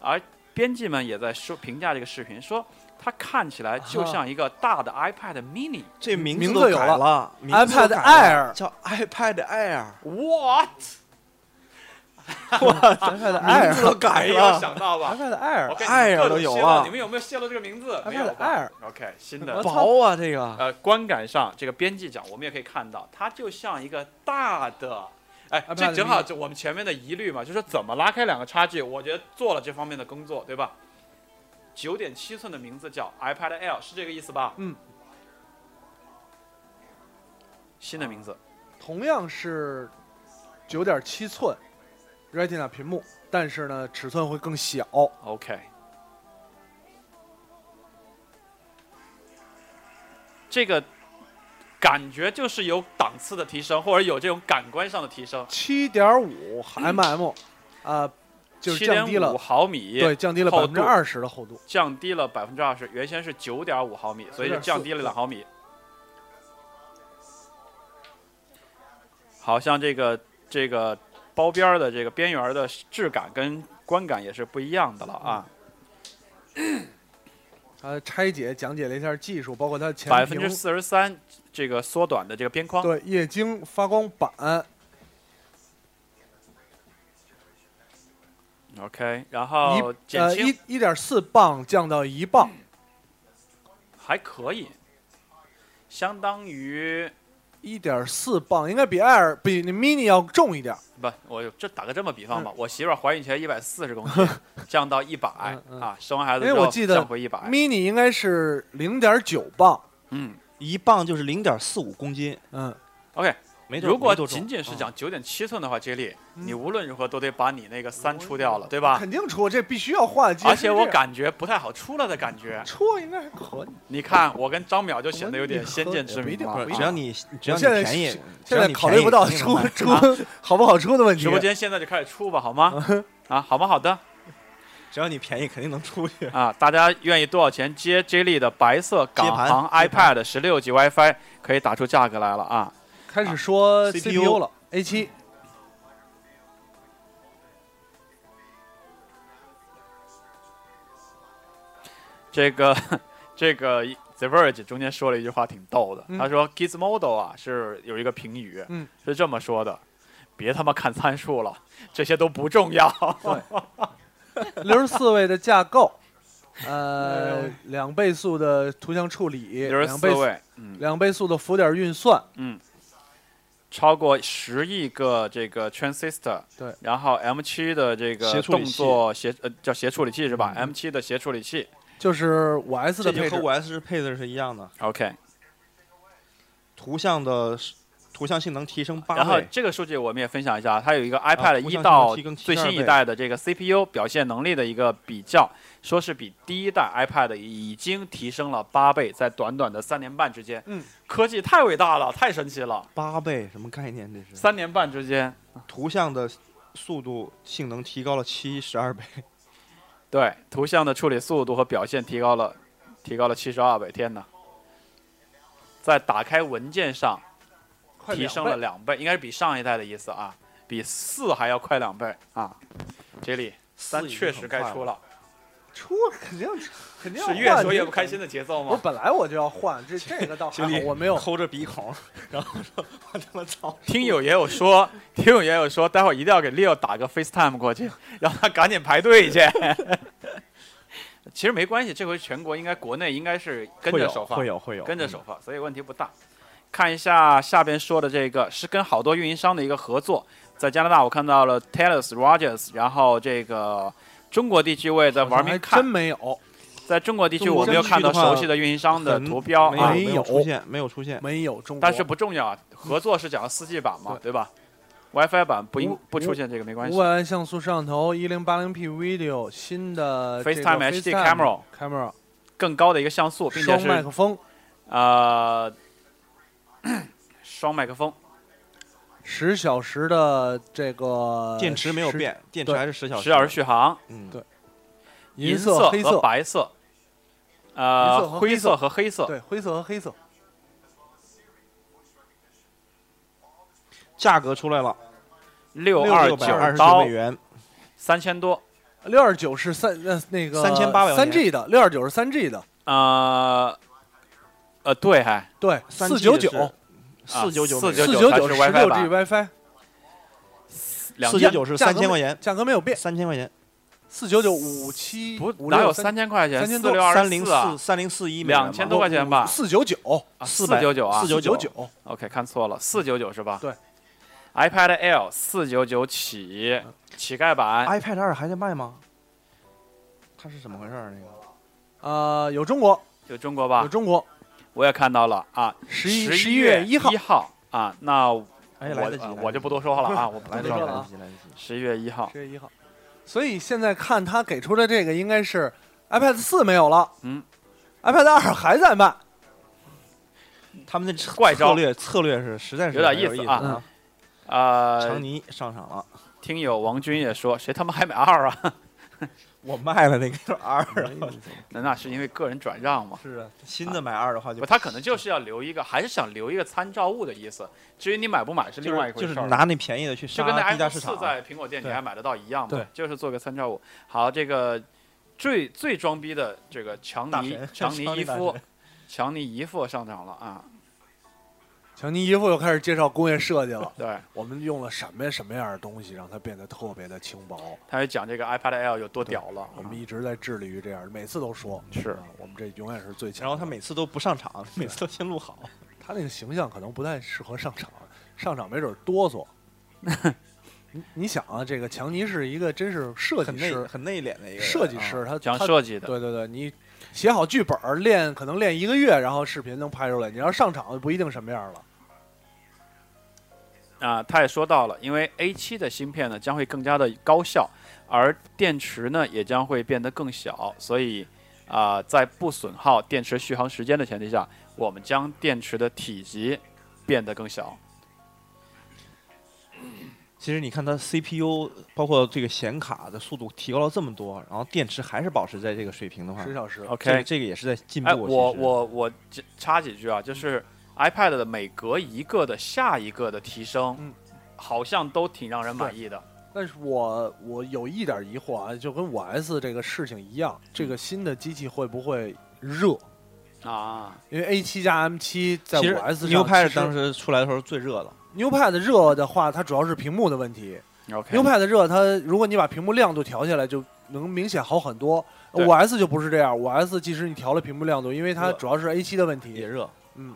Speaker 1: 而编辑们也在说评价这个视频，说它看起来
Speaker 2: 啊
Speaker 1: 就像一个大的 iPad mini。
Speaker 3: 这名
Speaker 2: 名字
Speaker 3: 都
Speaker 2: 有
Speaker 3: 改
Speaker 2: 了
Speaker 3: 了
Speaker 1: 嗯
Speaker 2: 嗯
Speaker 3: 名字都
Speaker 2: iPad
Speaker 3: 改了
Speaker 2: Air
Speaker 3: 叫 iPad Air，
Speaker 1: What？
Speaker 2: iPad
Speaker 3: 名字
Speaker 2: Air，iPad
Speaker 3: 都 改
Speaker 1: 没有
Speaker 3: 了，
Speaker 1: 想到 吧？我
Speaker 2: Air，
Speaker 1: 跟你
Speaker 3: 哎艾尔
Speaker 1: 们各
Speaker 3: 都
Speaker 1: 种
Speaker 3: 有
Speaker 1: 泄露
Speaker 3: 啊
Speaker 1: 你们有没有泄露这个名字？没有
Speaker 2: iPad
Speaker 1: 吧
Speaker 2: Air
Speaker 1: OK，新
Speaker 2: 我
Speaker 1: 的。
Speaker 3: 薄啊这个。
Speaker 1: 呃，观感上，这个编辑讲，我们也可以看到，它就像一个大的。哎，
Speaker 3: 啊
Speaker 2: iPad
Speaker 1: 这正好
Speaker 2: mini
Speaker 1: 就我们前面的疑虑嘛，就是怎么拉开两个差距，我觉得做了这方面的工作，对吧？九点七寸的名字叫 iPad Air，是这个意思吧？
Speaker 2: 嗯。
Speaker 1: 新的名字，
Speaker 2: 同样是九点七寸 Retina 屏幕，但是呢尺寸会更小。
Speaker 1: OK。这个感觉就是有档次的提升，或者有这种感官上的提升，
Speaker 2: 七点五 mm，啊，就是
Speaker 1: 七
Speaker 2: 降
Speaker 1: 点
Speaker 2: 低了
Speaker 1: 五，毫米，
Speaker 2: 对，降低了百
Speaker 1: 厚
Speaker 2: 分之
Speaker 1: 度
Speaker 2: 二十的厚度。
Speaker 1: 降低了百分之二十，原先是九点五毫米，所以就降低了两毫米。好像这个这个包边儿的这个边缘儿的质感跟观感也是不一样的了啊。
Speaker 2: 嗯它啊拆解讲解了一下技术，包括它的前
Speaker 1: 百分
Speaker 2: 屏
Speaker 1: 之四十三这个缩短的这个边框，
Speaker 2: 对液晶发光板，呃
Speaker 1: OK，然
Speaker 2: 一
Speaker 1: 后减
Speaker 2: 呃
Speaker 1: 轻
Speaker 2: 一一点四磅降到一磅，
Speaker 1: 还可以，相当于
Speaker 2: 一点四磅应该比 Air 比那 Mini 要重一点。
Speaker 1: 不，我就这打个这么比方吧，我媳妇儿怀孕前一百四十公斤，降到一百
Speaker 2: 嗯嗯
Speaker 1: 啊，生完孩子
Speaker 2: 因
Speaker 1: 之
Speaker 2: 为我
Speaker 1: 后
Speaker 2: 记得
Speaker 1: 降回一百，
Speaker 2: Mini 应该是零点九磅，
Speaker 1: 嗯。
Speaker 3: 一磅就是零点四五公斤，
Speaker 2: 嗯，
Speaker 1: OK，
Speaker 3: 没多
Speaker 1: 如果
Speaker 3: 没多重
Speaker 1: 仅仅是
Speaker 3: 啊
Speaker 1: 讲九点七寸的话，接力，
Speaker 2: 嗯
Speaker 1: 你无论如何都得把你那个三出掉了，对吧？
Speaker 2: 肯定出，这必须要换。
Speaker 1: 啊而且我
Speaker 2: 感。
Speaker 1: 感觉不太好出了的感觉。
Speaker 2: 出应该还可以。
Speaker 1: 你看，我跟张淼就显得有
Speaker 2: 我
Speaker 1: 点
Speaker 2: 们
Speaker 1: 先见之明
Speaker 2: 也不一定
Speaker 1: 了
Speaker 3: 不
Speaker 1: 啊。
Speaker 3: 是只要你只要你
Speaker 2: 现在
Speaker 3: 便宜，只
Speaker 2: 现
Speaker 3: 要
Speaker 2: 在
Speaker 3: 你
Speaker 2: 考
Speaker 3: 便
Speaker 2: 虑
Speaker 3: 宜
Speaker 2: 不到
Speaker 3: 肯定
Speaker 2: 出
Speaker 3: 能卖
Speaker 2: 出好不好出的问题
Speaker 1: 啊
Speaker 2: 啊
Speaker 1: 直。播间现在就开始出吧，好 吗？啊，好吗？好的
Speaker 3: 只要你便宜肯定能出去。
Speaker 1: 啊，大家愿意多少钱接 J 莉的白色港行
Speaker 3: 接盘接
Speaker 1: iPad 十六 G WiFi，可以打出价格来了啊。
Speaker 2: 开始说
Speaker 3: CPU
Speaker 2: CPU 了，A 7
Speaker 1: 这个 这个 The Verge 中间说了一句话挺逗的，
Speaker 2: 嗯
Speaker 1: 他说 Gizmodo 啊是有一个评语，
Speaker 2: 嗯
Speaker 1: 是这么说的。别他妈看参数了，这些都不重 要。
Speaker 2: 六十四位的架构，
Speaker 1: 哎
Speaker 2: 呃
Speaker 1: 呦，
Speaker 2: 两倍速的图像处理，
Speaker 1: 六十
Speaker 2: 两
Speaker 1: 四
Speaker 2: 倍
Speaker 1: 位，嗯
Speaker 2: 两倍速的浮点运算，
Speaker 1: 嗯，超过十亿个这个 transistor，
Speaker 2: 对，
Speaker 1: 然后 M 7的这个
Speaker 3: 协处
Speaker 1: 动
Speaker 3: 理器嗯
Speaker 1: 作协呃叫协处理器是吧、m 7的协处理器
Speaker 2: 就是五 S
Speaker 3: 这
Speaker 2: 的
Speaker 3: 就
Speaker 2: 配
Speaker 3: 和
Speaker 2: 置
Speaker 3: 五 S 是配的是一样的，
Speaker 1: ，OK，
Speaker 3: 图像的图像性能提升八啊
Speaker 1: 然后
Speaker 3: 倍，
Speaker 1: 这个数据我们也分享一下，它有一个 iPad
Speaker 3: 图
Speaker 1: 一
Speaker 3: 像
Speaker 1: 到
Speaker 3: 性能提升
Speaker 1: 最新一代的这个 CPU 表现能力的一个比较，说是比第一代 iPad 已经提升了八倍，在短短的三年半之间。
Speaker 2: 嗯，
Speaker 1: 科技太伟大了，太神奇了，
Speaker 3: 八倍什么概念？这是
Speaker 1: 三年半之间。
Speaker 3: 图像的速度性能提高了七十二倍，
Speaker 1: 对图像的处理速度和表现提高了，提高了七十二倍，天哪！在打开文件上
Speaker 2: 快哎
Speaker 1: 提
Speaker 2: 两
Speaker 1: 升
Speaker 2: 倍
Speaker 1: 了两倍，应该是比上一代的意思啊，比四还要快两倍啊。这里三
Speaker 3: 四已经
Speaker 1: 确实
Speaker 3: 很
Speaker 1: 该
Speaker 3: 快
Speaker 1: 出
Speaker 3: 了，
Speaker 1: 了，
Speaker 2: 出肯定肯定要
Speaker 1: 是越
Speaker 2: 换
Speaker 1: 说越不开
Speaker 2: 这
Speaker 1: 心的节奏
Speaker 2: 我
Speaker 1: 吗？
Speaker 2: 本来我就要 换，这这个倒还
Speaker 3: 兄
Speaker 2: 好
Speaker 3: 弟，
Speaker 2: 我没有。
Speaker 3: 抠着鼻孔， 然后说：“我他妈操
Speaker 1: 听友也有说，听友也有说，待会儿一定要给 Leo 打个 FaceTime 过去，让他赶紧排队去。 其实没关系，这回全国应该国内应该是！”跟
Speaker 3: 会
Speaker 1: 着
Speaker 3: 有
Speaker 1: 首发，
Speaker 3: 会有会有嗯
Speaker 1: 跟着首，发，所以问题不大。看一下下边说的这个是跟好多运营商的一个合作，在加拿大我看到了 Telus、Rogers，然后这个中国地区我也在玩
Speaker 2: 还
Speaker 1: 命
Speaker 2: 真
Speaker 1: 看，
Speaker 2: 没有，
Speaker 1: 在中国地区
Speaker 3: 中
Speaker 1: 我
Speaker 3: 国
Speaker 1: 没有
Speaker 3: 地区
Speaker 1: 看到
Speaker 3: 的话
Speaker 1: 熟悉的运营商的
Speaker 3: 很
Speaker 1: 图标
Speaker 3: 没
Speaker 1: 啊，
Speaker 3: 有没
Speaker 2: 没有
Speaker 3: 有出现，没有出现。
Speaker 2: 没有中国。嗯
Speaker 1: 但是不重要啊，合作是讲的四 G 版嘛，对吧？WiFi 版不应
Speaker 2: 无
Speaker 1: 不出现这个没关
Speaker 2: 五
Speaker 1: 系
Speaker 2: 百。万像素摄像头，一零八零 P video，新的这个
Speaker 1: FaceTime HD camera
Speaker 2: camera，
Speaker 1: 更高的一个像素，并且
Speaker 2: 双麦
Speaker 1: 是
Speaker 2: 克风，
Speaker 1: 呃 双麦克风，
Speaker 2: 十小时的这个
Speaker 3: 电池没有
Speaker 2: 十，
Speaker 3: 变，电池
Speaker 2: 对
Speaker 3: 还呃是十小时。
Speaker 1: 十小时续航，
Speaker 3: 嗯，
Speaker 2: 对银
Speaker 1: 银
Speaker 2: 色、黑
Speaker 1: 和
Speaker 2: 色，
Speaker 1: 白色，
Speaker 2: 银
Speaker 1: 呃
Speaker 2: 色和
Speaker 1: 灰
Speaker 2: 黑色
Speaker 1: 和黑色。
Speaker 2: 对，灰色和黑色。
Speaker 3: 价格出来了，
Speaker 1: 六
Speaker 3: 六
Speaker 1: 二
Speaker 3: 百二十
Speaker 1: 刀
Speaker 3: 美，元，
Speaker 1: 三千多。
Speaker 2: 六二九是三呃那个
Speaker 3: 3800
Speaker 2: 三 G 的，六二九是三 G 的，
Speaker 1: 呃，呃，对，还
Speaker 2: 对，四九九，
Speaker 3: 四九
Speaker 1: 499
Speaker 3: 九，
Speaker 2: 四
Speaker 1: 499
Speaker 2: 九
Speaker 1: 它
Speaker 2: 九
Speaker 1: 是
Speaker 2: 十
Speaker 1: WiFi
Speaker 2: 六
Speaker 1: 版
Speaker 2: G WiFi，
Speaker 1: 两
Speaker 3: 四九
Speaker 1: 件
Speaker 3: 九是
Speaker 2: 价
Speaker 3: 三
Speaker 2: 格
Speaker 3: 千
Speaker 2: 没
Speaker 3: 块钱，
Speaker 2: 价格没有变，
Speaker 3: 三千块钱，
Speaker 2: 四九九五七
Speaker 1: 不
Speaker 2: 五
Speaker 1: 哪
Speaker 2: 六
Speaker 1: 有三千块钱？
Speaker 2: 3000
Speaker 1: 四
Speaker 2: 多
Speaker 1: 六二
Speaker 3: 三零
Speaker 1: 四啊
Speaker 3: 四，三零四一美元嘛，哦
Speaker 1: 两千多啊块钱吧？
Speaker 2: 四九九
Speaker 1: 四
Speaker 3: 400
Speaker 1: 九九啊
Speaker 3: 499
Speaker 2: 四九九，
Speaker 1: ，OK，看错了，四九九是吧？
Speaker 2: 对
Speaker 1: ，iPad Air 四九九起，乞丐版
Speaker 3: iPad 二还在卖吗？它是怎么回事儿？那个
Speaker 2: 呃，有中国
Speaker 1: 就中国
Speaker 3: 啊
Speaker 2: 有
Speaker 1: 吧，
Speaker 2: 中国，
Speaker 1: 我也看到了啊，
Speaker 2: 十一
Speaker 1: 十
Speaker 2: 十
Speaker 1: 一
Speaker 2: 月
Speaker 1: 一
Speaker 2: 一号，
Speaker 1: 号啊，那我
Speaker 3: 哎，来得及，
Speaker 1: 呃
Speaker 3: 来得
Speaker 1: 我就
Speaker 3: 及
Speaker 1: 不多说了 啊，我
Speaker 3: 来
Speaker 1: 不多
Speaker 3: 得及，
Speaker 1: 说
Speaker 2: 说
Speaker 1: 了
Speaker 2: 了
Speaker 1: 啊，
Speaker 2: 啊
Speaker 3: 来得及，来得及。
Speaker 1: 十一月一号，
Speaker 2: 十月一号，所以现在看他给出的这个应该是 iPad 四没有了，
Speaker 1: 嗯
Speaker 2: ，iPad 二还在卖，
Speaker 3: 他们的
Speaker 1: 怪招
Speaker 3: 策略策略是实在是
Speaker 1: 有点
Speaker 3: 很
Speaker 1: 意
Speaker 3: 意
Speaker 1: 思
Speaker 3: 思
Speaker 1: 啊！呃
Speaker 3: 强，尼上场了，
Speaker 1: 听友王军也说，谁他妈还买二啊？
Speaker 3: 我卖了那个二了，
Speaker 1: 那那是因为个人转让嘛。
Speaker 3: 是啊，新的买二的话 就
Speaker 1: 不，他可能就是要留一个，还是想留一个参照物的意思。至于你买不买是
Speaker 3: 就
Speaker 1: 另外一
Speaker 3: 是
Speaker 1: 回
Speaker 3: 就是
Speaker 1: 事儿了。
Speaker 3: 拿那便宜的去
Speaker 1: 就跟那
Speaker 3: 杀低价
Speaker 1: iPhone
Speaker 3: 市
Speaker 1: 四
Speaker 3: 场，
Speaker 1: 在苹果店里
Speaker 3: 对
Speaker 1: 还买得到一样嘛
Speaker 2: 对，
Speaker 1: 就是做个参照物。好，这个最最装逼的这个强
Speaker 3: 大
Speaker 1: 尼
Speaker 3: 神
Speaker 1: 强尼
Speaker 3: 强尼
Speaker 1: 姨
Speaker 3: 大
Speaker 1: 夫
Speaker 3: 神，
Speaker 1: 强尼姨夫上场了啊！。
Speaker 2: 强尼姨夫又开始介绍工业设计了
Speaker 1: 对，
Speaker 2: 我们用了什么呀什么样的东西让它变得特别的轻薄？
Speaker 3: 啊
Speaker 1: 他也讲这个 iPad Air 有多屌了。啊
Speaker 2: 我们一直在致力于这样，每次都说
Speaker 1: 是
Speaker 2: 啊我们这永远是最强的。
Speaker 3: 嗯然后他每次都不上场，每次都先录好。
Speaker 2: 他那个形象可能不太适合上场，上场没准哆嗦。 你你想啊，这个强尼是一个真是设
Speaker 3: 很
Speaker 2: 计
Speaker 3: 内
Speaker 2: 师，
Speaker 3: 很内敛的一个人
Speaker 2: 设计师
Speaker 3: 啊
Speaker 2: 他
Speaker 1: 讲
Speaker 2: 他
Speaker 1: 设计的，
Speaker 2: 对对对，你写好剧本儿练可能练一个月，然后视频能拍出来。你要上场就不一定什么样了。
Speaker 1: 啊、他也说到了，因为 A 7的芯片呢将会更加的高效，而电池呢也将会变得更小，所以啊、在不损耗电池续航时间的前提下，我们将电池的体积变得更小。
Speaker 3: 其实你看它 CPU 包括这个显卡的速度提高了这么多，然后电池还是保持在这个水平的话
Speaker 2: 十，小时，
Speaker 3: 这个
Speaker 1: OK，
Speaker 3: 这个也是在进步。
Speaker 1: 哎，
Speaker 3: 其
Speaker 1: 我
Speaker 3: 实
Speaker 1: 我我这插几句啊，就是 iPad 的每隔一个的下一个的提升，
Speaker 2: 嗯
Speaker 1: 好像都挺让人满意的。
Speaker 2: 但是我我有一点疑惑啊，就跟五 S 这个事情一样，这个新的机器会不会热？
Speaker 1: 啊，
Speaker 2: 因为 A 7加 M 7在
Speaker 3: 其
Speaker 2: 五
Speaker 3: 实
Speaker 2: S 上，
Speaker 3: 牛
Speaker 2: 派
Speaker 3: 派当时出来的时候最热的，
Speaker 2: 牛派的热的话，它主要是屏幕的问题。
Speaker 1: OK，
Speaker 2: 牛派的热，它如果你把屏幕亮度调下来，就能明显好很多。
Speaker 1: 对
Speaker 2: 五 S 就不是这样，五 S 即使你调了屏幕亮度，因为它
Speaker 3: 热
Speaker 2: 主要是 A 7的问
Speaker 3: 也
Speaker 2: 题，
Speaker 3: 热。
Speaker 2: 嗯，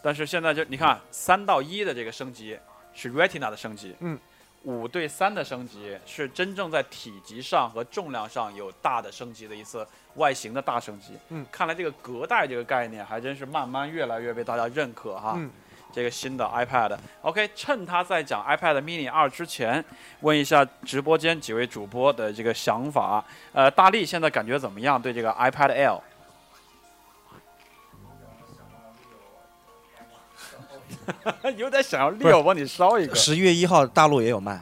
Speaker 1: 但是现在就你看三到一的这个升级是 Retina 的升级，
Speaker 2: 嗯，
Speaker 1: 五对三的升级是真正在体积上和重量上有大的升级的一次外形的大升级，
Speaker 2: 嗯
Speaker 1: 看来这个隔代这个概念还真是慢慢越来越被大家认可哈。
Speaker 2: 嗯
Speaker 1: 这个新的 iPad。OK，趁他在讲 iPad mini 二之前，问一下直播间几位主播的这个想法。呃，大力现在感觉怎么样？对这个 iPad Air？有点想要
Speaker 3: 是
Speaker 1: 六，我帮你烧一个。
Speaker 3: 十一月一号大陆也有卖，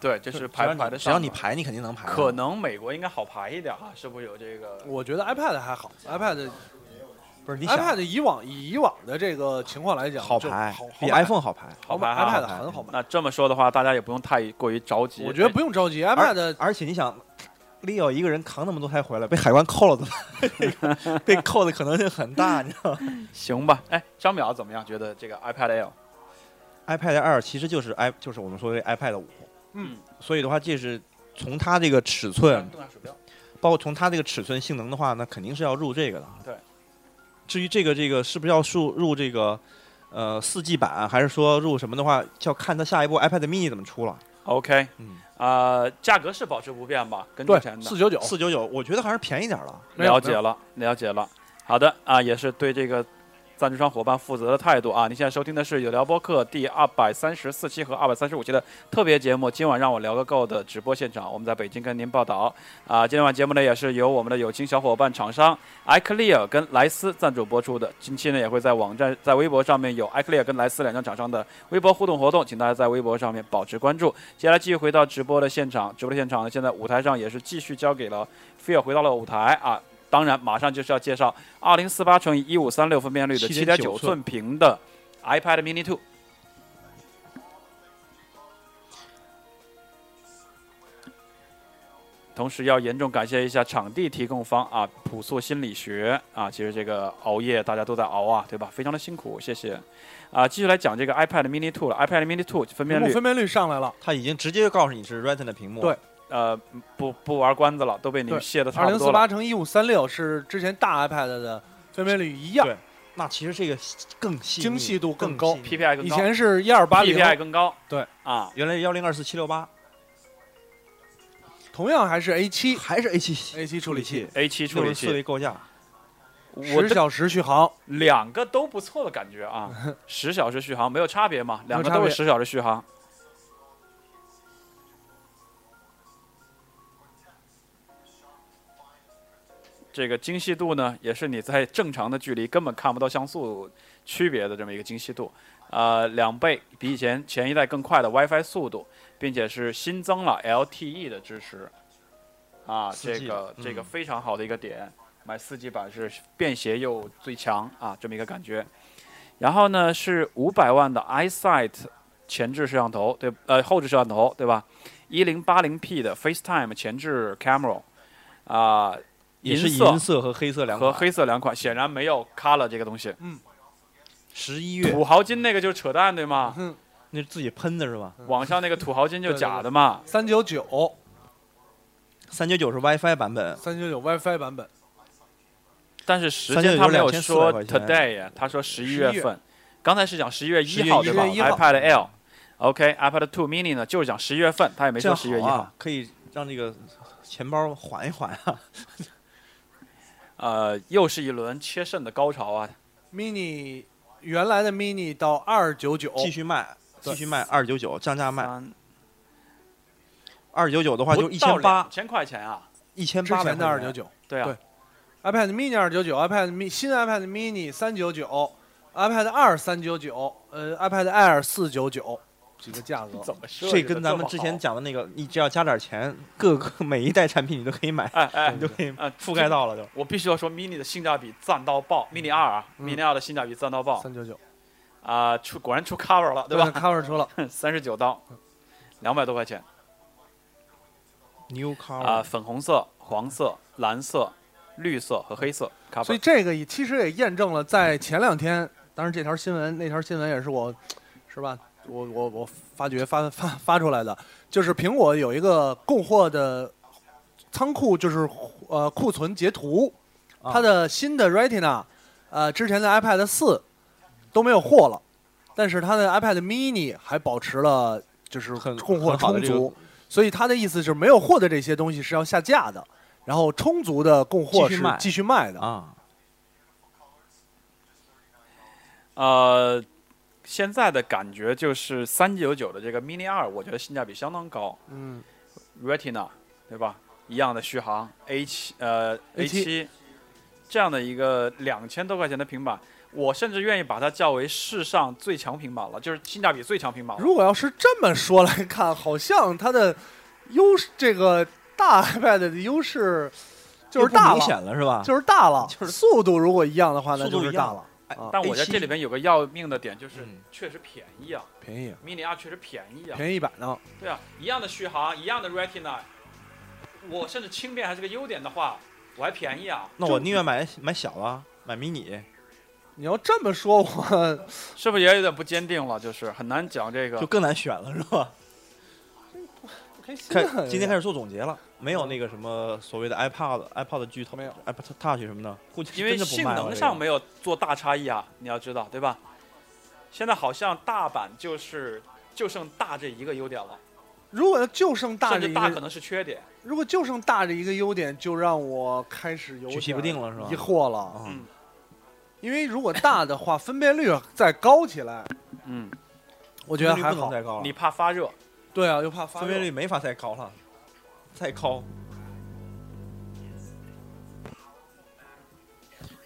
Speaker 1: 对，就是排不排的
Speaker 3: 只要你排，你肯定能排。
Speaker 1: 可能美国应该好排一点啊，是不是有这个？
Speaker 2: 我觉得 iPad 还好，iPad
Speaker 3: 不是你想
Speaker 2: iPad 以往以以往的这个情况来讲，
Speaker 3: 好
Speaker 2: 就
Speaker 3: 排
Speaker 2: 好，
Speaker 3: 比
Speaker 2: 好买
Speaker 3: iPhone 好排。
Speaker 2: 好
Speaker 1: 排
Speaker 2: 买
Speaker 1: 哈
Speaker 2: iPad
Speaker 3: 好排
Speaker 2: 很好买。
Speaker 1: 那哎这么说的话，大家也不用太过于着急。
Speaker 2: 我觉得不用着急，iPad
Speaker 3: 而且你想，Leo 一个人扛那么多台回来，被海关扣了怎么办？ 被扣的可能性很大。你知道吗
Speaker 1: 哎行吧？哎，张淼怎么样？觉得这个 iPad Air
Speaker 3: ？iPad Air 其实就是 i 就是我们说的 iPad 五，
Speaker 2: 嗯，
Speaker 3: 所以的话，这是从它这个尺寸，
Speaker 1: 动感鼠标，
Speaker 3: 包括从它这个尺寸性能的话，那肯定是要入这个的。啊
Speaker 1: 对。
Speaker 3: 至于这个这个是不是要入入这个呃四 G 版，还是说入什么的话，就要看它下一步 iPad mini 怎么出了。
Speaker 1: OK，
Speaker 3: 嗯，
Speaker 1: 呃，价格是保持不变吧？跟之前
Speaker 2: 对
Speaker 1: 的
Speaker 2: 四九九，
Speaker 3: 四九九，我觉得还是便宜点儿了。
Speaker 2: 没有
Speaker 1: 了解了，了解了。好的啊，也是对这个赞助商伙伴负责的态度啊。您现在收听的是有聊播客第二百三十四期和二百三十五期的特别节目，今晚让我聊个够的直播现场，我们在北京跟您报道啊。今晚节目呢也是由我们的友情小伙伴厂商 iClear 跟莱斯赞助播出的。近期呢也会在网站、在微博上面有 iClear 跟莱斯两家厂商的微博互动活动，请大家在微博上面保持关注。接下来继续回到直播的现场，直播的现场呢现在舞台上也是继续交给了 Phil 回到了舞台啊。当然，马上就是要介绍二零四八乘以一五三六分辨率的七点九
Speaker 3: 7.9
Speaker 1: 寸屏的 iPad Mini Two。同时要严重感谢一下场地提供方啊，朴素心理学啊，其实这个熬夜大家都在熬啊，对吧？非常的辛苦，谢谢。啊，继续来讲这个 iPad Mini Two 了，iPad Mini Two 分
Speaker 2: 屏
Speaker 1: 辨
Speaker 2: 幕
Speaker 1: 率
Speaker 2: 分辨率上来了，
Speaker 3: 它已经直接告诉你是 Retina 屏幕。
Speaker 2: 对
Speaker 1: 呃不不玩关子了，都被你
Speaker 2: 对
Speaker 1: 卸的差
Speaker 2: 二
Speaker 1: 不
Speaker 2: 零
Speaker 1: 多了。
Speaker 2: 四八乘一五三六是之前大 iPad 的分辨率一样
Speaker 3: 对，那其实这个更细腻
Speaker 2: 精细度更
Speaker 3: 更
Speaker 2: 高
Speaker 3: 细腻
Speaker 1: PPI 更
Speaker 2: 以
Speaker 1: 高
Speaker 2: 前是一二八零，
Speaker 1: ，PPI 更高，
Speaker 2: 对
Speaker 1: 啊，
Speaker 3: 原来幺零二四七六八
Speaker 2: 同样还是 A 七
Speaker 3: 还是 A 七
Speaker 2: A 七处理器，，
Speaker 1: A 7处
Speaker 3: 六
Speaker 1: 理
Speaker 3: 十四
Speaker 1: 器，
Speaker 3: 位构架，
Speaker 1: 我
Speaker 2: 十
Speaker 1: 这
Speaker 2: 小时续航，
Speaker 1: 两个都不错的感觉 啊，十小时续航没有差别嘛，
Speaker 2: 没有
Speaker 1: 两个
Speaker 2: 差
Speaker 1: 都
Speaker 2: 别
Speaker 1: 是十小时续航。这个精细度呢，也是你在正常的距离根本看不到像素区别的这么一个精细度，呃，两倍比以前前一代更快的 WiFi 速度，并且是新增了 LTE 的支持，啊，这
Speaker 3: 4G
Speaker 1: 个这个
Speaker 3: 嗯
Speaker 1: 非常好的一个点，买4 G 版是便携又最强啊，这么一个感觉。然后呢是五百万的 iSight 前置摄像头，对，呃，后置摄像头，对吧？一零八零 P 的 FaceTime 前置 camera，啊、
Speaker 3: 也是
Speaker 1: 银色
Speaker 3: 银色和黑色两
Speaker 1: 和
Speaker 3: 款。
Speaker 1: 黑色两款，显然没有 color 这个东西。
Speaker 3: 十一月
Speaker 1: 土豪金那个就是扯淡，对吗？
Speaker 2: 嗯，
Speaker 3: 那是自己喷的是吧？
Speaker 1: 网上那个土豪金就是假的嘛。
Speaker 2: 三九九，
Speaker 3: 三九九是 WiFi 版本，
Speaker 2: 三九九 WiFi 版本，
Speaker 1: 但是时间他没有说
Speaker 3: 399
Speaker 1: today，呀他说十一月
Speaker 2: 11
Speaker 1: 份。刚才是讲十一月一号
Speaker 3: 11
Speaker 1: 对吧
Speaker 2: 月1号
Speaker 1: ？iPad Air。OK，iPad Two Mini 呢，就是讲十一月份，他也没
Speaker 3: 这
Speaker 1: 说
Speaker 3: 样
Speaker 1: 十一月一
Speaker 3: 好啊
Speaker 1: 号。
Speaker 3: 可以让这个钱包缓一缓啊。
Speaker 1: 呃，又是一轮切肾的高潮啊！
Speaker 2: mini 原来的 mini 到二九
Speaker 1: 哦
Speaker 2: 九，
Speaker 3: 继续卖，
Speaker 2: 对
Speaker 3: 继续卖二九九，降价卖
Speaker 1: 三
Speaker 3: 二九九的话就一
Speaker 1: 啊不到
Speaker 3: 千八
Speaker 1: 两，千块钱啊！
Speaker 3: 一千
Speaker 2: 之
Speaker 3: 八百
Speaker 2: 前的二九。九
Speaker 1: 对啊
Speaker 2: 对，，iPad mini 二九九，iPad mini 新 iPad mini 三九九，iPad 二三九九，呃，iPad Air 四九九，几个价格，
Speaker 1: 怎么设计
Speaker 3: 这
Speaker 1: 的
Speaker 3: 跟咱们之前
Speaker 1: 这么
Speaker 3: 讲的那个，你只要加点钱，各个每一代产品你都可以买，
Speaker 1: 好，哎哎
Speaker 3: 你，都可以
Speaker 1: 啊，
Speaker 3: 覆盖到了就。
Speaker 1: 我必须要说，mini 的性价比赞到爆，mini 二啊
Speaker 2: 嗯
Speaker 1: ，mini 二的性价比赞到爆
Speaker 2: 三九九，
Speaker 1: 啊、出果然出 cover 了，对吧？
Speaker 2: ？cover 出了，
Speaker 1: 三十九刀，两百多块钱
Speaker 3: New Car
Speaker 1: 啊、粉红色、黄色、蓝色、绿色和黑色 cover。
Speaker 2: 所以这个也其实也验证了，在前两天，当然这条新闻那条新闻也是我，是吧？我我我发掘发发发出来的，就是苹果有一个供货的仓库，就是呃库存截图，
Speaker 3: 啊
Speaker 2: 它的新的 Retina，呃之前的 iPad 四都没有货了，但是它的 iPad mini 还保持了就是
Speaker 3: 很
Speaker 2: 供货
Speaker 3: 很好
Speaker 2: 充
Speaker 3: 的这个
Speaker 2: 足，所以他的意思是没有货的这些东西是要下架的，然后充足的供货
Speaker 3: 继续
Speaker 2: 是
Speaker 3: 卖
Speaker 2: 继续卖的。
Speaker 3: 啊，
Speaker 1: 呃，现在的感觉就是三九九的这个 mini 二，我觉得性价比相当高
Speaker 2: 嗯，
Speaker 1: ，Retina 对吧？一样的续航，A 七呃 A
Speaker 2: A7
Speaker 1: 七这样的一个两千多块钱的平板，我甚至愿意把它叫为世上最强平板了，就是性价比最强平板了。
Speaker 2: 如果要是这么说来看，好像它的优势这个大 iPad 的优势就是
Speaker 3: 又不
Speaker 2: 大
Speaker 3: 明
Speaker 2: 了，
Speaker 3: 显了是吧？
Speaker 2: 就是大了
Speaker 3: 就，是
Speaker 2: 速度如果一样的话，那
Speaker 3: 速度
Speaker 2: 就是
Speaker 3: 一样
Speaker 2: 大了，
Speaker 3: 哎
Speaker 2: 啊
Speaker 1: 但我觉得
Speaker 3: A7
Speaker 1: 这里边有个要命的点就是
Speaker 3: 嗯，
Speaker 1: 确实便宜啊
Speaker 2: 便宜
Speaker 1: ，mini 二确实便宜啊，
Speaker 2: 便宜一百呢，
Speaker 1: 对啊，一样的续航，一样的 Retina，我甚至轻便还是个优点的话，我还便宜啊，
Speaker 3: 那我宁愿买买小啊，买迷你。
Speaker 2: 你要这么说，我
Speaker 1: 是不是也有点不坚定了？就是很难讲这个
Speaker 3: 就。更难选了，是吧？
Speaker 2: 不开心
Speaker 3: 开
Speaker 2: 啊。
Speaker 3: 今天开始做总结了，没有那个什么所谓的 iPad、iPad 巨头、
Speaker 2: 没有
Speaker 3: iPad Touch 什么的，估计
Speaker 1: 因为
Speaker 3: 真的不
Speaker 1: 性
Speaker 3: 卖了
Speaker 1: 能
Speaker 3: 这
Speaker 1: 上
Speaker 3: 个
Speaker 1: 没有做大差异啊，你要知道，对吧？现在好像大版就是就剩大这一个优点了，
Speaker 2: 如果就剩大
Speaker 1: 甚
Speaker 2: 这
Speaker 1: 至
Speaker 2: 一
Speaker 1: 大可
Speaker 2: 个，
Speaker 1: 能是缺点。
Speaker 2: 如果就剩大这一个优点，就让我开始有
Speaker 3: 举棋
Speaker 2: 点
Speaker 3: 不定了是吧
Speaker 2: 疑惑了，
Speaker 3: 啊
Speaker 1: 嗯
Speaker 2: 因为如果大的话，分辨率再高起来，
Speaker 1: 嗯，
Speaker 2: 我觉得
Speaker 3: 分辨
Speaker 2: 还
Speaker 3: 率不能
Speaker 2: 好。
Speaker 3: 再高
Speaker 1: 你
Speaker 3: 了，
Speaker 1: 怕发热，
Speaker 2: 对啊，又怕发
Speaker 3: 分辨
Speaker 2: 热
Speaker 3: 率没法再高了，再高。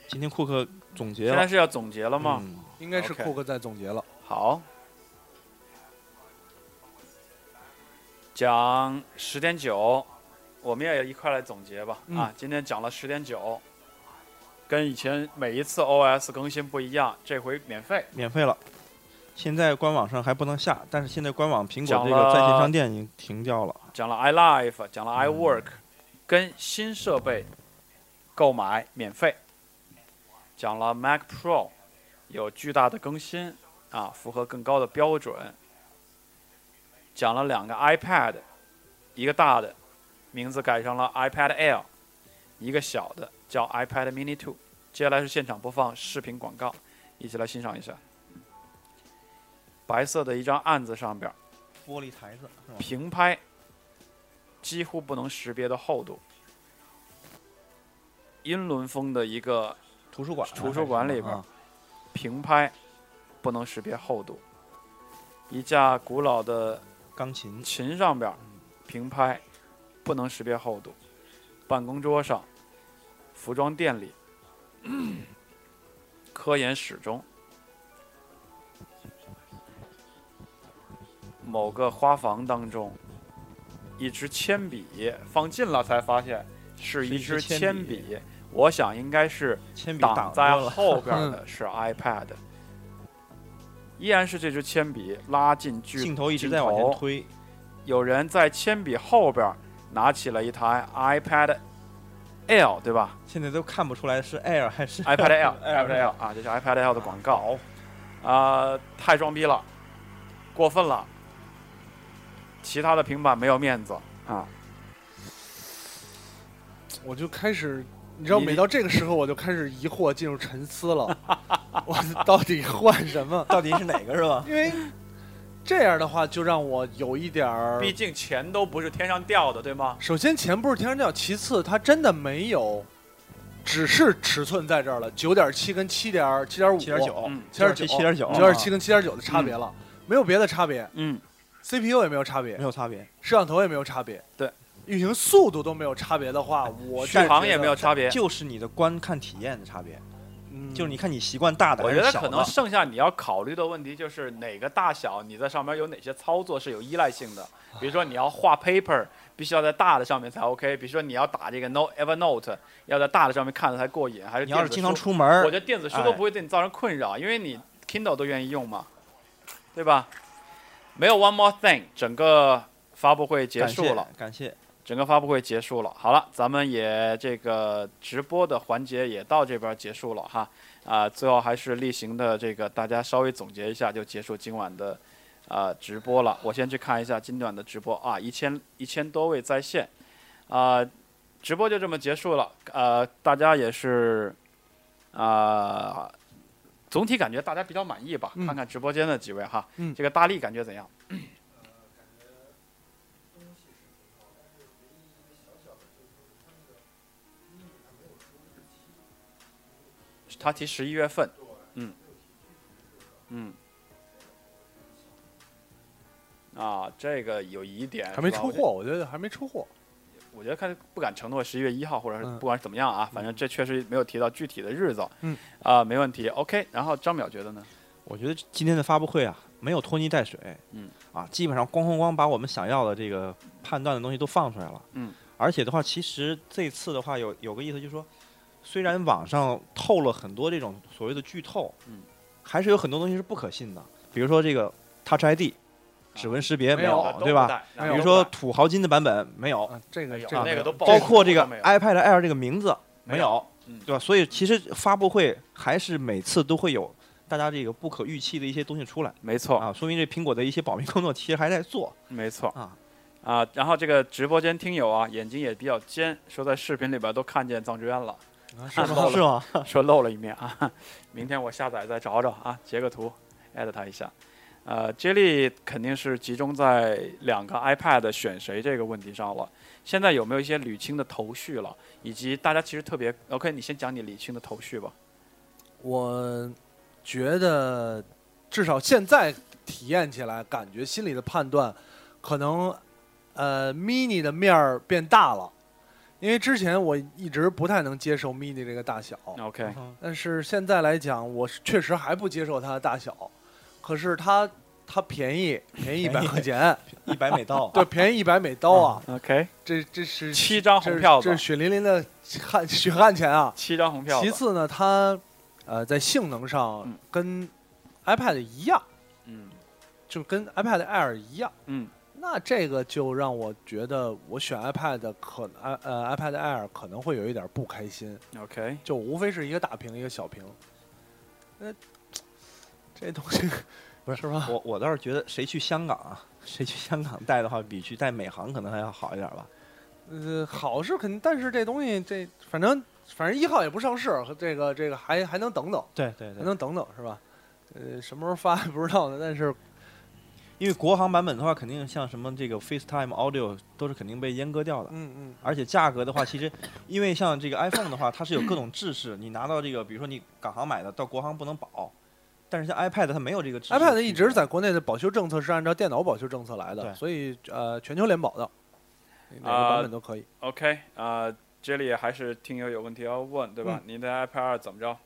Speaker 3: 今天库克总结
Speaker 1: 现
Speaker 3: 了
Speaker 1: 在，是要总结了吗？
Speaker 3: 嗯，
Speaker 2: 应该是
Speaker 1: OK
Speaker 2: 库克在总结了。
Speaker 1: 好，讲十点九，我们也一块来总结吧。
Speaker 2: 嗯
Speaker 1: 啊，今天讲了十点九，跟以前每一次 OS 更新不一样，这回免费。
Speaker 3: 免费了。现在官网上还不能下，但是现在官网苹果
Speaker 1: 讲
Speaker 3: 这个在线
Speaker 1: 了
Speaker 3: 商店已经停掉了。
Speaker 1: 讲了 iLife，讲了 iWork，、跟新设备购买免费，讲了 Mac Pro 有巨大的更新啊，符合更高的标准，讲了两个 iPad，一个大的名字改成了 iPad Air，一个小的叫 iPad Mini Two。接下来是现场播放视频广告，一起来欣赏一下。白色的一张案子上边。
Speaker 3: 玻璃台子是吧？
Speaker 1: 平拍，几乎不能识别的厚度。英伦风的一个
Speaker 3: 图书馆，
Speaker 1: 图书馆里边
Speaker 3: 啊
Speaker 1: 平拍，不能识别厚度。一架古老的
Speaker 3: 钢琴
Speaker 1: 琴上边平拍，不能识别厚度。办公桌上，服装店里，科研室中，某个花房当中，一支铅笔放近了才发现是
Speaker 3: 是一
Speaker 1: 一支
Speaker 3: 支铅
Speaker 1: 铅
Speaker 3: 笔
Speaker 1: 笔，我想应该是
Speaker 3: 铅笔
Speaker 1: 挡
Speaker 3: 挡
Speaker 1: 在
Speaker 3: 着了，
Speaker 1: 后边的是 iPad，依然是这支铅笔拉近距
Speaker 3: 镜头一直在往前推。
Speaker 1: 有人在铅笔后边拿起了一台 iPad L，对 吧
Speaker 3: 现在都看不出来是 Air 还是
Speaker 1: ？iPad L，iPad
Speaker 3: Air
Speaker 1: L 啊，这是 iPad L 的广告。啊、太装逼了，过分了。其他的平板没有面子啊！
Speaker 2: 我就开始，你知道，
Speaker 1: 你
Speaker 2: 每到这个时候，我就开始疑惑，进入沉思了。 我到底换什么？
Speaker 3: 到底是哪个是吧？
Speaker 2: 因为这样的话，就让我有一点儿。
Speaker 1: 毕竟钱都不是天上掉的，对吗？
Speaker 2: 首先，钱不是天上掉；其次，它真的没有，只是尺寸在这儿了，九点七跟七点七点五，
Speaker 3: 七点，九，啊
Speaker 1: 嗯
Speaker 2: 七点
Speaker 3: 七点九，
Speaker 2: 九点七跟七点九的差别了，没有别的差别
Speaker 1: 嗯，
Speaker 2: ，CPU 也没有差别
Speaker 3: 啊没，有差别，
Speaker 2: 摄像头也没有差别，
Speaker 1: 对，
Speaker 2: 运行速度都没有差别的话，我
Speaker 1: 续航也没有差别。
Speaker 3: 就是你的观看体验的差别，
Speaker 2: 嗯
Speaker 3: 就是你看你习惯大的
Speaker 1: 我
Speaker 3: 还
Speaker 1: 觉
Speaker 3: 是
Speaker 1: 得
Speaker 3: 小
Speaker 1: 可能
Speaker 3: 的。
Speaker 1: 剩下你要考虑的问题就是哪个大小，你在上面有哪些操作是有依赖性的。比如说你要画 paper，必须要在大的上面才 OK。比如说你要打这个 no Evernote，要在大的上面看着才过瘾。还是
Speaker 3: 你要
Speaker 1: 电
Speaker 3: 是
Speaker 1: 子
Speaker 3: 经常
Speaker 1: 书，
Speaker 3: 出门
Speaker 1: 我
Speaker 3: 儿哎
Speaker 1: 觉，得电子书都不会对你造成困扰，因为你 Kindle 都愿意用嘛，对吧？没有 one more thing，整个发布会结
Speaker 3: 感
Speaker 1: 束
Speaker 3: 谢
Speaker 1: 了。，
Speaker 3: 感谢。
Speaker 1: 整个发布会结束了。好了，咱们也这个直播的环节也到这边结束了哈。啊、最后还是例行的这个，大家稍微总结一下，就结束今晚的啊、直播了。我先去看一下今晚的直播啊，一千一千多位在线啊、直播就这么结束了。呃，大家也是啊、总体感觉大家比较满意吧？
Speaker 2: 嗯
Speaker 1: 看看直播间的几位哈，
Speaker 2: 嗯
Speaker 1: 这个大力感觉怎样？他提十一月份，嗯，嗯，啊，这个有疑点，
Speaker 2: 还没
Speaker 1: 是吧
Speaker 2: 出货，我觉得还没出货。
Speaker 1: 我觉得看不敢承诺十一月一号，或者是
Speaker 2: 嗯
Speaker 1: 不管是怎么样啊，反正这确实没有提到具体的日子。
Speaker 2: 嗯，
Speaker 1: 啊、没问题。OK，然后张淼觉得呢？
Speaker 3: 我觉得今天的发布会啊，没有拖泥带水，
Speaker 1: 嗯，
Speaker 3: 啊，基本上咣咣咣把我们想要的这个判断的东西都放出来了，
Speaker 1: 嗯，
Speaker 3: 而且的话，其实这次的话有有个意思，就是说，虽然网上透了很多这种所谓的剧透，
Speaker 1: 嗯，
Speaker 3: 还是有很多东西是不可信的，比如说这个 Touch
Speaker 1: 啊
Speaker 3: ID 指纹识别
Speaker 2: 没
Speaker 3: 有
Speaker 2: 有，
Speaker 3: 对吧？？
Speaker 2: 没
Speaker 3: 比
Speaker 2: 有
Speaker 3: 如说土豪金的版本没有，
Speaker 2: 啊，这个
Speaker 1: 哎呦
Speaker 2: 这个
Speaker 1: 那个都爆
Speaker 3: 包
Speaker 1: 了
Speaker 3: 括这个
Speaker 1: 都没有
Speaker 3: iPad Air 这个名字
Speaker 1: 没有
Speaker 3: 没有
Speaker 1: 嗯，
Speaker 3: 对吧？所以其实发布会还是每次都会有大家这个不可预期的一些东西出来
Speaker 1: 没错，
Speaker 3: 啊，说明这苹果的一些保密工作其实还在做
Speaker 1: 没错
Speaker 3: 啊。
Speaker 1: 啊，然后这个直播间听友啊，眼睛也比较尖，说在视频里边都看见藏之渊了，
Speaker 2: 是
Speaker 1: 吗
Speaker 2: 吗？
Speaker 1: 漏了
Speaker 3: 啊是 吗？
Speaker 1: 说漏了一面啊。明天我下载再找找啊，截个图，艾特他一下。呃，Jelly 肯定是集中在两个 iPad 选谁这个问题上了。现在有没有一些捋清的头绪了？以及大家其实特别 OK，你先讲你理清的头绪吧。
Speaker 2: 我觉得至少现在体验起来，感觉心里的判断可能呃 mini 的面儿变大了，因为之前我一直不太能接受 mini 这个大小，
Speaker 1: OK，
Speaker 2: 但是现在来讲，我是确实还不接受它的大小，可是它它便宜，便宜一百块钱，
Speaker 3: 一百美刀，啊
Speaker 2: 对，便宜一百美刀啊，
Speaker 1: OK，
Speaker 2: 这这是
Speaker 1: 哦七张
Speaker 2: 这
Speaker 1: 红
Speaker 2: 是
Speaker 1: 票
Speaker 2: 这
Speaker 1: 子
Speaker 2: 是，血淋淋的汗血汗钱啊！
Speaker 1: 七张红票子。
Speaker 2: 其次呢，它呃在性能上
Speaker 1: 嗯
Speaker 2: 跟 iPad 一样，
Speaker 1: 嗯
Speaker 2: 就跟 iPad Air 一样。
Speaker 1: 嗯，
Speaker 2: 那这个就让我觉得我选 iPad 可呃呃 iPad Air 可能会有一点不开心，
Speaker 1: ，OK，
Speaker 2: 就无非是一个大屏一个小屏。那这东 西不是吧？
Speaker 3: 我我倒是觉得谁去香港啊，谁去香港带的话，比去带美行可能还要好一点吧。
Speaker 2: 呃，好是肯定，但是这东西这反正反正一号也不上市，这个这个还还能等等，
Speaker 3: 对对
Speaker 2: 还，能等等是吧？呃，什么时候发 也不知道呢，但是
Speaker 3: 因为国行版本的话，肯定像什么这个 FaceTime Audio 都是肯定被阉割掉的。
Speaker 2: 嗯嗯，
Speaker 3: 而且价格的话，其实因为像这个 iPhone 的话，它是有各种制式，你拿到这个，比如说你港行买的，到国行不能保。但是像 iPad 它没有这个制式
Speaker 2: iPad 一直在国内的保修政策是按照电脑保修政策来的，
Speaker 3: 对
Speaker 2: 所以呃，全球联保的，哪个
Speaker 1: 啊
Speaker 2: 版本都可以。
Speaker 1: OK，啊、这里还是听友有问题要问，对吧？您的 iPad 二怎么 着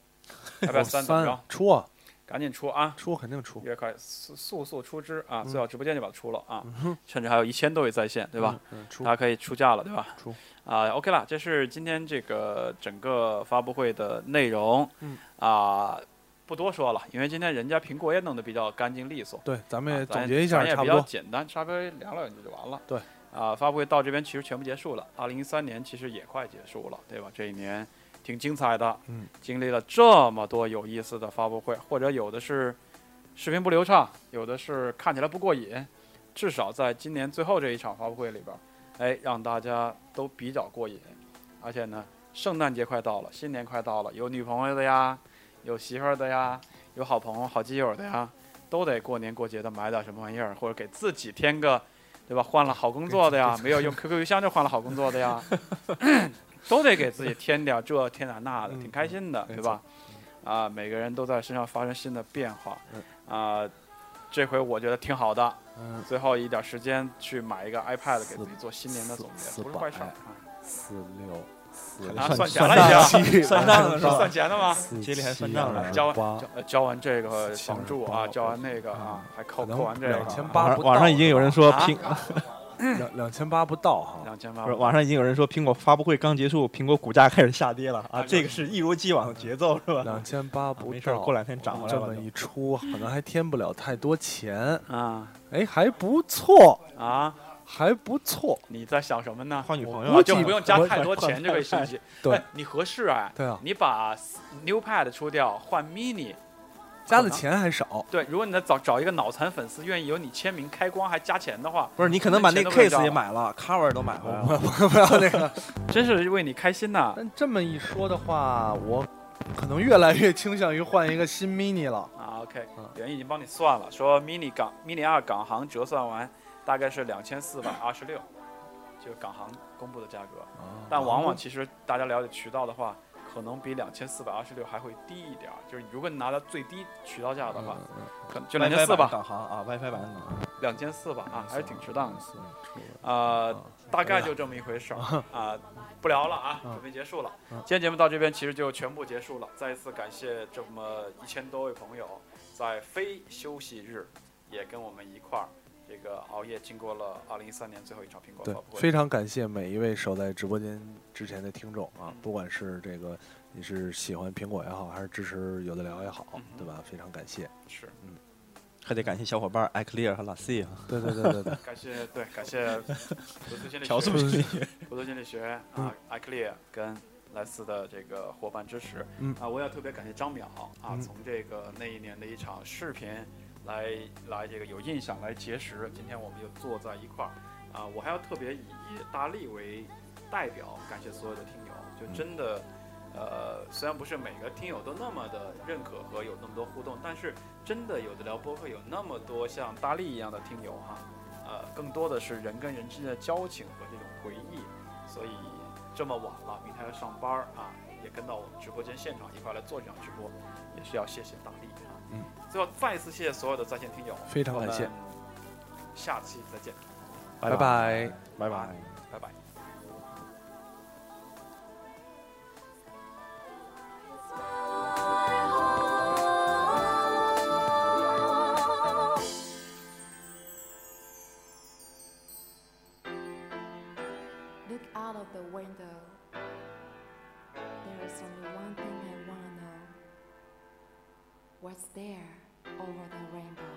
Speaker 1: ？iPad 三怎么着？
Speaker 2: 出啊，
Speaker 1: 赶紧出啊！
Speaker 2: 出肯定出。
Speaker 1: 越快速速速出之啊！
Speaker 2: 嗯
Speaker 1: 最好直播间就把它出了啊！
Speaker 2: 嗯哼，
Speaker 1: 甚至还有一千多位在线，对吧？
Speaker 2: 嗯？出
Speaker 1: 大家可以出价了，对吧？
Speaker 2: 出
Speaker 1: 啊、o k 啦，这是今天这个整个发布会的内容。
Speaker 2: 嗯
Speaker 1: 啊、不多说了，因为今天人家苹果也弄得比较干净利索。
Speaker 2: 对，咱们
Speaker 1: 啊
Speaker 2: 也
Speaker 1: 咱
Speaker 2: 总结一下
Speaker 1: 咱，也
Speaker 2: 差
Speaker 1: 比
Speaker 2: 不
Speaker 1: 较
Speaker 2: 多。
Speaker 1: 简单，稍微聊聊就完了。
Speaker 2: 对，
Speaker 1: 啊，发布会到这边其实全部结束了。二零一三年其实也快结束了，对吧？这一年挺精彩的，
Speaker 2: 嗯，
Speaker 1: 经历了这么多有意思的发布会，或者有的是视频不流畅，有的是看起来不过瘾。至少在今年最后这一场发布会里边，哎，让大家都比较过瘾。而且呢，圣诞节快到了，新年快到了，有女朋友的呀，有媳妇儿的呀，有好朋友、好基友的呀，都得过年过节的买点什么玩意儿，或者给自己添个，对吧？换了好工作的呀，没有用 QQ 邮箱就换了好工作的 呀，都得给自己添点这添点那的，
Speaker 2: 嗯
Speaker 1: 挺开心的，
Speaker 2: 没
Speaker 1: 对吧？啊，每个人都在身上发生新的变化，啊，这回我觉得挺好的。
Speaker 2: 嗯，
Speaker 1: 最后一点时间去买一个 iPad 给
Speaker 2: 四
Speaker 1: 自己做新年的总结，
Speaker 2: 四
Speaker 1: 不是坏事儿啊。
Speaker 2: 四六四
Speaker 3: 六
Speaker 1: 啊，算
Speaker 3: 算
Speaker 1: 钱了
Speaker 3: 算账
Speaker 1: 已经，
Speaker 2: 七
Speaker 3: 算 账了是吧
Speaker 1: 算钱了吗？
Speaker 3: 接力还算账了
Speaker 1: 交
Speaker 2: 八
Speaker 1: 交呃交完这个
Speaker 2: 七
Speaker 1: 房助
Speaker 2: 二
Speaker 1: 啊，
Speaker 2: 十八
Speaker 1: 交完那个啊，还扣
Speaker 2: 可能
Speaker 1: 扣完这个
Speaker 2: 两千
Speaker 1: 啊
Speaker 2: 八
Speaker 3: 网
Speaker 2: 不
Speaker 3: 上
Speaker 2: 到啊
Speaker 3: 网上已经有人说苹，
Speaker 2: 两两千八不到哈。
Speaker 1: 两千八
Speaker 3: 不是，网上已经有人说苹果发布会刚结束，苹果股价开始下跌了啊，这个是一如既往的节奏是吧？
Speaker 2: 两千八
Speaker 3: 啊
Speaker 2: 不
Speaker 3: 没事儿，
Speaker 2: 到，
Speaker 3: 过两天涨回来
Speaker 2: 这
Speaker 3: 了
Speaker 2: 么
Speaker 3: 就。
Speaker 2: 一出，可能还添不了太多钱。
Speaker 1: 啊
Speaker 2: 哎，还不错，
Speaker 1: 啊！
Speaker 2: 还不错。
Speaker 1: 你在想什么呢？
Speaker 3: 换女朋友
Speaker 1: 啊，
Speaker 2: 我
Speaker 3: 啊，
Speaker 1: 就
Speaker 2: 估计
Speaker 1: 不用加太多钱这个信息。
Speaker 2: 对
Speaker 1: 哎，你合适啊？
Speaker 2: 对啊，
Speaker 1: 你把 New Pad 出掉，换 Mini。
Speaker 2: 加的钱还少。
Speaker 1: 对，如果你再找找一个脑残粉丝愿意有你签名开光还加钱的话，
Speaker 3: 不是你可能把
Speaker 1: 那
Speaker 3: 那个
Speaker 1: 钱都
Speaker 3: case 也买了，cover 都买回来了。
Speaker 2: 我不要那个。
Speaker 1: 真是为你开心呐！
Speaker 2: 但这么一说的话，我可能越来越倾向于换一个新 mini 了。
Speaker 1: 啊，OK，
Speaker 2: 嗯
Speaker 1: 人已经帮你算了，说 mini 港 mini 二港行折算完大概是两千四百二十六，就是港行公布的价格。但往往其实大家了解渠道的话，可能比两千四百二十六还会低一点儿。就是如果你拿到最低渠道价的
Speaker 3: 嗯
Speaker 1: 话，
Speaker 2: 嗯
Speaker 1: 可能就两千
Speaker 3: WiFi
Speaker 1: 四吧，
Speaker 3: 版港行啊，WiFi 版港行
Speaker 1: 两千四吧，啊，还是挺值当的。
Speaker 3: 嗯
Speaker 2: 啊
Speaker 1: 呃，大概就这么一回事儿啊，不聊了啊，
Speaker 2: 哦嗯
Speaker 1: 准备结束了。
Speaker 2: 嗯
Speaker 1: 今天节目到这边其实就全部结束了，再一次感谢这么一千多位朋友在非休息日也跟我们一块儿。这个熬夜经过了二零一三年最后一场苹果
Speaker 2: 对
Speaker 1: 发，布会，
Speaker 2: 非常感谢每一位守在直播间之前的听众啊，不管是这个你是喜欢苹果也好，还是支持有的聊也好
Speaker 1: 嗯，哼
Speaker 2: 对吧？非常感谢。
Speaker 1: 是
Speaker 3: 还得感谢小伙伴 iClear 和 l a s i 啊，
Speaker 2: 对对对 对对，
Speaker 1: 感谢对感谢普通心理
Speaker 3: 调这
Speaker 1: 学
Speaker 3: 么 厉害。
Speaker 1: 博多心理学
Speaker 2: 嗯
Speaker 1: 啊，iClear 跟莱斯的这个伙伴支持，
Speaker 2: 嗯
Speaker 1: 啊，我也特别感谢张淼啊，
Speaker 2: 嗯
Speaker 1: 从这个那一年的一场视频来来这个有印象来结识，今天我们又坐在一块儿啊，我还要特别以大力为代表，感谢所有的听友，
Speaker 2: 嗯
Speaker 1: 就真的。呃，虽然不是每个听友都那么的认可和有那么多互动，但是真的有的聊播客有那么多像大力一样的听友哈、呃，更多的是人跟人之间的交情和这种回忆，所以这么晚了，明天要上班儿啊，也跟到我们直播间现场一块来做这场直播，也是要谢谢大力啊。
Speaker 2: 嗯，
Speaker 1: 最后再次谢谢所有的在线听友，
Speaker 2: 非常感谢
Speaker 1: 我们下期再见，
Speaker 2: 拜拜。
Speaker 3: 拜拜。
Speaker 1: 拜拜。
Speaker 6: Look out of the window. There is only one thing I want to know. What's there over the rainbow?